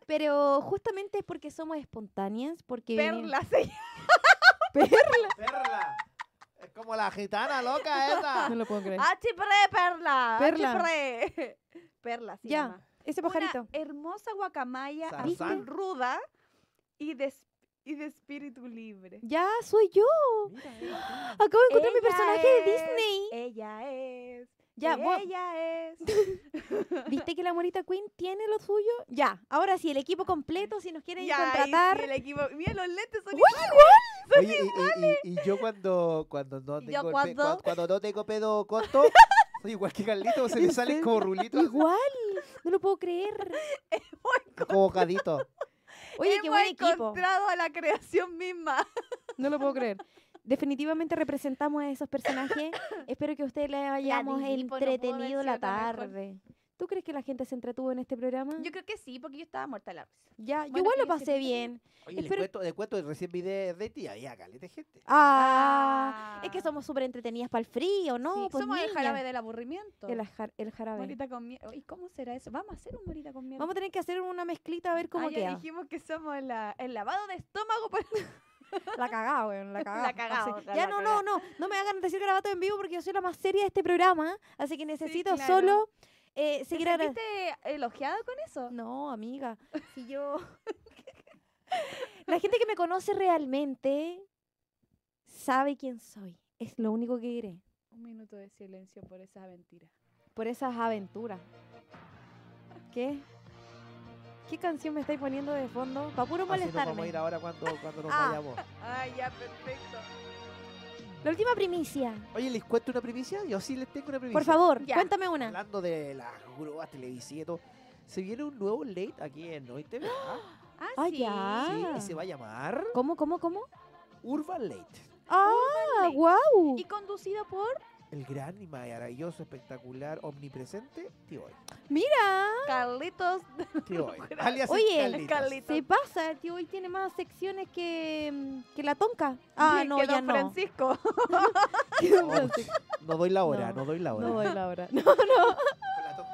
Speaker 2: Pero justamente es porque somos espontáneas, porque venimos-
Speaker 1: Perla se llama.
Speaker 3: Perla. Es como la gitana loca esa.
Speaker 2: No lo puedo creer.
Speaker 1: H. Pre, Ah, Perla.
Speaker 2: Perla.
Speaker 1: H. Pre. Perla se
Speaker 2: Ya,
Speaker 1: llama.
Speaker 2: Ese pajarito.
Speaker 1: Una hermosa guacamaya
Speaker 3: ¿Viste?
Speaker 1: azul ruda y de, es- y de espíritu libre.
Speaker 2: Ya soy yo. Acabo de encontrar mi
Speaker 1: Ella
Speaker 2: personaje de
Speaker 1: es-
Speaker 2: Disney.
Speaker 1: Ella es.
Speaker 2: Ya, voy a-
Speaker 1: ella es.
Speaker 2: ¿Viste que la Morita Queen tiene lo suyo? Ya, ahora sí, el equipo completo, si nos quieren
Speaker 1: Ya, ahí sí,
Speaker 2: contratar.
Speaker 1: el equipo. Mira, los lentes son
Speaker 3: Oye, y- y, y- y yo cuando, cuando no
Speaker 1: ¿Y
Speaker 3: tengo
Speaker 1: yo
Speaker 3: el pe-
Speaker 1: cuando?
Speaker 3: cuando- cuando no tengo pedo corto, soy igual que Carlito, se le salen como rulitos,
Speaker 2: Igual, no lo puedo creer.
Speaker 3: como bocaditos.
Speaker 2: Oye, qué
Speaker 1: Hemos
Speaker 2: buen equipo.
Speaker 1: encontrado a la creación misma.
Speaker 2: No lo puedo creer. Definitivamente representamos a esos personajes. Espero que a ustedes les hayamos
Speaker 1: Disney, pues, no pudo haber
Speaker 2: entretenido la
Speaker 1: sido mejor.
Speaker 2: tarde. ¿Tú crees que la gente se entretuvo en este programa?
Speaker 1: Yo creo que sí, porque yo estaba muerta la risa.
Speaker 2: ya, yo
Speaker 1: Bueno,
Speaker 2: igual lo
Speaker 1: Felicita
Speaker 2: pasé
Speaker 1: también.
Speaker 2: bien.
Speaker 3: Oye, le
Speaker 2: Espero-
Speaker 3: cuento, le cuento, recién vi de, de ti, había Carlita gente.
Speaker 2: Ah, es que
Speaker 1: Ah.
Speaker 2: somos súper entretenidas para el frío, ¿no?
Speaker 1: Sí,
Speaker 2: Pues,
Speaker 1: somos el
Speaker 2: niña.
Speaker 1: jarabe del aburrimiento.
Speaker 2: El, ajar- el jarabe.
Speaker 1: Morita con miedo. ¿Y cómo será eso? Vamos a hacer un morita con miedo.
Speaker 2: Vamos a tener que hacer una mezclita a ver cómo
Speaker 1: Ah, ya
Speaker 2: queda.
Speaker 1: dijimos que somos la- el lavado de estómago para
Speaker 2: La cagá, weón, la cagá.
Speaker 1: La cagá,
Speaker 2: Así-
Speaker 1: otra,
Speaker 2: Ya
Speaker 1: la
Speaker 2: no,
Speaker 1: cagá.
Speaker 2: no, no. No me hagan decir garabato en vivo porque yo soy la más seria de este programa. Así que necesito
Speaker 1: claro.
Speaker 2: solo eh, seguir
Speaker 1: ¿Te
Speaker 2: agra-
Speaker 1: sentiste elogiada con eso?
Speaker 2: No, amiga. Si yo. la gente que me conoce realmente sabe quién soy. Es lo único que diré.
Speaker 1: Un minuto de silencio por esa mentira.
Speaker 2: Por esas aventuras. ¿Qué? ¿Qué canción me estáis poniendo de fondo? Para puro
Speaker 3: Así nos vamos a
Speaker 2: molestarme.
Speaker 3: ir ahora cuando, cuando nos
Speaker 2: Ah.
Speaker 3: vayamos.
Speaker 1: Ah, ya, perfecto.
Speaker 2: La última primicia.
Speaker 3: Oye, ¿les cuento una primicia? Yo sí les tengo una primicia.
Speaker 2: Por favor,
Speaker 1: Ya.
Speaker 2: cuéntame una.
Speaker 3: Hablando de las grúas televisivas y todo, se viene un nuevo late aquí en Hoy TV. ¿ah?
Speaker 1: Ah,
Speaker 2: Ah,
Speaker 1: sí.
Speaker 2: ya.
Speaker 3: Sí, y se va a llamar
Speaker 2: ¿Cómo, cómo, cómo?
Speaker 3: Urban Late.
Speaker 2: Ah,
Speaker 1: Late.
Speaker 2: wow.
Speaker 1: Y conducido por
Speaker 3: El gran y maravilloso, espectacular, omnipresente Tío Boy.
Speaker 2: Mira,
Speaker 1: Carlitos.
Speaker 3: Tío Boy, alias el
Speaker 2: Oye, el
Speaker 3: Carlitos.
Speaker 2: se pasa, el tío hoy tiene más secciones que, mm, que la tonca. Ah,
Speaker 1: que
Speaker 2: no, ya
Speaker 1: don
Speaker 2: no.
Speaker 1: Francisco.
Speaker 3: No doy la hora,
Speaker 2: No,
Speaker 3: no, doy la hora.
Speaker 2: No doy la hora. No,
Speaker 3: La toco.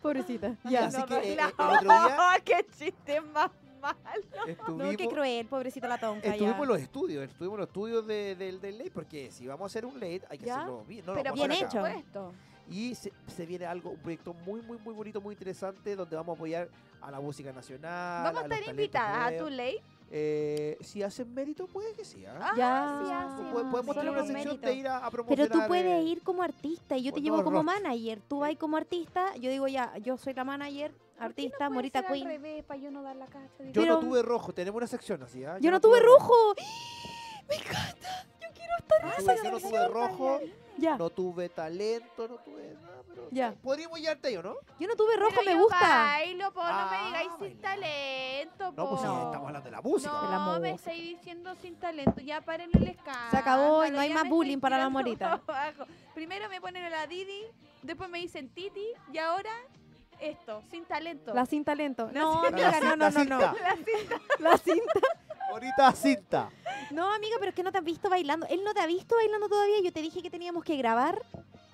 Speaker 2: pobrecita.
Speaker 3: Ya,
Speaker 2: Ya.
Speaker 3: así
Speaker 1: No
Speaker 3: que
Speaker 1: doy
Speaker 3: eh, eh,
Speaker 1: la
Speaker 3: el otro día
Speaker 1: ¡Qué chiste más mal!
Speaker 2: No, qué
Speaker 3: estuvimos,
Speaker 2: cruel, pobrecita la tonca.
Speaker 3: estuvimos
Speaker 2: ya.
Speaker 3: en los estudios, estuvimos en los estudios de- del del late, porque si vamos a hacer un late, hay que
Speaker 2: Ya.
Speaker 3: hacerlo bien. No, lo
Speaker 1: Pero
Speaker 3: vamos a
Speaker 2: bien
Speaker 3: hacer
Speaker 2: hecho.
Speaker 3: acá.
Speaker 1: Puesto.
Speaker 3: Y se, se viene algo, un proyecto muy, muy, muy bonito, muy interesante, donde vamos a apoyar a la música nacional.
Speaker 1: Vamos a
Speaker 3: los
Speaker 1: estar
Speaker 3: talentos
Speaker 1: invitadas a tu
Speaker 3: nuevos.
Speaker 1: ley.
Speaker 3: Eh, si hacen mérito, puede que sí. ¿ah?
Speaker 1: Ah,
Speaker 2: Ya.
Speaker 1: sí,
Speaker 3: Po-
Speaker 1: hace.
Speaker 3: po- Podemos
Speaker 2: solo
Speaker 3: tener una
Speaker 2: con
Speaker 3: sección
Speaker 2: mérito.
Speaker 3: de ir a, a
Speaker 2: Pero
Speaker 3: promocionar.
Speaker 2: tú
Speaker 3: eh,
Speaker 2: puedes ir como artista y yo te
Speaker 3: Bueno,
Speaker 2: llevo como
Speaker 3: rostro.
Speaker 2: manager. Tú vas como artista, yo digo ya, yo soy la manager, artista, Morita Queen.
Speaker 1: para yo no dar la cacha.
Speaker 3: Yo
Speaker 2: pero-
Speaker 3: no tuve rojo, tenemos una sección así. ¿ah?
Speaker 2: Yo no tuve rojo. Me encanta. Ah,
Speaker 3: No tuve, yo no tuve rojo,
Speaker 2: Ya.
Speaker 3: no tuve talento, no tuve nada. Pero
Speaker 2: Ya.
Speaker 3: Podríamos llevarte yo, ¿no?
Speaker 2: Yo no tuve rojo,
Speaker 1: Pero
Speaker 2: me
Speaker 1: yo
Speaker 2: gusta.
Speaker 1: Bailo, po, no me
Speaker 3: Ah,
Speaker 1: digáis sin
Speaker 3: bailar.
Speaker 1: talento, po.
Speaker 3: No, pues sí,
Speaker 2: No.
Speaker 3: estamos hablando de la música.
Speaker 2: De la
Speaker 1: No, me
Speaker 2: música.
Speaker 1: estáis diciendo sin talento. Ya paren el escándalo.
Speaker 2: Se acabó y no hay
Speaker 1: ya
Speaker 2: más
Speaker 1: me
Speaker 2: bullying
Speaker 1: estáis
Speaker 2: para la
Speaker 1: tirando
Speaker 2: Morita.
Speaker 1: pa' abajo. Primero me ponen a la Didi, después me dicen Titi y ahora esto, sin talento.
Speaker 2: La sin talento. No,
Speaker 3: La
Speaker 2: amiga, no, no,
Speaker 3: cinta,
Speaker 2: no, no.
Speaker 3: cinta.
Speaker 2: La cinta.
Speaker 3: Bonita cinta.
Speaker 2: No, amiga, pero es que no te has visto bailando. Él no te ha visto bailando todavía. Yo te dije que teníamos que grabar.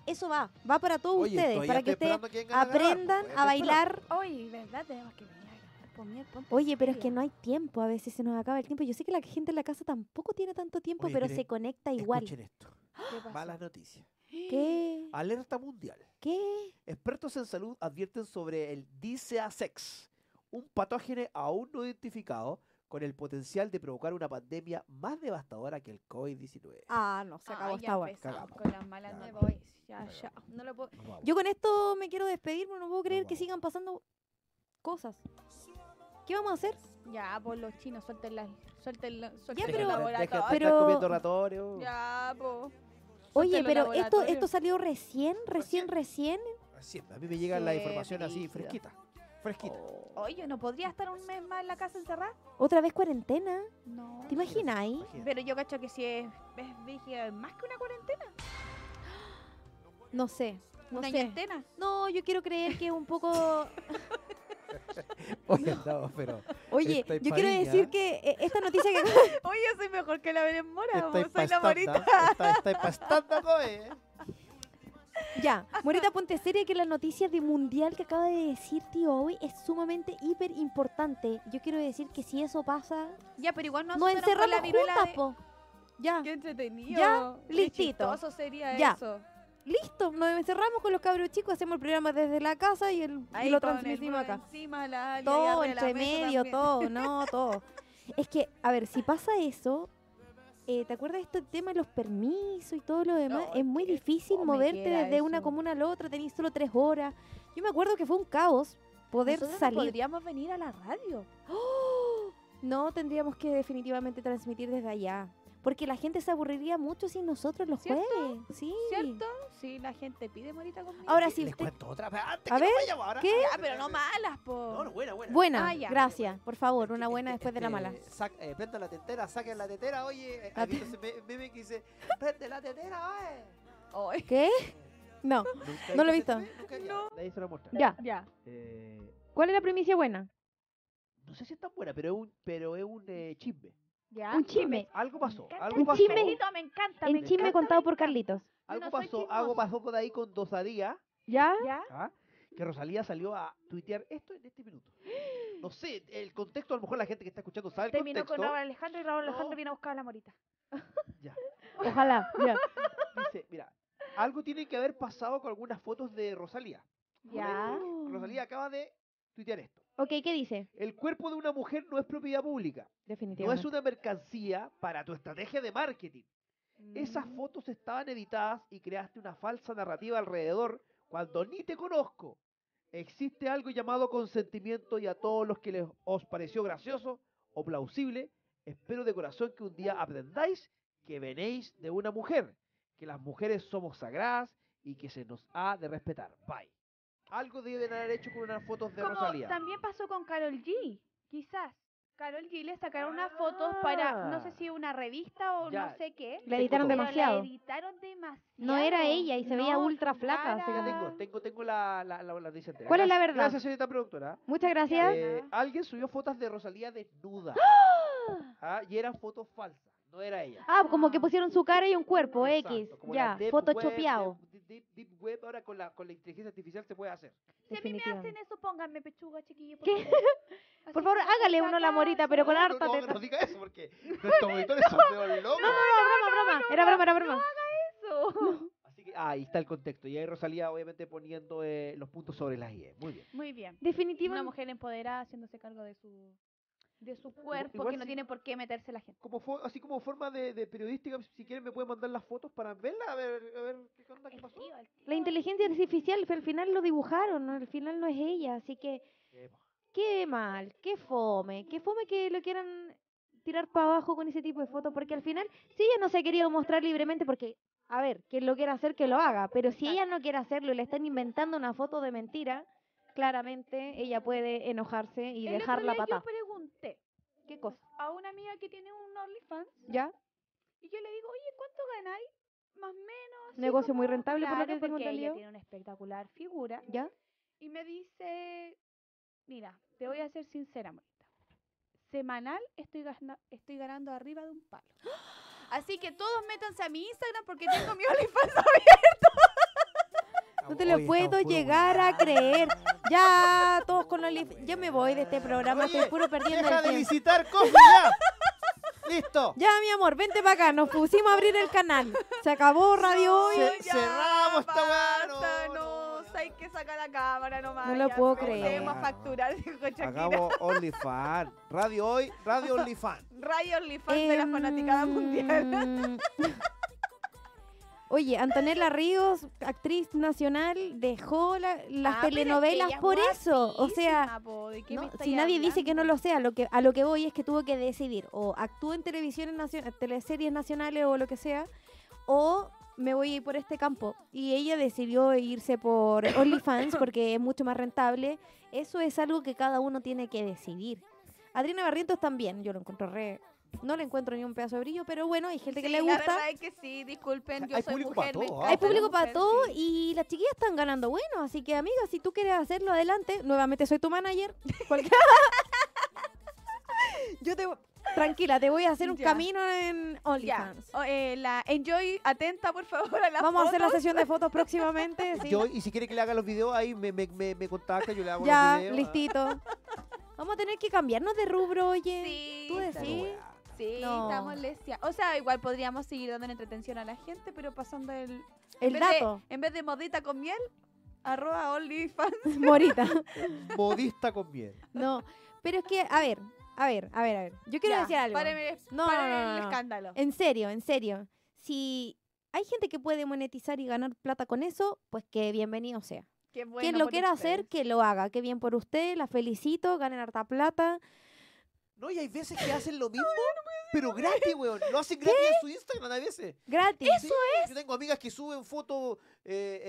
Speaker 2: Eso va, va para todos
Speaker 3: Oye,
Speaker 2: ustedes,
Speaker 3: todavía
Speaker 2: para que
Speaker 3: estoy
Speaker 2: ustedes
Speaker 3: esperando quién gana la grabar,
Speaker 2: aprendan
Speaker 3: pues,
Speaker 2: a
Speaker 3: estoy
Speaker 2: bailar.
Speaker 1: Oye, ¿verdad? Tenemos que venir a grabar, po, mierda, ponte
Speaker 2: Oye, pero es que
Speaker 1: seria.
Speaker 2: no hay tiempo, a veces se nos acaba el tiempo. Yo sé que la gente en la casa tampoco tiene tanto tiempo,
Speaker 3: Oye,
Speaker 2: pero
Speaker 3: miren,
Speaker 2: se conecta
Speaker 3: esperando.
Speaker 2: e igual.
Speaker 3: Escuchen esto.
Speaker 1: ¿Qué pasó?
Speaker 3: Malas noticias.
Speaker 2: ¿Qué?
Speaker 3: Alerta mundial.
Speaker 2: ¿Qué?
Speaker 3: Expertos en salud advierten sobre el DCA-Sex, un patógeno aún no identificado con el potencial de provocar una pandemia más devastadora que el COVID-19.
Speaker 2: Ah, no, se acabó
Speaker 1: Ah,
Speaker 2: hasta
Speaker 1: ya
Speaker 2: ahora.
Speaker 1: empezamos
Speaker 3: Cagamos.
Speaker 1: con las malas
Speaker 3: Cagamos.
Speaker 1: noticias. Ya, ya.
Speaker 2: No lo puedo-
Speaker 3: Nos vamos.
Speaker 2: Yo con esto me quiero despedir, pero no puedo creer que
Speaker 3: vamos.
Speaker 2: sigan pasando cosas. ¿Qué vamos a hacer?
Speaker 1: Ya, por los chinos, suelten la, suelten la, suelten
Speaker 2: Ya,
Speaker 1: el
Speaker 3: Dejen
Speaker 2: pero-
Speaker 3: de- dejen de
Speaker 1: laboratorio.
Speaker 3: estar
Speaker 2: pero-
Speaker 3: comiendo ratones, oh.
Speaker 1: Ya, po.
Speaker 2: Oye,
Speaker 1: Suéltalo
Speaker 2: pero esto,
Speaker 1: laboratorio.
Speaker 2: esto salió recién, recién, recién.
Speaker 3: Así, a mí me llega la
Speaker 1: Qué
Speaker 3: información así,
Speaker 1: brígido.
Speaker 3: fresquita. Fresquita.
Speaker 1: Oye, ¿no podría estar un mes más en la casa encerrada?
Speaker 2: Otra vez cuarentena.
Speaker 1: No.
Speaker 2: ¿Te imaginas ahí?
Speaker 3: Imagínate.
Speaker 1: Pero yo cacho que si es, es brígida, es más que una cuarentena.
Speaker 2: No sé. No
Speaker 1: una
Speaker 2: sé.
Speaker 1: cuarentena.
Speaker 2: No, yo quiero creer que es un poco.
Speaker 3: Oye, no, pero
Speaker 2: Oye,
Speaker 3: Estoy
Speaker 2: yo quiero
Speaker 3: pariña.
Speaker 2: decir que eh, esta noticia que
Speaker 1: Oye, soy mejor que la Belén Mora.
Speaker 3: estáis
Speaker 1: po, Soy la
Speaker 3: pastando,
Speaker 1: morita.
Speaker 3: estáis pastando, coe.
Speaker 2: Ya, Morita ponte seria que la noticia de mundial que acaba de decir tío hoy es sumamente hiper importante. Yo quiero decir que si eso pasa,
Speaker 1: Ya, pero igual no
Speaker 2: nos
Speaker 1: encerramos
Speaker 2: encerramos juntas, po. Ya,
Speaker 1: Qué entretenido.
Speaker 2: Ya,
Speaker 1: Qué
Speaker 2: listito.
Speaker 1: chistoso sería
Speaker 2: Ya.
Speaker 1: eso.
Speaker 2: listo, nos encerramos con los cabros chicos, hacemos el programa desde la casa y, el, y
Speaker 1: Ahí
Speaker 2: lo
Speaker 1: con el
Speaker 2: transmitimos
Speaker 1: bro
Speaker 2: acá.
Speaker 1: Encima, la Ali, ahí
Speaker 2: Todo,
Speaker 1: arriba de la
Speaker 2: entre
Speaker 1: mesa
Speaker 2: medio,
Speaker 1: también.
Speaker 2: todo, no, todo. Es que, a ver, si pasa eso, eh, ¿te acuerdas de este tema de los permisos y todo lo demás?
Speaker 1: No,
Speaker 2: es muy
Speaker 1: qué
Speaker 2: difícil
Speaker 1: fome
Speaker 2: moverte
Speaker 1: que era
Speaker 2: desde una
Speaker 1: eso.
Speaker 2: comuna a la otra, tenés solo tres horas. Yo me acuerdo que fue un caos poder
Speaker 1: Nosotros no
Speaker 2: salir.
Speaker 1: podríamos venir a la radio.
Speaker 2: No, tendríamos que definitivamente transmitir desde allá. Porque la gente se aburriría mucho sin nosotros los
Speaker 1: ¿Cierto?
Speaker 2: jueves. Sí.
Speaker 1: ¿Cierto? Sí, la gente pide morita conmigo.
Speaker 2: Ahora Ah, sí,
Speaker 3: Les
Speaker 2: usted-
Speaker 3: cuento otra vez. Antes
Speaker 2: A
Speaker 3: que
Speaker 2: ver,
Speaker 3: nos vayamos ahora.
Speaker 2: ¿qué?
Speaker 1: Ya, pero no malas, po.
Speaker 3: Ah, No, no, buena, buena.
Speaker 2: Buena,
Speaker 1: Ah, ya.
Speaker 2: gracias. Por favor, una
Speaker 3: Este-
Speaker 2: buena
Speaker 3: este-
Speaker 2: después de la mala. Ah,
Speaker 3: este, sac- eh, prendan la tetera, saquen la tetera, oye. eh,
Speaker 2: La
Speaker 3: Hay visto ese me- meme que dice, prende la tetera, oye.
Speaker 1: Ay,
Speaker 2: ¿Qué? No.
Speaker 3: Nunca
Speaker 2: No lo he
Speaker 3: ese
Speaker 2: visto.
Speaker 3: meme, nunca- ya, Nadie se lo muestra.
Speaker 2: Ya.
Speaker 1: ya.
Speaker 3: Eh,
Speaker 2: ¿Cuál es la primicia buena?
Speaker 3: no sé si es tan buena, pero es un, pero es un eh, chisme.
Speaker 1: Ya.
Speaker 2: Un chisme.
Speaker 3: Algo pasó,
Speaker 1: encanta
Speaker 3: algo
Speaker 1: el
Speaker 2: Un
Speaker 3: pasó.
Speaker 2: chisme.
Speaker 1: chismecito, me encanta. me
Speaker 2: El chisme
Speaker 1: encanta,
Speaker 2: contado
Speaker 1: me
Speaker 2: por
Speaker 1: encanta.
Speaker 2: Carlitos.
Speaker 1: no
Speaker 3: Algo
Speaker 1: soy
Speaker 3: pasó,
Speaker 1: chismosa.
Speaker 3: algo pasó por ahí con Dosadía,
Speaker 2: ¿Ya?
Speaker 1: Ya.
Speaker 3: ¿ah? que Rosalía salió a tuitear esto en este minuto. No sé, el contexto, a lo mejor la gente que está escuchando sabe el
Speaker 1: Terminó
Speaker 3: contexto.
Speaker 1: con Raúl Alejandro y Raúl Alejandro
Speaker 3: No.
Speaker 1: viene a buscar a la morita.
Speaker 3: Ya.
Speaker 2: Ojalá. Ya.
Speaker 3: Dice, mira, algo tiene que haber pasado con algunas fotos de Rosalía.
Speaker 1: Oh. Ya.
Speaker 3: Rosalía acaba de tuitear esto.
Speaker 2: Ok, ¿qué dice?
Speaker 3: El cuerpo de una mujer no es propiedad pública, no es
Speaker 2: Definitivamente.
Speaker 3: una mercancía para tu estrategia de marketing. Esas fotos estaban editadas y creaste una falsa narrativa alrededor cuando ni te conozco. Existe algo llamado consentimiento y a todos los que les os pareció gracioso o plausible, espero de corazón que un día aprendáis que venéis de una mujer, que las mujeres somos sagradas y que se nos ha de respetar. Bye. Algo deben haber hecho con unas fotos de
Speaker 1: Como
Speaker 3: Rosalía.
Speaker 1: también pasó con Carol G, quizás. Carol G le sacaron unas fotos para, no sé si una revista o
Speaker 3: Ya,
Speaker 1: no sé qué.
Speaker 3: Te
Speaker 7: La Ah. editaron
Speaker 3: tengo.
Speaker 1: pero
Speaker 7: demasiado.
Speaker 1: La editaron demasiado.
Speaker 7: No era ella y se veía
Speaker 1: No,
Speaker 7: ultra flaca.
Speaker 1: para.
Speaker 7: se
Speaker 3: Ya
Speaker 7: la-
Speaker 3: tengo, tengo, tengo la, la, la, la noticia entera.
Speaker 7: ¿Cuál es la
Speaker 3: Gracias-
Speaker 7: verdad?
Speaker 3: Gracias, señorita productora.
Speaker 7: Muchas gracias.
Speaker 3: Eh, alguien subió fotos de Rosalía desnuda. Ah, y eran fotos falsas, no era ella.
Speaker 7: Ah, como que pusieron su cara y un cuerpo,
Speaker 3: Exacto,
Speaker 7: X.
Speaker 3: como la
Speaker 7: Ya,
Speaker 3: deep web,
Speaker 7: photoshopeado.
Speaker 3: deep- deep- deep web, ahora con la, con la inteligencia artificial se puede hacer.
Speaker 1: Si a mí me
Speaker 7: Definitivamente.
Speaker 1: hacen eso, pónganme pechuga, chiquillo.
Speaker 7: ¿Qué? Por favor, hágale uno la morita, pero con
Speaker 3: No,
Speaker 7: harta
Speaker 3: no,
Speaker 7: teta.
Speaker 3: No, no diga eso porque nuestros monitores son peor locos.
Speaker 7: No, no, no, broma, broma. Era broma, era broma.
Speaker 1: eso.
Speaker 3: Así que ah, ahí está el contexto. Y ahí Rosalía, obviamente, poniendo eh, los puntos sobre las IE. Muy bien.
Speaker 1: Muy bien. Una
Speaker 7: Definitivamente.
Speaker 1: mujer empoderada haciéndose cargo de su de su cuerpo
Speaker 3: igual
Speaker 1: que no
Speaker 3: sí.
Speaker 1: tiene por qué meterse la gente.
Speaker 3: Como fo- así como forma de, de periodística, si quieren me pueden mandar las fotos para verla, a ver, a ver qué onda, qué
Speaker 1: El
Speaker 3: pasó.
Speaker 1: tío, el tío.
Speaker 7: La inteligencia artificial, al final lo dibujaron, al final no es ella, así que
Speaker 3: Eh, po.
Speaker 7: qué mal, qué fome, qué fome que lo quieran tirar para abajo con ese tipo de fotos, porque al final, si ella no se ha querido mostrar libremente, porque, a ver, quien lo quiera hacer, que lo haga, pero si ella no quiere hacerlo y le están inventando una foto de mentira, claramente ella puede enojarse y
Speaker 1: El otro
Speaker 7: dejar la
Speaker 1: día
Speaker 7: patada.
Speaker 1: Yo pregunté
Speaker 7: ¿Qué cosa?
Speaker 1: a una amiga que tiene un OnlyFans
Speaker 7: ¿Ya?
Speaker 1: y yo le digo, oye, ¿cuánto ganáis? Más o menos. así
Speaker 7: Negocio muy
Speaker 1: como-
Speaker 7: rentable, por lo
Speaker 1: Claro,
Speaker 7: que tengo
Speaker 1: porque ella
Speaker 7: entendido.
Speaker 1: tiene una espectacular figura.
Speaker 7: ¿Ya?
Speaker 1: Y me dice, mira, te voy a ser sincera, Morita. Semanal estoy, gasna- estoy ganando arriba de un palo. Así que todos métanse a mi Instagram porque tengo mi OnlyFans
Speaker 2: No te lo
Speaker 3: Oye,
Speaker 2: puedo
Speaker 3: Ah, estamos puro
Speaker 2: llegar a
Speaker 3: weón.
Speaker 2: creer. Ya, todos con los lif- Ya me voy de este programa,
Speaker 3: Oye,
Speaker 2: estoy puro perdiendo
Speaker 3: Deja
Speaker 2: el
Speaker 3: de
Speaker 2: tiempo.
Speaker 3: licitar cosas ya. Listo.
Speaker 2: Ya, mi amor, vente para acá. Nos pusimos a abrir el canal. Se acabó Radio Hoy.
Speaker 3: Ce- cerramos esta weá,
Speaker 1: basta, no,
Speaker 3: no, no,
Speaker 1: o
Speaker 3: no,
Speaker 1: sea, hay que sacar la cámara nomás.
Speaker 7: No lo
Speaker 1: ya,
Speaker 7: puedo
Speaker 1: empecemos
Speaker 7: creer.
Speaker 1: a facturar, dijo Shakira.
Speaker 3: Hagamos OnlyFans. Radio hoy, Radio OnlyFans.
Speaker 1: Radio OnlyFans de
Speaker 7: Em,
Speaker 1: la fanaticada mundial.
Speaker 2: Em, Oye, Antonella Ríos, actriz nacional, dejó la-
Speaker 1: Ah,
Speaker 2: las
Speaker 1: pero es que
Speaker 2: telenovelas
Speaker 1: ella es
Speaker 2: por eso. O sea,
Speaker 1: guapísima, po, ¿de qué me
Speaker 2: no,
Speaker 1: estáis
Speaker 2: si nadie dice que no
Speaker 1: hablando?
Speaker 2: lo sea, lo que, a lo que voy es que tuvo que decidir o actúo en televisiones nacion- teleseries nacionales o lo que sea, o me voy a ir por este campo. Y ella decidió irse por OnlyFans porque es mucho más rentable. Eso es algo que cada uno tiene que decidir. Adriana Barrientos también, yo lo encuentro re... No le encuentro ni un pedazo de brillo, pero bueno, hay gente que
Speaker 1: Sí,
Speaker 2: le
Speaker 1: La
Speaker 2: gusta.
Speaker 1: verdad es que sí, disculpen, yo
Speaker 3: Hay
Speaker 1: soy
Speaker 3: público
Speaker 1: mujer.
Speaker 3: para
Speaker 1: me
Speaker 3: todo, ¿ah?
Speaker 1: encanta
Speaker 2: Hay
Speaker 3: Ojalá
Speaker 1: la
Speaker 2: público para
Speaker 1: mujer,
Speaker 2: todo
Speaker 1: sí.
Speaker 2: y las chiquillas están ganando bueno, así que amiga, si tú quieres hacerlo, adelante. Nuevamente soy tu manager. Cualquier- Yo te voy- tranquila, te voy a hacer un
Speaker 1: Ya.
Speaker 2: camino en
Speaker 1: Ya,
Speaker 2: OnlyFans.
Speaker 1: o, eh, la Enjoy, atenta por favor a la
Speaker 2: Vamos a hacer la
Speaker 1: foto.
Speaker 2: sesión de fotos próximamente. sí.
Speaker 3: Yo, y si quiere que le haga los videos, ahí me, me, me, me contacta, yo le hago
Speaker 2: ya,
Speaker 3: los videos.
Speaker 2: listito. Vamos a tener que cambiarnos de rubro, oye.
Speaker 1: Sí,
Speaker 2: ¿Tú
Speaker 3: Ah,
Speaker 2: decís?
Speaker 3: pero weá.
Speaker 1: sí,
Speaker 2: No.
Speaker 1: estamos lesbias. O sea, igual podríamos seguir dando entretención a la gente, pero pasando el,
Speaker 2: El
Speaker 1: en vez de-
Speaker 2: dato,
Speaker 1: en vez de modita con miel, arroba OnlyFans.
Speaker 2: Morita.
Speaker 3: Modista con bien.
Speaker 2: No, pero es que, a ver, a ver, a ver, a ver. Yo quiero
Speaker 1: Ya,
Speaker 2: decir algo.
Speaker 1: páreme el-
Speaker 2: No,
Speaker 1: páreme
Speaker 2: no, no,
Speaker 1: el
Speaker 2: no.
Speaker 1: escándalo.
Speaker 2: En serio, en serio. Si hay gente que puede monetizar y ganar plata con eso, pues que bienvenido sea.
Speaker 1: Qué bueno
Speaker 2: Quien lo
Speaker 1: por
Speaker 2: quiera hacer,
Speaker 1: ustedes.
Speaker 2: que lo haga. Que bien por usted, la felicito, ganen harta plata.
Speaker 3: No, y hay veces que hacen lo mismo, pero gratis, weón. Lo hacen gratis en su Instagram a veces.
Speaker 2: Gratis.
Speaker 3: Eso es. Yo tengo amigas que suben fotos eh,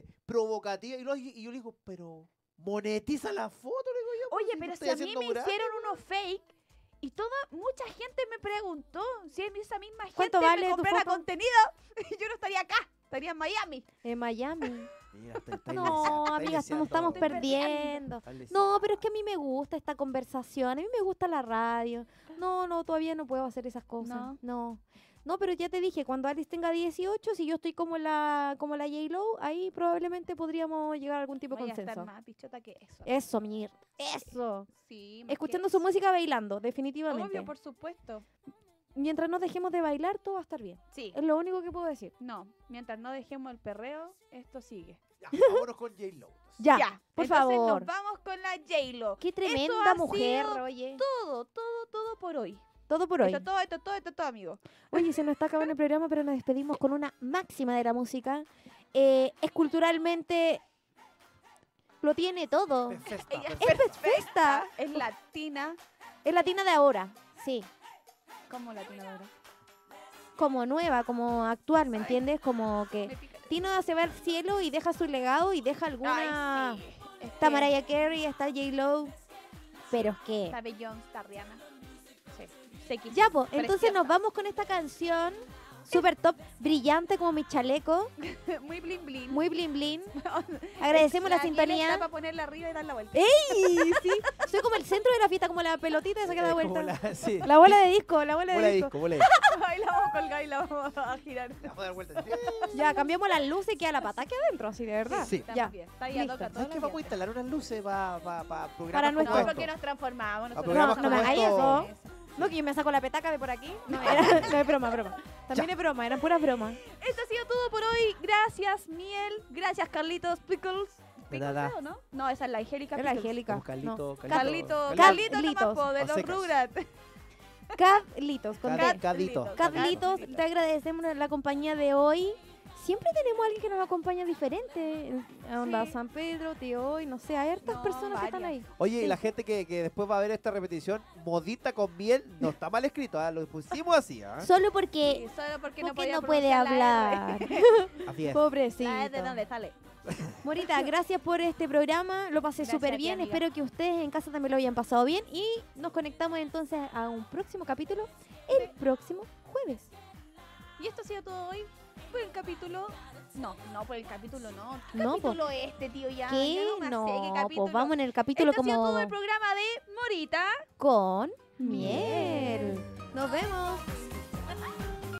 Speaker 3: eh, provocativas y, lo- y yo le digo, pero monetiza la foto, le digo yo. pues,
Speaker 1: Oye,
Speaker 3: si
Speaker 1: pero
Speaker 3: lo
Speaker 1: si a
Speaker 3: estoy
Speaker 1: mí
Speaker 3: haciendo
Speaker 1: me
Speaker 3: gratis.
Speaker 1: hicieron uno fake y toda mucha gente me preguntó si esa misma gente
Speaker 2: ¿Cuánto vale
Speaker 1: me
Speaker 2: tu
Speaker 1: comprara
Speaker 2: foto?
Speaker 1: contenido y yo no estaría acá, estaría en Miami.
Speaker 2: En Miami.
Speaker 3: Mira, está- está
Speaker 2: No,
Speaker 3: ileseando, está
Speaker 2: amigas,
Speaker 3: ileseando.
Speaker 2: estamos, estamos
Speaker 1: Estoy perdiendo.
Speaker 2: perdiendo.
Speaker 3: Está
Speaker 2: No,
Speaker 3: ileseando.
Speaker 2: pero es que a mí me gusta esta conversación, a mí me gusta la radio. No, no, todavía no puedo hacer esas cosas. No.
Speaker 1: No.
Speaker 2: No, pero ya te dije, cuando Alice tenga 18, si yo estoy como la como la J-Lo, ahí probablemente podríamos llegar a algún tipo de
Speaker 1: Voy a estar
Speaker 2: consenso.
Speaker 1: más pichota que eso.
Speaker 2: Eso, mir. Eso.
Speaker 1: Sí, más que
Speaker 2: Escuchando su
Speaker 1: eso.
Speaker 2: música bailando, definitivamente.
Speaker 1: Obvio, por supuesto.
Speaker 2: Mientras nos dejemos de bailar, todo va a estar bien.
Speaker 1: Sí.
Speaker 2: Es lo único que puedo decir.
Speaker 1: No, mientras no dejemos el perreo, esto sigue.
Speaker 3: Ya, vámonos con J-Lo.
Speaker 2: Ya, por
Speaker 1: entonces
Speaker 2: favor.
Speaker 1: nos vamos con la J-Lo.
Speaker 2: Qué
Speaker 1: ha
Speaker 2: tremenda mujer,
Speaker 1: sido
Speaker 2: oye.
Speaker 1: Todo, todo, todo por hoy.
Speaker 2: Todo por hoy.
Speaker 1: Esto, todo, esto, todo, esto, todo, amigo.
Speaker 2: Oye, se nos está acabando el programa, pero nos despedimos con una máxima de la música. Eh, es culturalmente. Lo tiene todo.
Speaker 3: Perfecta,
Speaker 1: Ella-
Speaker 2: Es
Speaker 3: perfecta.
Speaker 2: perfecta.
Speaker 1: Es latina.
Speaker 2: Es latina de ahora. Sí.
Speaker 1: Como latina ahora.
Speaker 2: como nueva, como actual, ¿me entiendes? Como que
Speaker 1: Me pica la-
Speaker 2: Tino se va al cielo y deja su legado y deja alguna...
Speaker 1: Ay, sí. Es
Speaker 2: Está
Speaker 1: que
Speaker 2: Mariah Carey, está J-Lo, pero es que...
Speaker 1: Está Beyoncé, está Rihanna. Sí. Sequis.
Speaker 2: Ya, pues, entonces
Speaker 1: Preciosa.
Speaker 2: nos vamos con esta canción. Super top, brillante como mi chaleco,
Speaker 1: pues, Muy bling bling.
Speaker 2: muy blin blin. Agradecemos la, sintonía.
Speaker 1: Para ponerla arriba y dar la vuelta.
Speaker 2: ¡Ey! Sí, soy como el centro de la fiesta, como la pelotita esa que da
Speaker 3: Es como
Speaker 2: vuelta.
Speaker 3: la- sí,
Speaker 2: La bola de disco, la bola
Speaker 3: bola
Speaker 2: de
Speaker 3: de
Speaker 2: disco.
Speaker 3: disco, bola de disco.
Speaker 1: Ahí la vamos a colgar y la vamos a girar.
Speaker 3: La vamos a dar vuelta.
Speaker 2: Ya, cambiamos las luces y queda la pata aquí adentro, así de verdad.
Speaker 3: Sí.
Speaker 1: Está
Speaker 2: Ya.
Speaker 1: muy bien. Está ahí a
Speaker 2: Listo.
Speaker 1: toca
Speaker 3: ¿Sabes
Speaker 1: todo.
Speaker 3: qué? Vamos a instalar unas luces para pa, pa programas
Speaker 2: Para
Speaker 3: como
Speaker 2: nuestro-
Speaker 1: No,
Speaker 3: estos.
Speaker 1: porque nos transformamos. nosotros-
Speaker 3: programas
Speaker 2: No, no
Speaker 3: como
Speaker 2: me hagáis
Speaker 3: estos.
Speaker 1: eso.
Speaker 2: No, que yo me saco la petaca de por aquí. No, era- no, es broma, broma. También es broma, eran puras bromas.
Speaker 1: Esto ha sido todo por hoy. Gracias, Miel. Gracias, Carlitos Pickles.
Speaker 3: De
Speaker 1: Pickles,
Speaker 3: nada.
Speaker 1: ¿no? ¿no? No, esa es la Angélica
Speaker 2: Era
Speaker 1: Pickles.
Speaker 2: Angélica.
Speaker 3: Como Carlito,
Speaker 1: Carlito,
Speaker 3: Carlito.
Speaker 1: Carlito
Speaker 2: Carlitos.
Speaker 1: Tomapo, de
Speaker 3: A
Speaker 1: los
Speaker 3: secas.
Speaker 1: Rugrats.
Speaker 2: No. Carlitos, con D.
Speaker 3: Cad- Cadito.
Speaker 2: Carlitos,
Speaker 1: Carlitos.
Speaker 2: te agradecemos la compañía de hoy. Siempre tenemos a alguien que nos acompaña diferente. Eh, Onda
Speaker 1: Sí.
Speaker 2: San Pedro, tío, hoy, no sé, hay hartas
Speaker 1: No,
Speaker 2: personas que están ahí.
Speaker 1: varias.
Speaker 3: Oye, y la gente que, que después va a ver esta repetición, modita con miel, no está mal escrito, ¿ah? lo pusimos así, ¿ah?
Speaker 2: Solo
Speaker 1: Sí,
Speaker 2: porque,
Speaker 1: solo porque no,
Speaker 2: porque
Speaker 1: podía
Speaker 2: no puede
Speaker 1: pronunciar la R.
Speaker 2: hablar.
Speaker 3: Así es.
Speaker 2: Pobrecito.
Speaker 1: La R de dónde sale.
Speaker 2: Morita, gracias por este programa. Lo pasé
Speaker 1: Gracias a
Speaker 2: súper
Speaker 1: ti,
Speaker 2: bien.
Speaker 1: amiga.
Speaker 2: Espero que ustedes en casa también lo hayan pasado bien. Y nos conectamos entonces a un próximo capítulo el próximo jueves.
Speaker 1: Y esto ha sido todo hoy por el capítulo. No, no por el capítulo, no. ¿Qué
Speaker 2: No, po.
Speaker 1: capítulo este, tío? Ya,
Speaker 2: ¿Qué?
Speaker 1: ya no me
Speaker 2: No,
Speaker 1: sé qué capítulo.
Speaker 2: pues vamos en el
Speaker 1: Esto
Speaker 2: capítulo
Speaker 1: ha sido todo
Speaker 2: como
Speaker 1: el programa de Morita.
Speaker 2: con miel. Nos vemos.